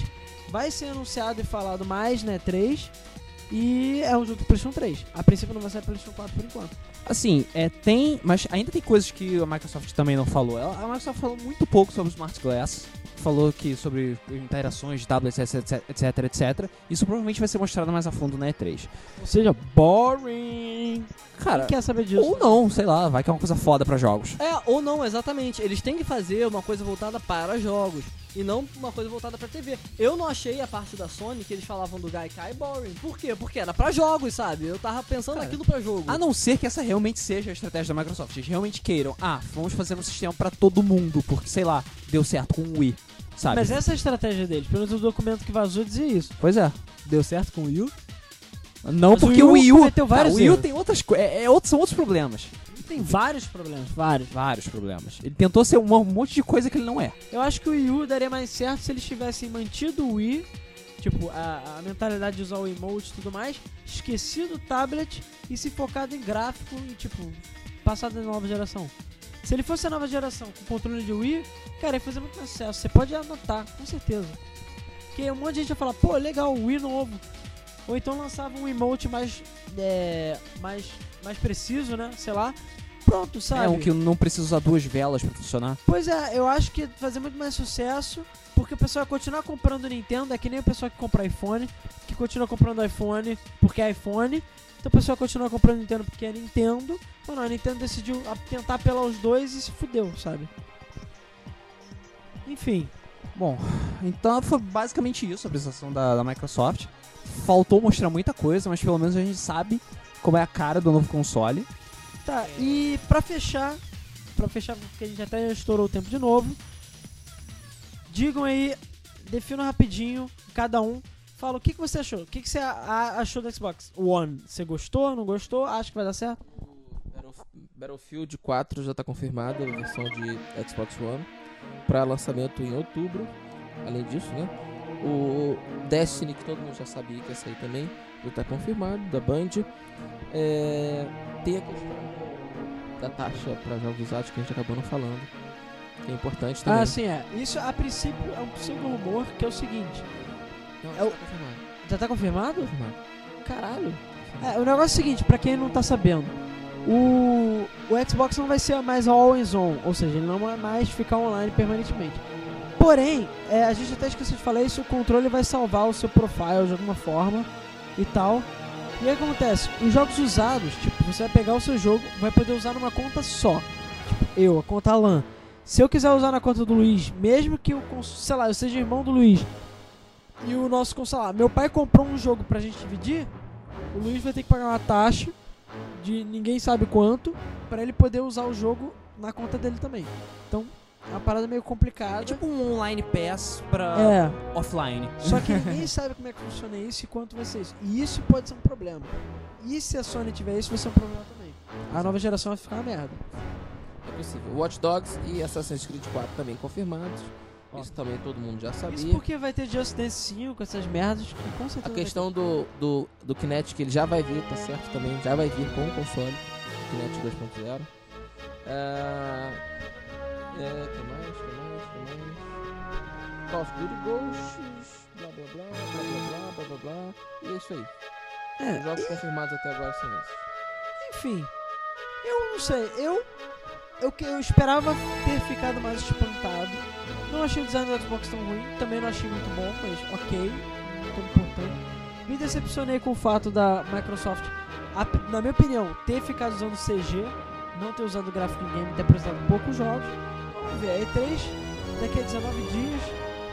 vai ser anunciado e falado mais, né? 3. E é um jogo do PlayStation 3. A princípio não vai sair PlayStation 4 por enquanto.
Assim, é, tem, mas ainda tem coisas que a Microsoft também não falou. Ela, a Microsoft falou muito pouco sobre o Smart Glass, falou que sobre interações de tablets, etc, etc, etc, etc. Isso provavelmente vai ser mostrado mais a fundo na E3.
Ou seja, boring.
Cara,
Quem quer saber disso?
ou não, sei lá, vai que é uma coisa foda pra jogos.
É, ou não, exatamente. Eles têm que fazer uma coisa voltada para jogos e não uma coisa voltada para TV. Eu não achei a parte da Sony que eles falavam do Gaikai boring. Por quê? Porque era para jogos, sabe? Eu tava pensando
Cara,
aquilo para jogo.
A não ser que essa realmente seja a estratégia da Microsoft. Eles realmente queiram, ah, vamos fazer um sistema pra todo mundo, porque sei lá, deu certo com o Wii, sabe?
Mas essa é a estratégia deles. Pelo menos o documento que vazou dizia isso.
Pois é.
Deu certo com o Wii U?
Não
Mas o
porque o
Wii
Wii
U
U,
cometeu vários
Cara, o Wii U
erros.
tem outras coisas, é, é outro- são outros problemas.
E tem vários problemas, vários.
Vários problemas. Ele tentou ser um monte de coisa que ele não é.
Eu acho que o Wii U daria mais certo se eles tivessem mantido o Wii, tipo, a, a mentalidade de usar o emote e tudo mais, esquecido o tablet e se focado em gráfico e, tipo, passado da nova geração. Se ele fosse a nova geração com controle de Wii, cara, ia fazer muito sucesso. Você pode anotar, com certeza. Porque um monte de gente ia falar, pô, legal, Wii novo. Ou então lançava um emote mais. É, mais, mais preciso, né? Sei lá. Pronto, sabe?
É um que não precisa usar duas velas pra funcionar.
Pois é, eu acho que fazer muito mais sucesso, porque o pessoal vai continuar comprando Nintendo, é que nem o pessoal que compra iPhone, que continua comprando iPhone porque é iPhone. Então o pessoal continua comprando Nintendo porque é Nintendo. Mas não, a Nintendo decidiu a- tentar apelar os dois e se fudeu, sabe? Enfim,
Bom, então foi basicamente isso a apresentação da, da Microsoft. Faltou mostrar muita coisa, mas pelo menos a gente sabe como é a cara do novo console.
tá. E pra fechar, pra fechar, porque a gente até estourou o tempo de novo, digam aí, definam rapidinho, cada um, Fala, o que, que você achou? O que, que você a- a- achou do Xbox One? Você gostou, não gostou? Acha que vai dar certo?
Battlef- Battlefield 4 já está confirmado, a versão de Xbox One, para lançamento em outubro. Além disso, né? O Destiny, que todo mundo já sabia que ia sair também, já está confirmado, da Band. É, tem a questão da taxa para jogos usados que a gente acabou não falando, que é importante também.
Ah, sim, é. Isso, a princípio, é um possível rumor que é o seguinte.
Não,
é o-
tá confirmado,
Já tá confirmado?
confirmado.
Caralho. É, o negócio é o seguinte, pra quem não tá sabendo. O, o Xbox não vai ser mais always on, ou seja, ele não vai mais ficar online permanentemente. Porém, é, a gente até esqueceu de falar isso, o controle vai salvar o seu profile de alguma forma e tal. E aí acontece, os jogos usados, tipo, você vai pegar o seu jogo, vai poder usar numa conta só. Tipo, eu, a conta LAN. Se eu quiser usar na conta do Luiz, mesmo que eu, cons- sei lá, eu seja irmão do Luiz, e o nosso, cons- sei lá, meu pai comprou um jogo pra gente dividir, o Luiz vai ter que pagar uma taxa de ninguém sabe quanto pra ele poder usar o jogo na conta dele também. Então, é uma parada meio complicada.
É tipo um online pass pra
É,
offline.
só que ninguém sabe como é que funciona isso e quanto vai ser isso. E isso pode ser um problema. E se a Sony tiver isso, vai ser um problema também. A nova geração vai ficar uma merda.
É possível. Watch Dogs e Assassin's Creed 4 também confirmados.
Ó.
Isso também todo mundo já sabia.
Isso porque vai ter Just Dance 5, essas merdas, que com certeza
A
vai ter.
questão do, do, do Kinect, que ele já vai vir, tá certo também, já vai vir com o console, Kinect 2.0. Ah, é, que mais, que mais, que mais? Call of Duty Ghosts, blá blá blá, blá blá blá, blá blá blá, e é isso aí.
É,
Os jogos confirmados até agora são esses.
Enfim, eu não sei, eu, eu que- eu esperava ter ficado mais espantado. Não achei o design do Xbox tão ruim, também não achei muito bom, mas ok, não tô me importando. Me decepcionei com o fato da Microsoft, a- na minha opinião, ter ficado usando CG, não ter usado gráfico em game, ter apresentado poucos jogos. Vamos ver, a E3, daqui a 19 dias,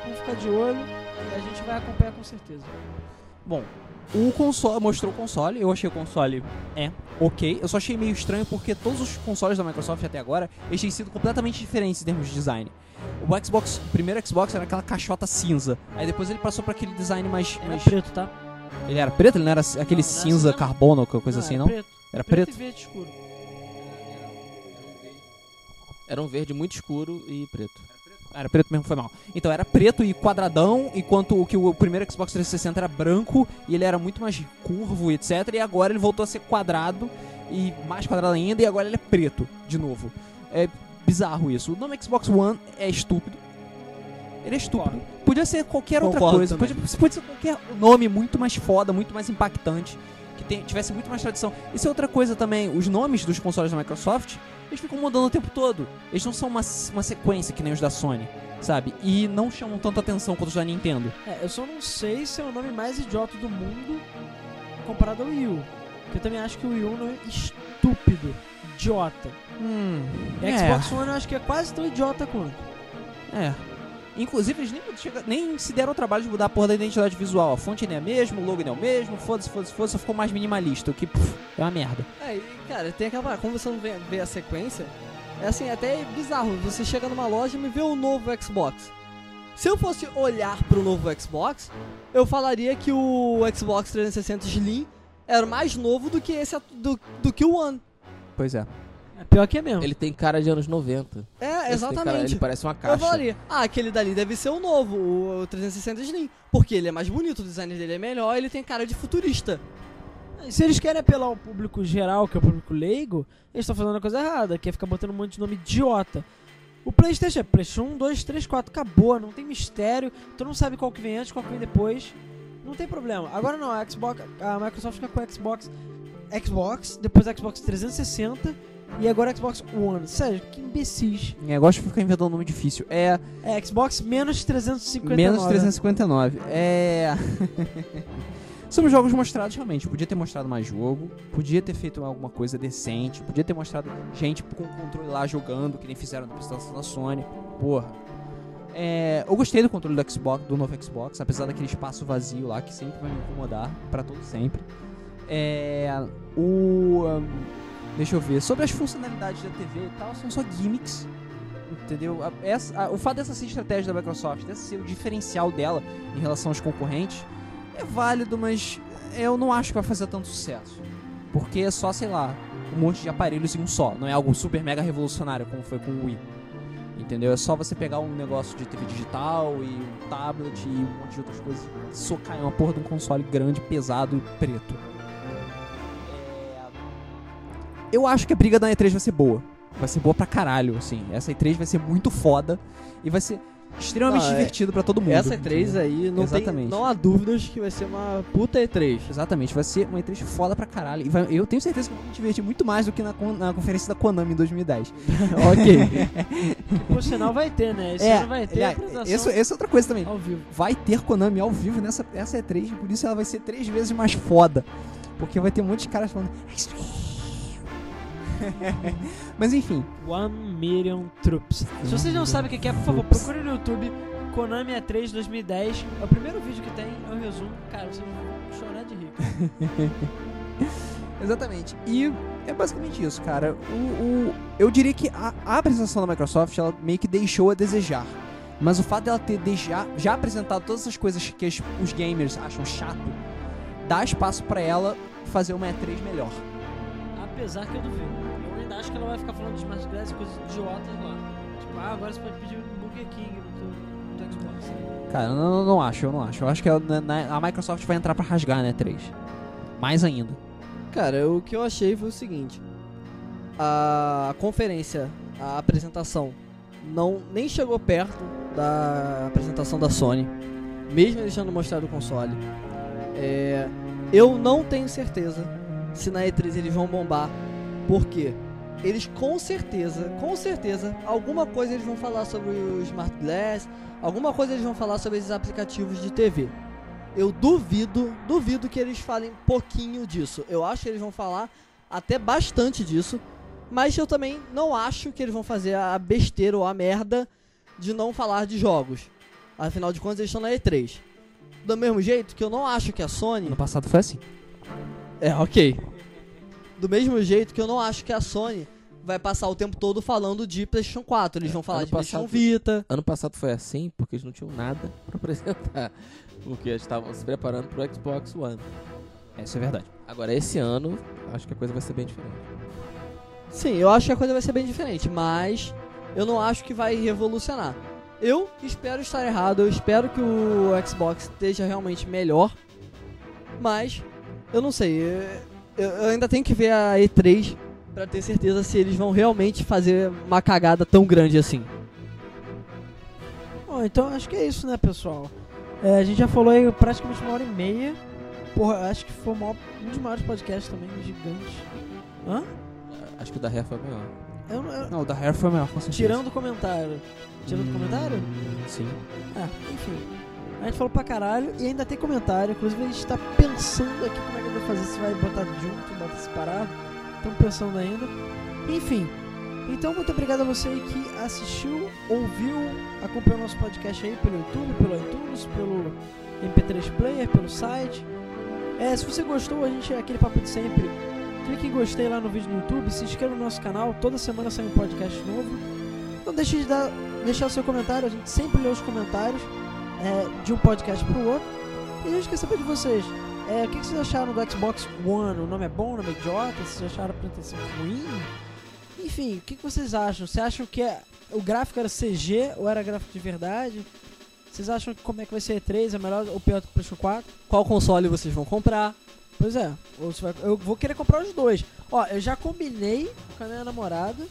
vamos ficar de olho e a gente vai acompanhar com certeza.
Bom, o console mostrou o console, eu achei o console é ok. Eu só achei meio estranho porque todos os consoles da Microsoft até agora eles têm sido completamente diferentes em termos de design. O Xbox, o primeiro Xbox era aquela caixota cinza. Aí depois ele passou pra aquele design mais.
Era
mais-
preto, tá?
Ele era preto? Ele não era aquele
Não, não era
cinza
cinza, não.
carbono ou coisa assim,
era
não?
Preto,
Era
preto
preto?
e verde escuro.
Era um verde muito escuro e preto.
Era preto mesmo, foi mal. Então era preto e quadradão, enquanto o que o primeiro Xbox 360 era branco e ele era muito mais curvo, etc. E agora ele voltou a ser quadrado e mais quadrado ainda, e agora ele é preto de novo. É bizarro isso. O nome Xbox One é estúpido. Ele é estúpido. Podia ser qualquer outra
Concordo
coisa.
também.
Podia, podia ser qualquer nome muito mais foda, muito mais impactante, que tem- tivesse muito mais tradição. Isso é outra coisa também. Os nomes dos consoles da Microsoft, eles ficam mudando o tempo todo. Eles não são uma, uma sequência que nem os da Sony, sabe? E não chamam tanta atenção quanto os da Nintendo.
É, eu só não sei se é o nome mais idiota do mundo comparado ao Wii U. Porque eu também acho que o Wii U é um nome estúpido, idiota.
Hum.
E a Xbox One eu acho que é quase tão idiota quanto.
É. Inclusive, eles nem, chega- nem se deram o trabalho de mudar a porra da identidade visual. A fonte não é a mesma, o logo não é o mesmo, foda-se, foda-se, foda-se, só ficou mais minimalista, o que puf, é uma merda.
É, e, cara, tem aquela. parada, Como você não vê, vê a sequência, é assim, até bizarro. Você chega numa loja e me vê o novo Xbox. Se eu fosse olhar pro novo Xbox, eu falaria que o Xbox 360 Slim era mais novo do que esse atu- do, do que o One.
Pois é.
É pior que é mesmo.
Ele tem cara de anos 90.
um É,
Esse tem cara-
exatamente.
ele parece uma
Eu
caixa.
falaria, ah, aquele dali deve ser o novo, o o 360 Slim, porque ele é mais bonito, o design dele é melhor, ele tem cara de futurista.
Se eles querem apelar ao público geral, que é o público leigo, eles estão fazendo a coisa errada, que é ficar botando um monte de nome idiota. O Playstation é Playstation 1, 2, 3, 4, acabou, não tem mistério, tu não sabe qual que vem antes, qual que vem depois, não tem problema. Agora não, a Xbox, a Microsoft fica com o Xbox, Xbox, depois Xbox 360 e agora Xbox One. Sério, que imbecis.
Eu gosto de ficar inventando um nome difícil. É.
É, Xbox menos 359.
Menos 359. É. São jogos mostrados realmente. Podia ter mostrado mais jogo, podia ter feito alguma coisa decente, podia ter mostrado gente com o controle lá jogando, que nem fizeram na apresentação da Sony. Porra. É, eu gostei do controle do Xbox, do novo Xbox, apesar daquele espaço vazio lá que sempre vai me incomodar, pra todo sempre. É, o. hum, Deixa eu ver. Sobre as funcionalidades da TV e tal, são só gimmicks. Entendeu? A- essa- a- o fato dessa ser estratégia da Microsoft, dessa ser o diferencial dela em relação aos concorrentes, é válido, mas eu não acho que vai fazer tanto sucesso. Porque é só, sei lá, um monte de aparelhos em um só. Não é algo super mega revolucionário como foi com o Wii. Entendeu? É só você pegar um negócio de TV digital e um tablet e um monte de outras coisas e socar em uma porra de um console grande, pesado e preto. É, Eu acho que a briga da E3 vai ser boa. Vai ser boa pra caralho, assim. Essa E3 vai ser muito foda e vai ser extremamente
Não, é-
divertido pra todo mundo.
Essa E3 aí, não, tem,
Exatamente.
não há dúvidas que vai ser uma puta E3.
Exatamente, vai ser uma E3 foda pra caralho. E vai- eu tenho certeza que eu vou me divertir muito mais do que na, con- na conferência da Konami em 2010.
ok.
Por sinal vai ter, né? Esse
É,
ano vai ter
aliás,
apresentação
isso, isso é outra coisa também.
ao vivo.
Vai ter Konami ao vivo nessa essa E3, por isso ela vai ser três vezes mais foda. Porque vai ter um monte de caras falando. Mas enfim,
One Million Troops. Se vocês não sabem o que é, por favor, procurem no YouTube Konami A3 2010. É o primeiro vídeo que tem, é o resumo. Cara, vocês vão chorar de rir.
Exatamente. E é basicamente isso, cara. O, o- eu diria que a, a apresentação da Microsoft ela meio que deixou a desejar. Mas o fato dela ter deixar, já apresentado todas essas coisas que as- os gamers acham chato, dá espaço pra ela fazer uma E3 melhor.
Apesar que eu duvido. Eu ainda acho que ela vai ficar falando de Smash Glass e coisas idiotas lá. Tipo, ah, agora você pode pedir um Burger King no teu no teu Xbox. né?
Cara, eu não, não acho, eu não acho. Eu acho que ela- na- na- a Microsoft vai entrar pra rasgar na E3. Mais ainda.
Cara, o que eu achei foi o seguinte: a conferência, a apresentação, não nem chegou perto da apresentação da Sony, mesmo deixando mostrar o console. É, eu não tenho certeza se na E3 eles vão bombar, porque eles com certeza, com certeza, alguma coisa eles vão falar sobre o Smart Glass, alguma coisa eles vão falar sobre esses aplicativos de TV. Eu duvido, duvido que eles falem pouquinho disso. Eu acho que eles vão falar até bastante disso, mas eu também não acho que eles vão fazer a besteira ou a merda de não falar de jogos. Afinal de contas, eles estão na E3. do mesmo jeito que eu não acho que a Sony
No passado foi assim.
É, ok. Do mesmo jeito que eu não acho que a Sony vai passar o tempo todo falando de PlayStation 4. Eles vão falar
ano
de PlayStation
passado-
Vita.
Ano passado foi assim porque eles não tinham nada pra apresentar. Porque eles estavam se preparando pro Xbox One.
É, Isso é verdade.
Agora, esse ano, acho que a coisa vai ser bem diferente.
Sim, eu acho que a coisa vai ser bem diferente, mas eu não acho que vai revolucionar. Eu espero estar errado, eu espero que o Xbox esteja realmente melhor, mas eu não sei. eu- Eu ainda tenho que ver a E3 pra ter certeza se eles vão realmente fazer uma cagada tão grande assim.
Bom, então acho que é isso, né, pessoal? É, a gente já falou aí praticamente uma hora e meia. Porra, acho que foi o maior- um dos maiores podcasts também, gigante.
Acho que o da Ré foi melhor.
Eu, não- eu-
Não, o da Hair foi melhor, com certeza.
tirando o comentário. Tirando o comentário?
Sim.
Ah, enfim. A gente falou pra caralho e ainda tem comentário. Inclusive a gente tá pensando aqui como é que vai fazer, se vai botar junto, bota separado. Estamos pensando ainda. Enfim. Então, muito obrigado a você aí que assistiu, ouviu, acompanhou nosso podcast aí pelo YouTube, pelo iTunes, pelo MP3 Player, pelo site. É, se você gostou, a gente é aquele papo de sempre. Clique em gostei lá no vídeo no YouTube, se inscreva no nosso canal, toda semana sai um podcast novo. Não deixe de dar deixar o seu comentário. A gente sempre lê os comentários é, de um podcast pro outro. E eu quer saber de vocês. É, o que que vocês acharam do Xbox One? O nome é bom, o nome é idiota? Vocês acharam a pretensão ruim? Enfim, o que que vocês acham? Vocês acham que é- o gráfico era CG ou era gráfico de verdade? Vocês acham que como é que vai ser E3? É melhor ou pior do que o PlayStation 4?
Qual console vocês vão comprar?
Pois é, ou você vai- eu vou querer comprar os dois. Ó, eu já combinei com a minha namorada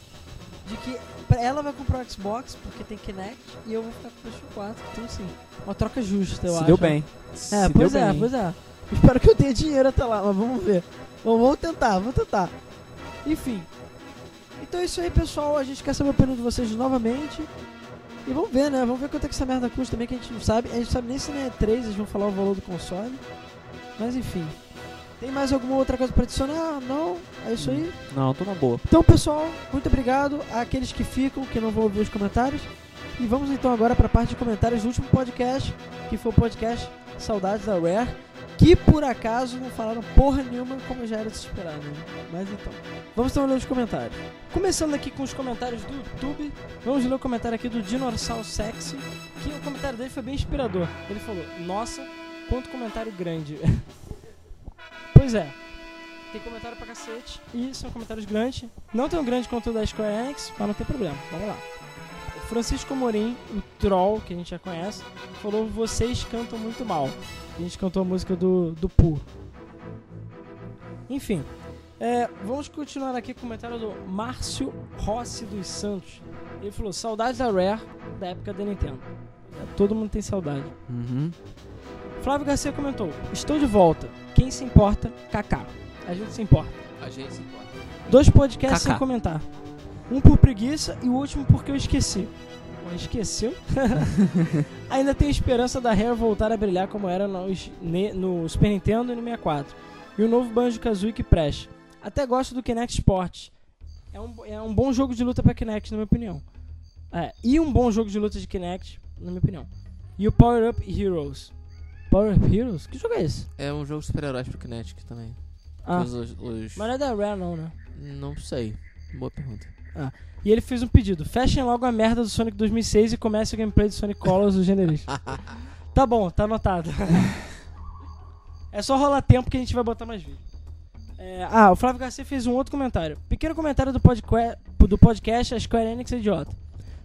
de que pra- ela vai comprar o Xbox porque tem Kinect e eu vou ficar com o PlayStation 4. Então, assim, uma troca justa, eu
Se
acho.
deu bem.
É,
Se
pois
deu
é,
bem.
pois é. Espero que eu tenha dinheiro até lá, mas vamos ver. Vamos, vamos tentar, vamos tentar. Enfim. Então é isso aí, pessoal. A gente quer saber a opinião de vocês novamente. E vamos ver, né? Vamos ver quanto é que essa merda custa também, que a gente não sabe. A gente sabe nem se na E3 eles vão falar o valor do console. Mas enfim. Tem mais alguma outra coisa pra adicionar? Não? É isso aí?
Não, tô na boa.
Então, pessoal, muito obrigado àqueles que ficam, que não vão ouvir os comentários. E vamos então agora para a parte de comentários do último podcast, que foi o podcast Saudades da Rare, que por acaso não falaram porra nenhuma, como já era de se esperar, né? Mas então, vamos então ler os comentários. Começando aqui com os comentários do YouTube, vamos ler o comentário aqui do Dinossauro Sexy, que o comentário dele foi bem inspirador. Ele falou: Nossa, quanto comentário grande. pois é. Tem comentário pra cacete e são comentários grandes. Não tão grande quanto o da Square Enix, mas não tem problema. Vamos lá. O Francisco Morim, o troll que a gente já conhece, falou: Vocês cantam muito mal. A gente cantou a música do, do Poo. Enfim, é, vamos continuar aqui com o comentário do Márcio Rossi dos Santos. Ele falou: Saudades da Rare da época da Nintendo. É, Todo mundo tem saudade.
Uhum.
Flávio Garcia comentou: Estou de volta. Quem se importa? Kaká. A gente se importa.
A gente se importa.
Dois podcasts
Kaká.
sem comentar. Um por preguiça e o último porque eu esqueci. Ué, esqueceu? Ainda tenho esperança da Rare voltar a brilhar como era nos- ne- no Super Nintendo e no 64. E o novo Banjo-Kazooie que preste. Até gosto do Kinect Sports. É um, bo- é um bom jogo de luta pra Kinect, na minha opinião. É, e um bom jogo de luta de Kinect, na minha opinião. E o Power Up Heroes. Power Up Heroes? Que jogo é esse?
É um jogo de super-heróis pro Kinetic também.
Ah,
Os- os-
mas
os-
não é da Rare não, né?
Não sei. Boa pergunta.
E ele fez um pedido: fechem logo a merda do Sonic 2006 e comece o gameplay do Sonic Colors do Generation. tá bom, tá anotado. é só rolar tempo que a gente vai botar mais vídeo. É, ah, o Flávio Garcia fez um outro comentário. Pequeno comentário do, podque- do podcast A Square Enix é idiota.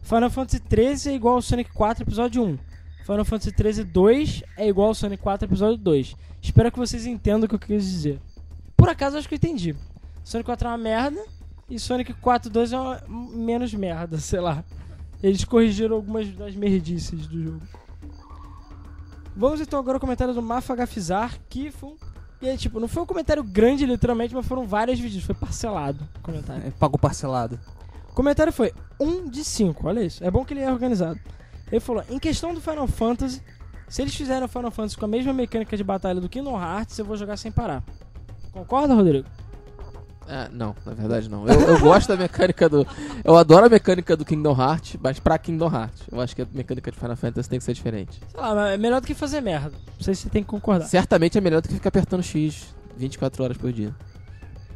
Final Fantasy 13 é igual ao Sonic 4 episódio 1. Final Fantasy 13 2 é igual ao Sonic 4 episódio 2. Espero que vocês entendam o que eu quis dizer. Por acaso, acho que eu entendi. Sonic 4 é uma merda. E Sonic 4.2 é uma- menos merda, sei lá. Eles corrigiram algumas das merdices do jogo. Vamos então agora ao comentário do Mafagafizar, que foi um... E aí, tipo, não foi um comentário grande, literalmente, mas foram vários vídeos. Foi parcelado o comentário.
É, Pagou parcelado.
O comentário foi 1 de 5, olha isso. É bom que ele é organizado. Ele falou: em questão do Final Fantasy, se eles fizerem o Final Fantasy com a mesma mecânica de batalha do Kingdom Hearts, eu vou jogar sem parar. Concorda, Rodrigo?
É, não, na verdade não. Eu, eu gosto da mecânica do. Eu adoro a mecânica do Kingdom Hearts, mas pra Kingdom Hearts. Eu acho que a mecânica de Final Fantasy tem que ser diferente.
Sei lá, mas é melhor do que fazer merda. Não sei se você tem que concordar.
Certamente é melhor do que ficar apertando X 24 horas por dia.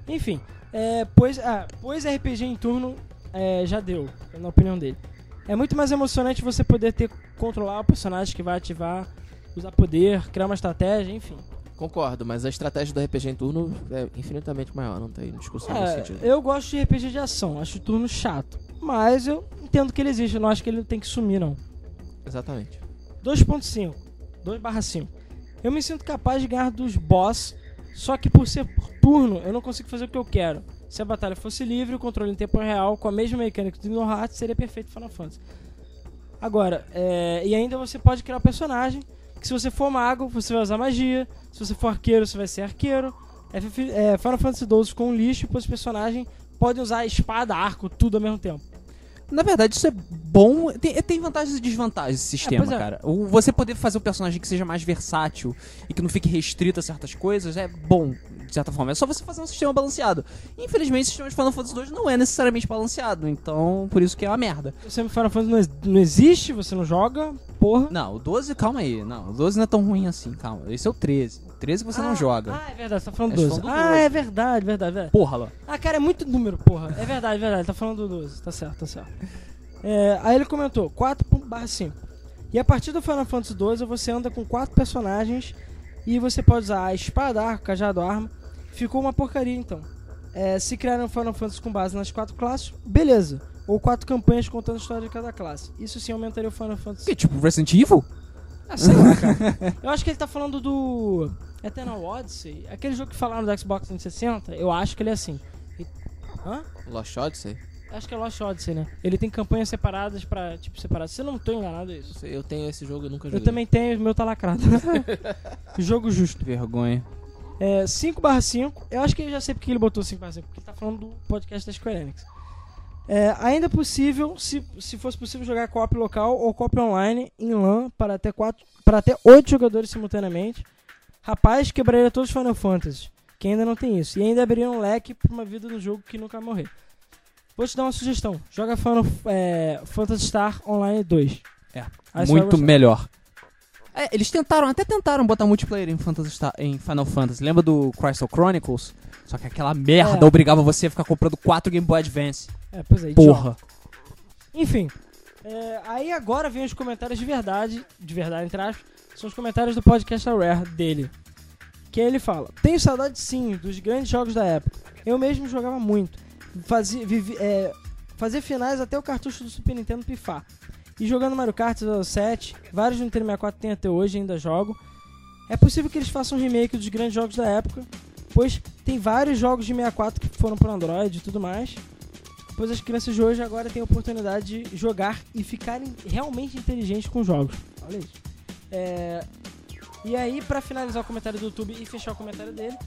Enfim, é, pois, ah, pois RPG em turno é, já deu, na opinião dele. É muito mais emocionante você poder ter controlar o personagem que vai ativar, usar poder, criar uma estratégia, enfim.
Concordo, mas a estratégia do RPG em turno é infinitamente maior, não tem discussão nesse
É,
sentido.
eu gosto de RPG de ação, acho o turno chato. Mas eu entendo que ele existe, eu não acho que ele tem que sumir, não.
Exatamente.
2.5, 2/5. Eu me sinto capaz de ganhar dos boss, só que por ser por turno, eu não consigo fazer o que eu quero. Se a batalha fosse livre, o controle em tempo real, com a mesma mecânica do Kingdom Hearts, seria perfeito para Final Fantasy. Agora, é, e ainda você pode criar um personagem, que se você for mago, você vai usar magia, se você for arqueiro, você vai ser arqueiro. FF, é, Final Fantasy XII ficou um lixo, pois os personagens podem usar espada, arco, tudo ao mesmo tempo.
Na verdade, isso é bom. Tem, tem vantagens e desvantagens esse sistema,
pois é.
cara. O, você poder fazer um personagem que seja mais versátil e que não fique restrito a certas coisas é bom, de certa forma. É só você fazer um sistema balanceado. Infelizmente, o sistema de Final Fantasy II não é necessariamente balanceado, então por isso que é uma merda.
Você Final Fantasy não, ex- não existe, você não joga, porra.
Não, o 12, calma aí. Não, o 12 não é tão ruim assim, calma. Esse é o 13. O 13 você não
Ah,
joga.
Ah, é verdade, você tá falando
Eles
12.
falam do
Ah,
12.
é verdade, verdade, verdade.
Porra, lá.
Ah, cara, é muito número, porra. É verdade, verdade, tá falando do 12. Tá certo, tá certo. É, aí ele comentou, 4.5. E a partir do Final Fantasy 12, você anda com quatro personagens e você pode usar a espada, arco, cajado, arma. Ficou uma porcaria, então. É, se criaram Final Fantasy com base nas quatro classes, beleza. Ou quatro campanhas contando a história de cada classe. Isso sim aumentaria o Final Fantasy.
Que tipo, Resident Evil?
Ah, sei lá, cara. Eu acho que ele tá falando do Eternal Odyssey. Aquele jogo que falaram do Xbox 360, eu acho que ele é assim. E- Hã?
Lost Odyssey?
Acho que é Lost Odyssey, né? Ele tem campanhas separadas pra, tipo, separado. Se eu não tô enganado, é
Não
isso.
sei, Eu tenho esse jogo e nunca joguei.
Eu também tenho, o meu tá lacrado. jogo justo.
Que vergonha.
É, 5 barra 5. Eu acho que eu já sei porque ele botou 5 barra 5, porque ele tá falando do podcast da Square Enix. É, ainda é possível, se, se fosse possível, jogar co-op local ou co-op online em LAN para até, quatro, para até 8 jogadores simultaneamente. Rapaz, quebraria todos os Final Fantasy, que ainda não tem isso. E ainda abriria um leque pra uma vida no jogo que nunca vai morrer. Vou te dar uma sugestão. Joga Final é, Fantasy Star Online 2.
É,
Aí você vai
muito
gostar.
melhor. É, eles tentaram, até tentaram botar multiplayer em, Fantasy Star- em Final Fantasy. Lembra do Crystal Chronicles? Só que aquela merda
É.
obrigava você a ficar comprando 4 Game Boy Advance.
É, pois é, idiota.
Porra.
Enfim. é, aí agora vem os comentários de verdade, de verdade, entre aspas, são os comentários do podcast da Rare dele. Que ele fala: Tenho saudade sim dos grandes jogos da época. Eu mesmo jogava muito. Fazia, vivi- é, fazia finais até o cartucho do Super Nintendo pifar. E jogando Mario Kart 07, vários do Nintendo 64 tem até hoje, ainda jogo. É possível que eles façam um remake dos grandes jogos da época, pois tem vários jogos de 64 que foram para Android e tudo mais pois as crianças de hoje agora têm a oportunidade de jogar e ficarem realmente inteligentes com jogos. Olha isso. É, E aí, pra finalizar o comentário do YouTube e fechar o comentário dele,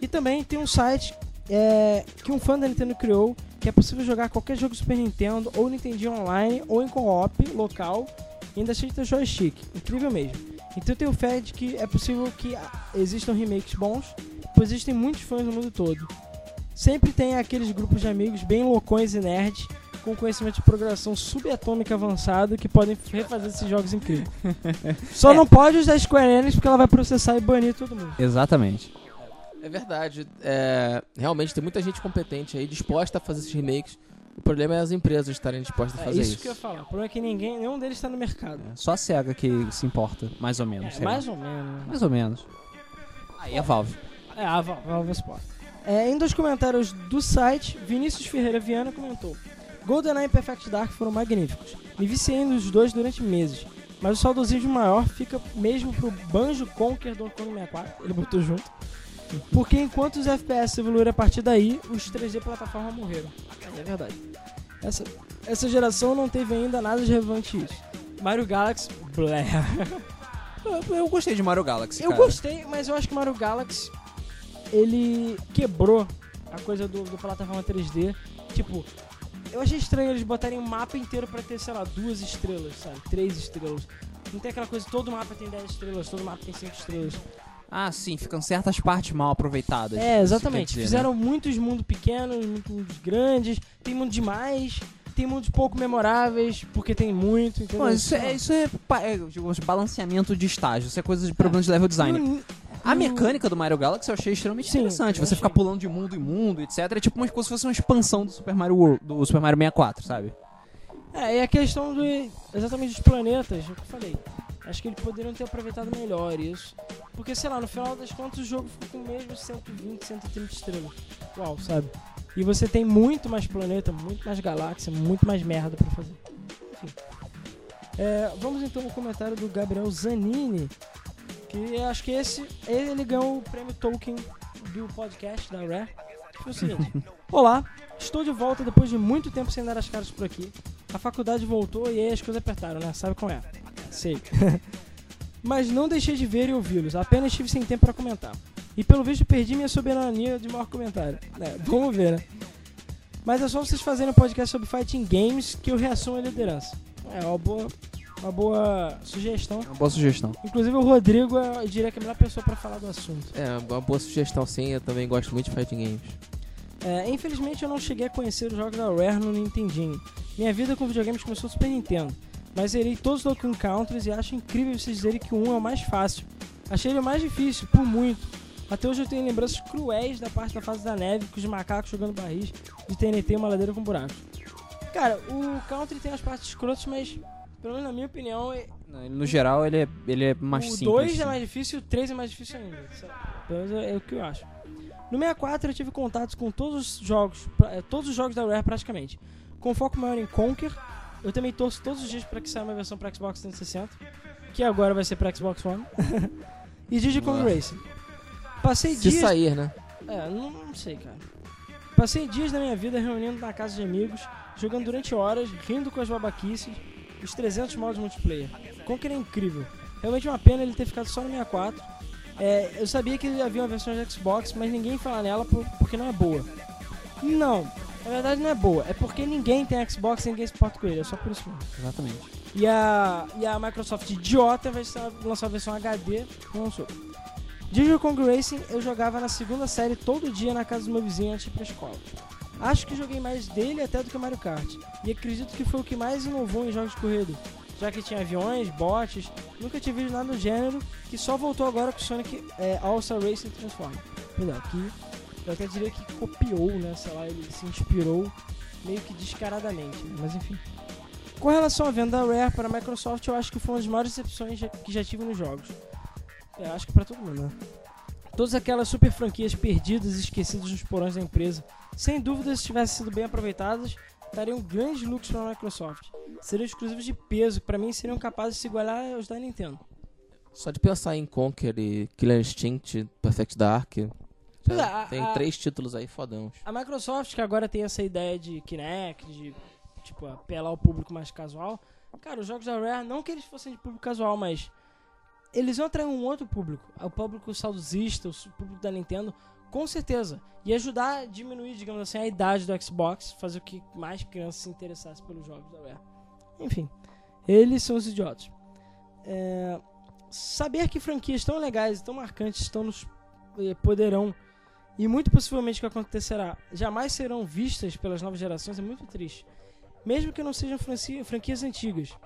e também tem um site é, que um fã da Nintendo criou, que é possível jogar qualquer jogo Super Nintendo ou Nintendinho online ou em co-op local, e ainda cheio de joystick. Incrível mesmo. Então eu tenho fé de que é possível que ah, existam remakes bons, pois existem muitos fãs no mundo todo. Sempre tem aqueles grupos de amigos bem loucões e nerds com conhecimento de programação subatômica avançado que podem refazer esses jogos incríveis. Só
É.
não pode usar Square Enix porque ela vai processar e banir todo mundo.
Exatamente.
É verdade. é, realmente tem muita gente competente aí disposta a fazer esses remakes. O problema é as empresas estarem dispostas a
É
fazer
isso,
isso.
que eu ia falar. O problema é que ninguém, nenhum deles está no mercado.
É Só a SEGA que se importa, mais ou menos.
É,
sei lá.
mais ou menos.
mais ou menos. Aí a Valve.
É, a Val- Valve Sport. É, em dos comentários do site, Vinícius Ferreira Viana comentou: GoldenEye e Perfect Dark foram magníficos. Me viciei nos dois durante meses. Mas o saudosismo maior fica mesmo pro Banjo Conquer do Kong 64. Ele botou junto. Porque enquanto os FPS evoluíram a partir daí, os 3D plataforma morreram. É verdade. Essa, essa geração não teve ainda nada de relevante isso. Mario Galaxy, blé.
Eu, eu gostei de Mario Galaxy.
Eu
cara.
gostei, mas eu acho que Mario Galaxy ele quebrou a coisa do, do plataforma 3D. Tipo, eu achei estranho eles botarem um mapa inteiro pra ter, sei lá, duas estrelas, sabe? Três estrelas. Não tem aquela coisa, todo mapa tem 10 estrelas, todo mapa tem 5 estrelas.
Ah, sim, ficam certas partes mal aproveitadas.
É,
isso
exatamente.
quer dizer, né?
Fizeram muitos mundos pequenos, muitos mundos grandes, tem mundo demais, tem mundos pouco memoráveis, porque tem muito, entendeu? Tipo,
Bom, isso é, isso é, pa- é, digamos, balanceamento de estágio. Isso é coisa de problema de level design.
No-
A mecânica do Mario Galaxy eu achei extremamente
Hum. Sim,
interessante.
eu
Você ficar
achei.
pulando de mundo em mundo, etc. É tipo uma, como se fosse uma expansão do Super Mario World, do Super Mario 64, sabe?
É, e a questão do. Exatamente dos planetas, é o que eu falei. Acho que eles poderiam ter aproveitado melhor isso. Porque, sei lá, no final das contas o jogo ficou com mesmo 120, 130 estrelas. Uau, sabe? E você tem muito mais planeta, muito mais galáxia, muito mais merda pra fazer. Enfim. É, vamos então ao comentário do Gabriel Zanini. Que eu acho que esse. Ele ganhou o prêmio Tolkien do podcast da Rare. Que foi o seguinte: Olá, estou de volta depois de muito tempo sem dar as caras por aqui. A faculdade voltou e aí as coisas apertaram, né? Sabe como é? Sei. Mas não deixei de ver e ouvi-los, apenas estive sem tempo para comentar. E pelo visto perdi minha soberania de maior comentário. É, vamos ver, né? Mas é só vocês fazerem um podcast sobre fighting games que eu reassumo a liderança. É uma boa, uma boa sugestão.
É uma boa sugestão.
Inclusive o Rodrigo, eu diria que é a melhor pessoa para falar do assunto.
É, uma boa sugestão sim, eu também gosto muito de fighting games.
É, infelizmente eu não cheguei a conhecer os jogos da Rare no Nintendinho. Minha vida com videogames começou no Super Nintendo, mas zerei todos os Donkey Kong Countries e acho incrível vocês dizerem que o 1 é o mais fácil. Achei ele o mais difícil, por muito. Até hoje eu tenho lembranças cruéis da parte da fase da neve, com os macacos jogando barris de TNT e uma ladeira com buracos. Cara, o Country tem as partes escrotas, mas, pelo menos na minha opinião, é-
Não, ele, No geral, ele é, ele é mais
o
simples.
2 é
sim.
mais difícil e o 3 é mais difícil ainda. sei lá. Pelo menos é, é o que eu acho. No 64 eu tive contatos com todos os jogos, pra- eh, todos os jogos da Rare praticamente. Com um foco maior em Conker, eu também torço todos os dias para que saia uma versão para Xbox 360, que agora vai ser para Xbox One. e Diddy Kong
Nossa.
Racing. Passei
Se
dias
sair, né?
é, não, não sei, cara. Passei dias da minha vida reunindo na casa de amigos, jogando durante horas, rindo com as babaquices, os 300 modos multiplayer. Conker é incrível. Realmente é uma pena ele ter ficado só no 64. É, eu sabia que havia uma versão de Xbox, mas ninguém fala nela por- porque não é boa. Não, na verdade não é boa. É porque ninguém tem Xbox e ninguém se importa com ele. É só por isso mesmo.
Exatamente.
E a, e a Microsoft idiota vai sa- lançar a versão HD, não lançou. Digital Kong Racing eu jogava na segunda série todo dia na casa do meu vizinho antes de ir pra escola. Acho que joguei mais dele até do que Mario Kart, e acredito que foi o que mais inovou em jogos de corrida, já que tinha aviões, botes, nunca tinha visto nada do gênero, que só voltou agora com Sonic é, All-Star Racing Transform. Perdão, que eu até diria que copiou, né, sei lá, ele se inspirou meio que descaradamente, né, mas enfim. Com relação à venda da Rare para a Microsoft, eu acho que foi uma das maiores decepções já- que já tive nos jogos. É, acho que para todo mundo, né? Todas aquelas super franquias perdidas e esquecidas nos porões da empresa, sem dúvida, se tivessem sido bem aproveitadas, dariam grandes lucros para a Microsoft. Seriam exclusivos de peso, que para mim seriam capazes de se igualar aos da Nintendo.
Só de pensar em Conquer e Killer Instinct, Perfect Dark.
Pois é,
já
a-
Tem
a-
três títulos aí fodãos.
A Microsoft, que agora tem essa ideia de Kinect, de tipo, apelar ao público mais casual. Cara, os jogos da Rare, não que eles fossem de público casual, mas eles vão atrair um outro público. O público saudosista, o público da Nintendo, com certeza. E ajudar a diminuir, digamos assim, a idade do Xbox, fazer com que mais crianças se interessassem pelos jogos da Rare. Enfim, eles são os idiotas. É, Saber que franquias tão legais e tão marcantes estão nos eh, poderão e muito possivelmente o que acontecerá jamais serão vistas pelas novas gerações é muito triste. Mesmo que não sejam franci- franquias antigas.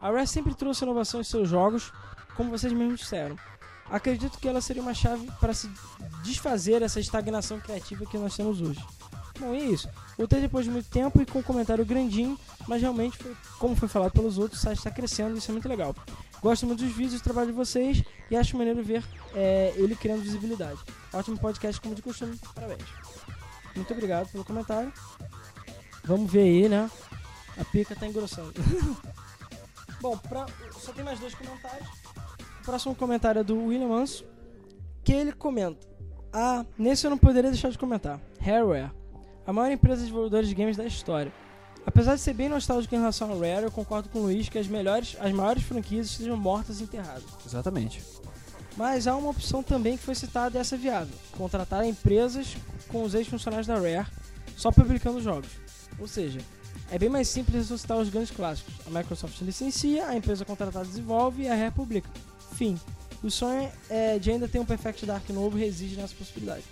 A Rare sempre trouxe inovação em seus jogos, como vocês mesmos disseram. Acredito que ela seria uma chave para se desfazer essa estagnação criativa que nós temos hoje. Bom, é isso. Voltei depois de muito tempo e com um comentário grandinho, mas realmente, foi- como foi falado pelos outros, o site está crescendo e isso é muito legal. Gosto muito dos vídeos e do trabalho de vocês e acho maneiro ver é, ele criando visibilidade. Ótimo podcast, como de costume. Parabéns. Muito obrigado pelo comentário. Vamos ver aí, né? A pica tá engrossando. Bom, pra- só tem mais dois comentários. O próximo comentário é do William Manso, que ele comenta. Ah, nesse eu não poderia deixar de comentar. Hareware, a maior empresa de desenvolvedores de games da história. Apesar de ser bem nostálgico em relação ao Rare, eu concordo com o Luiz que as melhores, as maiores franquias estejam mortas e enterradas.
Exatamente.
Mas há uma opção também que foi citada essa é viável: contratar empresas com os ex-funcionários da Rare só publicando jogos. Ou seja, é bem mais simples ressuscitar os grandes clássicos. A Microsoft licencia, a empresa contratada desenvolve e a Rare publica. Fim. O sonho é, de ainda ter um Perfect Dark novo reside nessa possibilidade.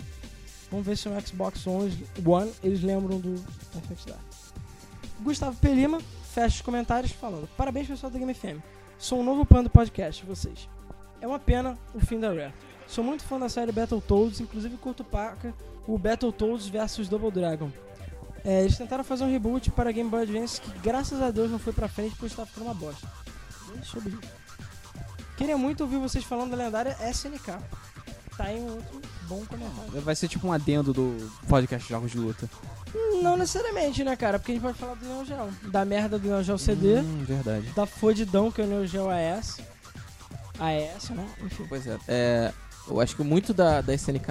Vamos ver se no Xbox One, One eles lembram do Perfect Dark. Gustavo Pelima fecha os comentários falando: Parabéns, pessoal da Game FM. Sou um novo fã do podcast de vocês. É uma pena o fim da Rare. Sou muito fã da série Battletoads, inclusive curto paca o Battletoads vs Double Dragon. É, eles tentaram fazer um reboot para Game Boy Advance que, graças a Deus, não foi pra frente porque estava ficando uma bosta. Nem soube disso. Queria muito ouvir vocês falando da lendária SNK. Tá aí um outro bom comentário.
Vai ser tipo um adendo do podcast de Jogos de Luta.
Não necessariamente, né, cara? Porque a gente pode falar do Neo Geo. Da merda do Neo Geo CD,
Hum, verdade.
da fodidão que é o Neo Geo AS. AS, né? Enfim.
Pois é. é, eu acho que muito da, da SNK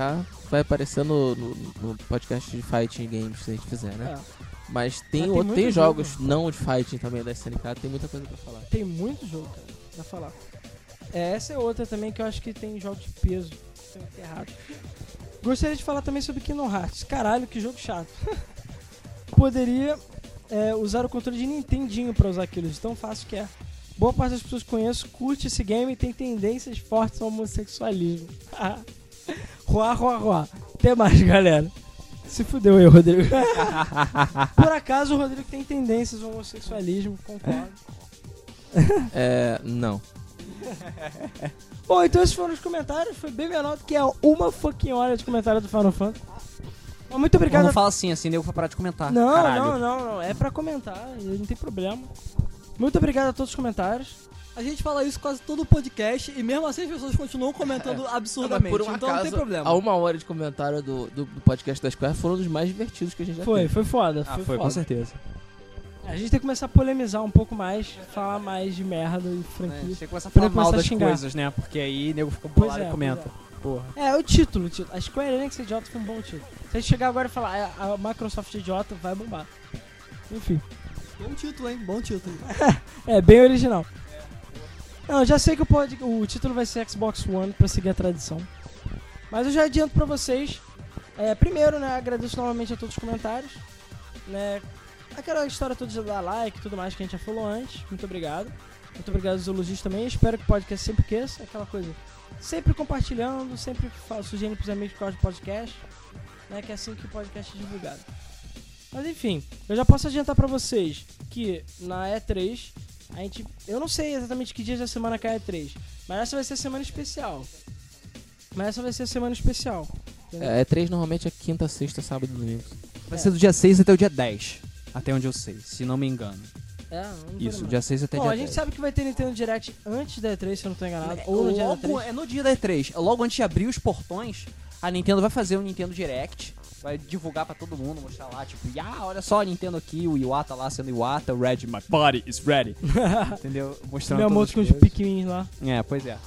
vai aparecer no, no- no podcast de fighting games que a gente fizer,
É,
né? Mas tem,
Mas tem
outro-
muito
tem
jogo.
jogos não de fighting também da SNK, tem muita coisa pra falar.
tem muito jogo, cara, pra falar. É, essa é outra também que eu acho que tem jogos de peso. Tem que ter errado. Gostaria de falar também sobre Kingdom Hearts. Caralho, que jogo chato. Poderia é, usar o controle de Nintendinho pra usar aquilo, de tão fácil que é. Boa parte das pessoas que conheço curte esse game e tem tendências fortes ao homossexualismo. Ruá, ruá, ruá. Até mais, galera. Se fudeu aí, Rodrigo. Por acaso, o Rodrigo tem tendências ao homossexualismo, concordo.
É, não.
Bom, então esses foram os comentários. Foi bem menor do que a uma fucking hora de comentário do Final Fantasy. Mas
Obrigado.
muito obrigado.
Não fala assim, assim, nego vai parar de comentar.
não,
Caralho.
não, não, não. É pra comentar, não tem problema. Muito obrigado a todos os comentários.
A gente fala isso quase todo o podcast e mesmo assim as pessoas continuam
É.
comentando absurdamente.
um
então não tem problema.
a uma hora de comentário do, do, do podcast da Square foram um dos mais divertidos que a gente já
Foi,
teve.
foi foda.
Ah,
foi,
foi, com
foda.
certeza.
A gente tem que começar a polemizar um pouco mais, falar mais de merda e
É,
franquia.
você começa a
Poder
falar mal
começar a
das
xingar.
coisas, né? Porque aí nego fica
Pois
bolado
é,
e comenta. Porra.
É, o título, o título. A Square Enix é idiota foi um bom título. Se a gente chegar agora e falar "Ah, a Microsoft é idiota, vai bombar. Enfim.
Bom título, hein? Bom título.
É, bem original. Não, já sei que o, pod... o título vai ser Xbox One pra seguir a tradição. Mas eu já adianto pra vocês. é, primeiro, né, agradeço novamente a todos os comentários. Né, aquela história toda de dar like e tudo mais que a gente já falou antes. Muito obrigado. Muito obrigado aos elogios também. Espero que o podcast sempre cresça. Aquela coisa. Sempre compartilhando, sempre fa- sugerindo pros amigos que gostam do podcast. Né, que é assim que o podcast é divulgado. Mas enfim, eu já posso adiantar pra vocês que na E3 a gente. Eu não sei exatamente que dias da semana cai a E3, mas essa vai ser a semana especial. Mas essa vai ser a semana especial.
É, é três normalmente é quinta, sexta, sábado e domingo.
Vai ser do dia 6 até o dia 10. Até onde eu sei, se não me engano.
É, não tô
Isso,
lembrando.
dia 6 até
Bom,
dia
a gente
10.
sabe que vai ter Nintendo Direct antes da E3, se eu não tô enganado.
É,
ou no dia da
logo,
E3.
é no dia da E3. Logo antes de abrir os portões, a Nintendo vai fazer um Nintendo Direct. Vai divulgar pra todo mundo, mostrar lá, tipo, ah, olha só a Nintendo aqui, o Iwata lá sendo Iwata, o Red, my body is ready. Entendeu? Mostrando
Meu
todas
moto
as
com os
coisas.
Pikmin lá.
É, pois é.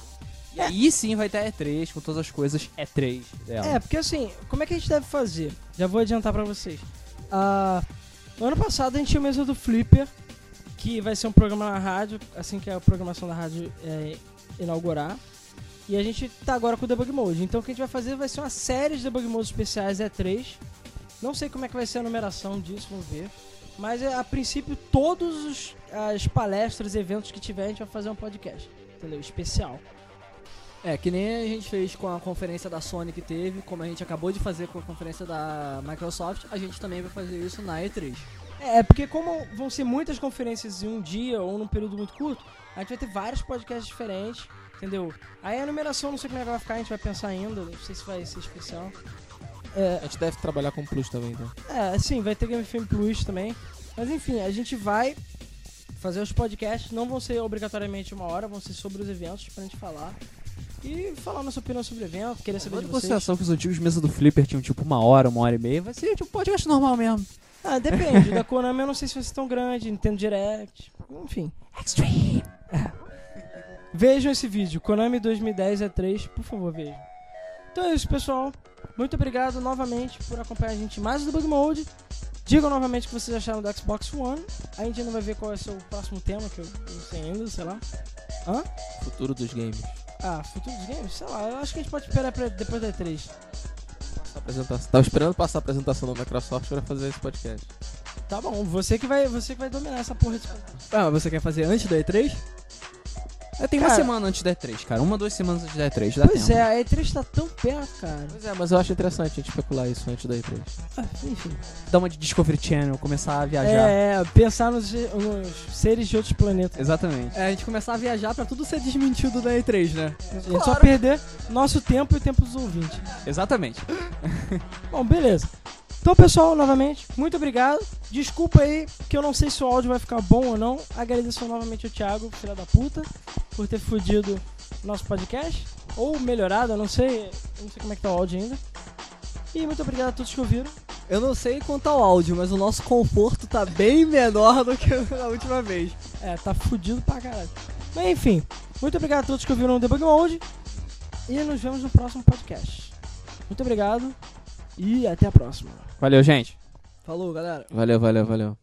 E aí sim vai ter a E3 com todas as coisas E3 dela.
É, porque assim, como é que a gente deve fazer? Já vou adiantar pra vocês. Ah, no ano passado a gente tinha o mesa do Flipper, que vai ser um programa na rádio, assim que a programação da rádio é, inaugurar. E a gente tá agora com o Debug Mode. Então o que a gente vai fazer vai ser uma série de Debug Modes especiais E3. Não sei como é que vai ser a numeração disso, vamos ver. Mas é, a princípio, todos os- as palestras, eventos que tiver, a gente vai fazer um podcast. Entendeu? Especial.
É, que nem a gente fez com a conferência da Sony que teve, como a gente acabou de fazer com a conferência da Microsoft, a gente também vai fazer isso na E3.
É, porque como vão ser muitas conferências em um dia ou num período muito curto, a gente vai ter vários podcasts diferentes, entendeu? Aí a numeração, não sei como é que vai ficar, a gente vai pensar ainda, não sei se vai ser especial.
A gente deve trabalhar com Plus também, então.
É, sim, vai ter Game Film Plus também. Mas enfim, a gente vai fazer os podcasts, não vão ser obrigatoriamente uma hora, vão ser sobre os eventos pra gente falar. E falar nossa opinião sobre o evento, querer saber de
Levando em
vocês.
consideração que os antigos mesa do Flipper tinham tipo uma hora, uma hora e meia, vai ser tipo podcast normal mesmo.
Ah, depende. da Konami eu não sei se vai ser tão grande, Nintendo Direct, enfim.
Extreme!
Vejam esse vídeo, Konami 2010 é 3, por favor, vejam. Então é isso, pessoal. Muito obrigado novamente por acompanhar a gente em mais do Bug Mode. Digam novamente o que vocês acharam do Xbox One. A gente ainda vai ver qual é o seu próximo tema, que eu não sei ainda, sei lá.
Futuro dos games.
Ah, futuro dos games? Sei lá, eu acho que a gente pode esperar pra depois da E3.
Essa apresentação- Tava esperando passar a apresentação da Microsoft pra fazer esse podcast.
Tá bom, você que vai, você que vai dominar essa porra desse podcast.
Ah, você quer fazer antes da E3?
Eu tenho uma
Cara-
semana antes da E3, cara. Uma, duas semanas antes da E3. Dá
Pois
tempo.
é, a E3 tá tão perto, cara.
Pois é, mas eu acho interessante a gente especular isso antes da E3.
Ah, Enfim.
Dá um. uma de Discovery Channel, começar a viajar.
É, é, pensar nos, nos seres de outros planetas.
Exatamente.
É, a gente começar a viajar pra tudo ser desmentido da E3, né?
A gente só perder nosso tempo e o tempo dos ouvintes.
Exatamente.
Bom, beleza. Então, pessoal, novamente, muito obrigado. Desculpa aí, que eu não sei se o áudio vai ficar bom ou não. Agradeço novamente ao Thiago, filha da puta, por ter fudido nosso podcast. Ou melhorado, eu não sei. Eu não sei como é que tá o áudio ainda. E muito obrigado a todos que ouviram.
Eu não sei quanto ao áudio, mas o nosso conforto tá bem menor do que na última vez.
É, tá fudido pra caralho. Mas enfim, muito obrigado a todos que ouviram o Debug Mode. E nos vemos no próximo podcast. Muito obrigado e até a próxima.
Valeu, gente.
Falou, galera.
Valeu, valeu, valeu.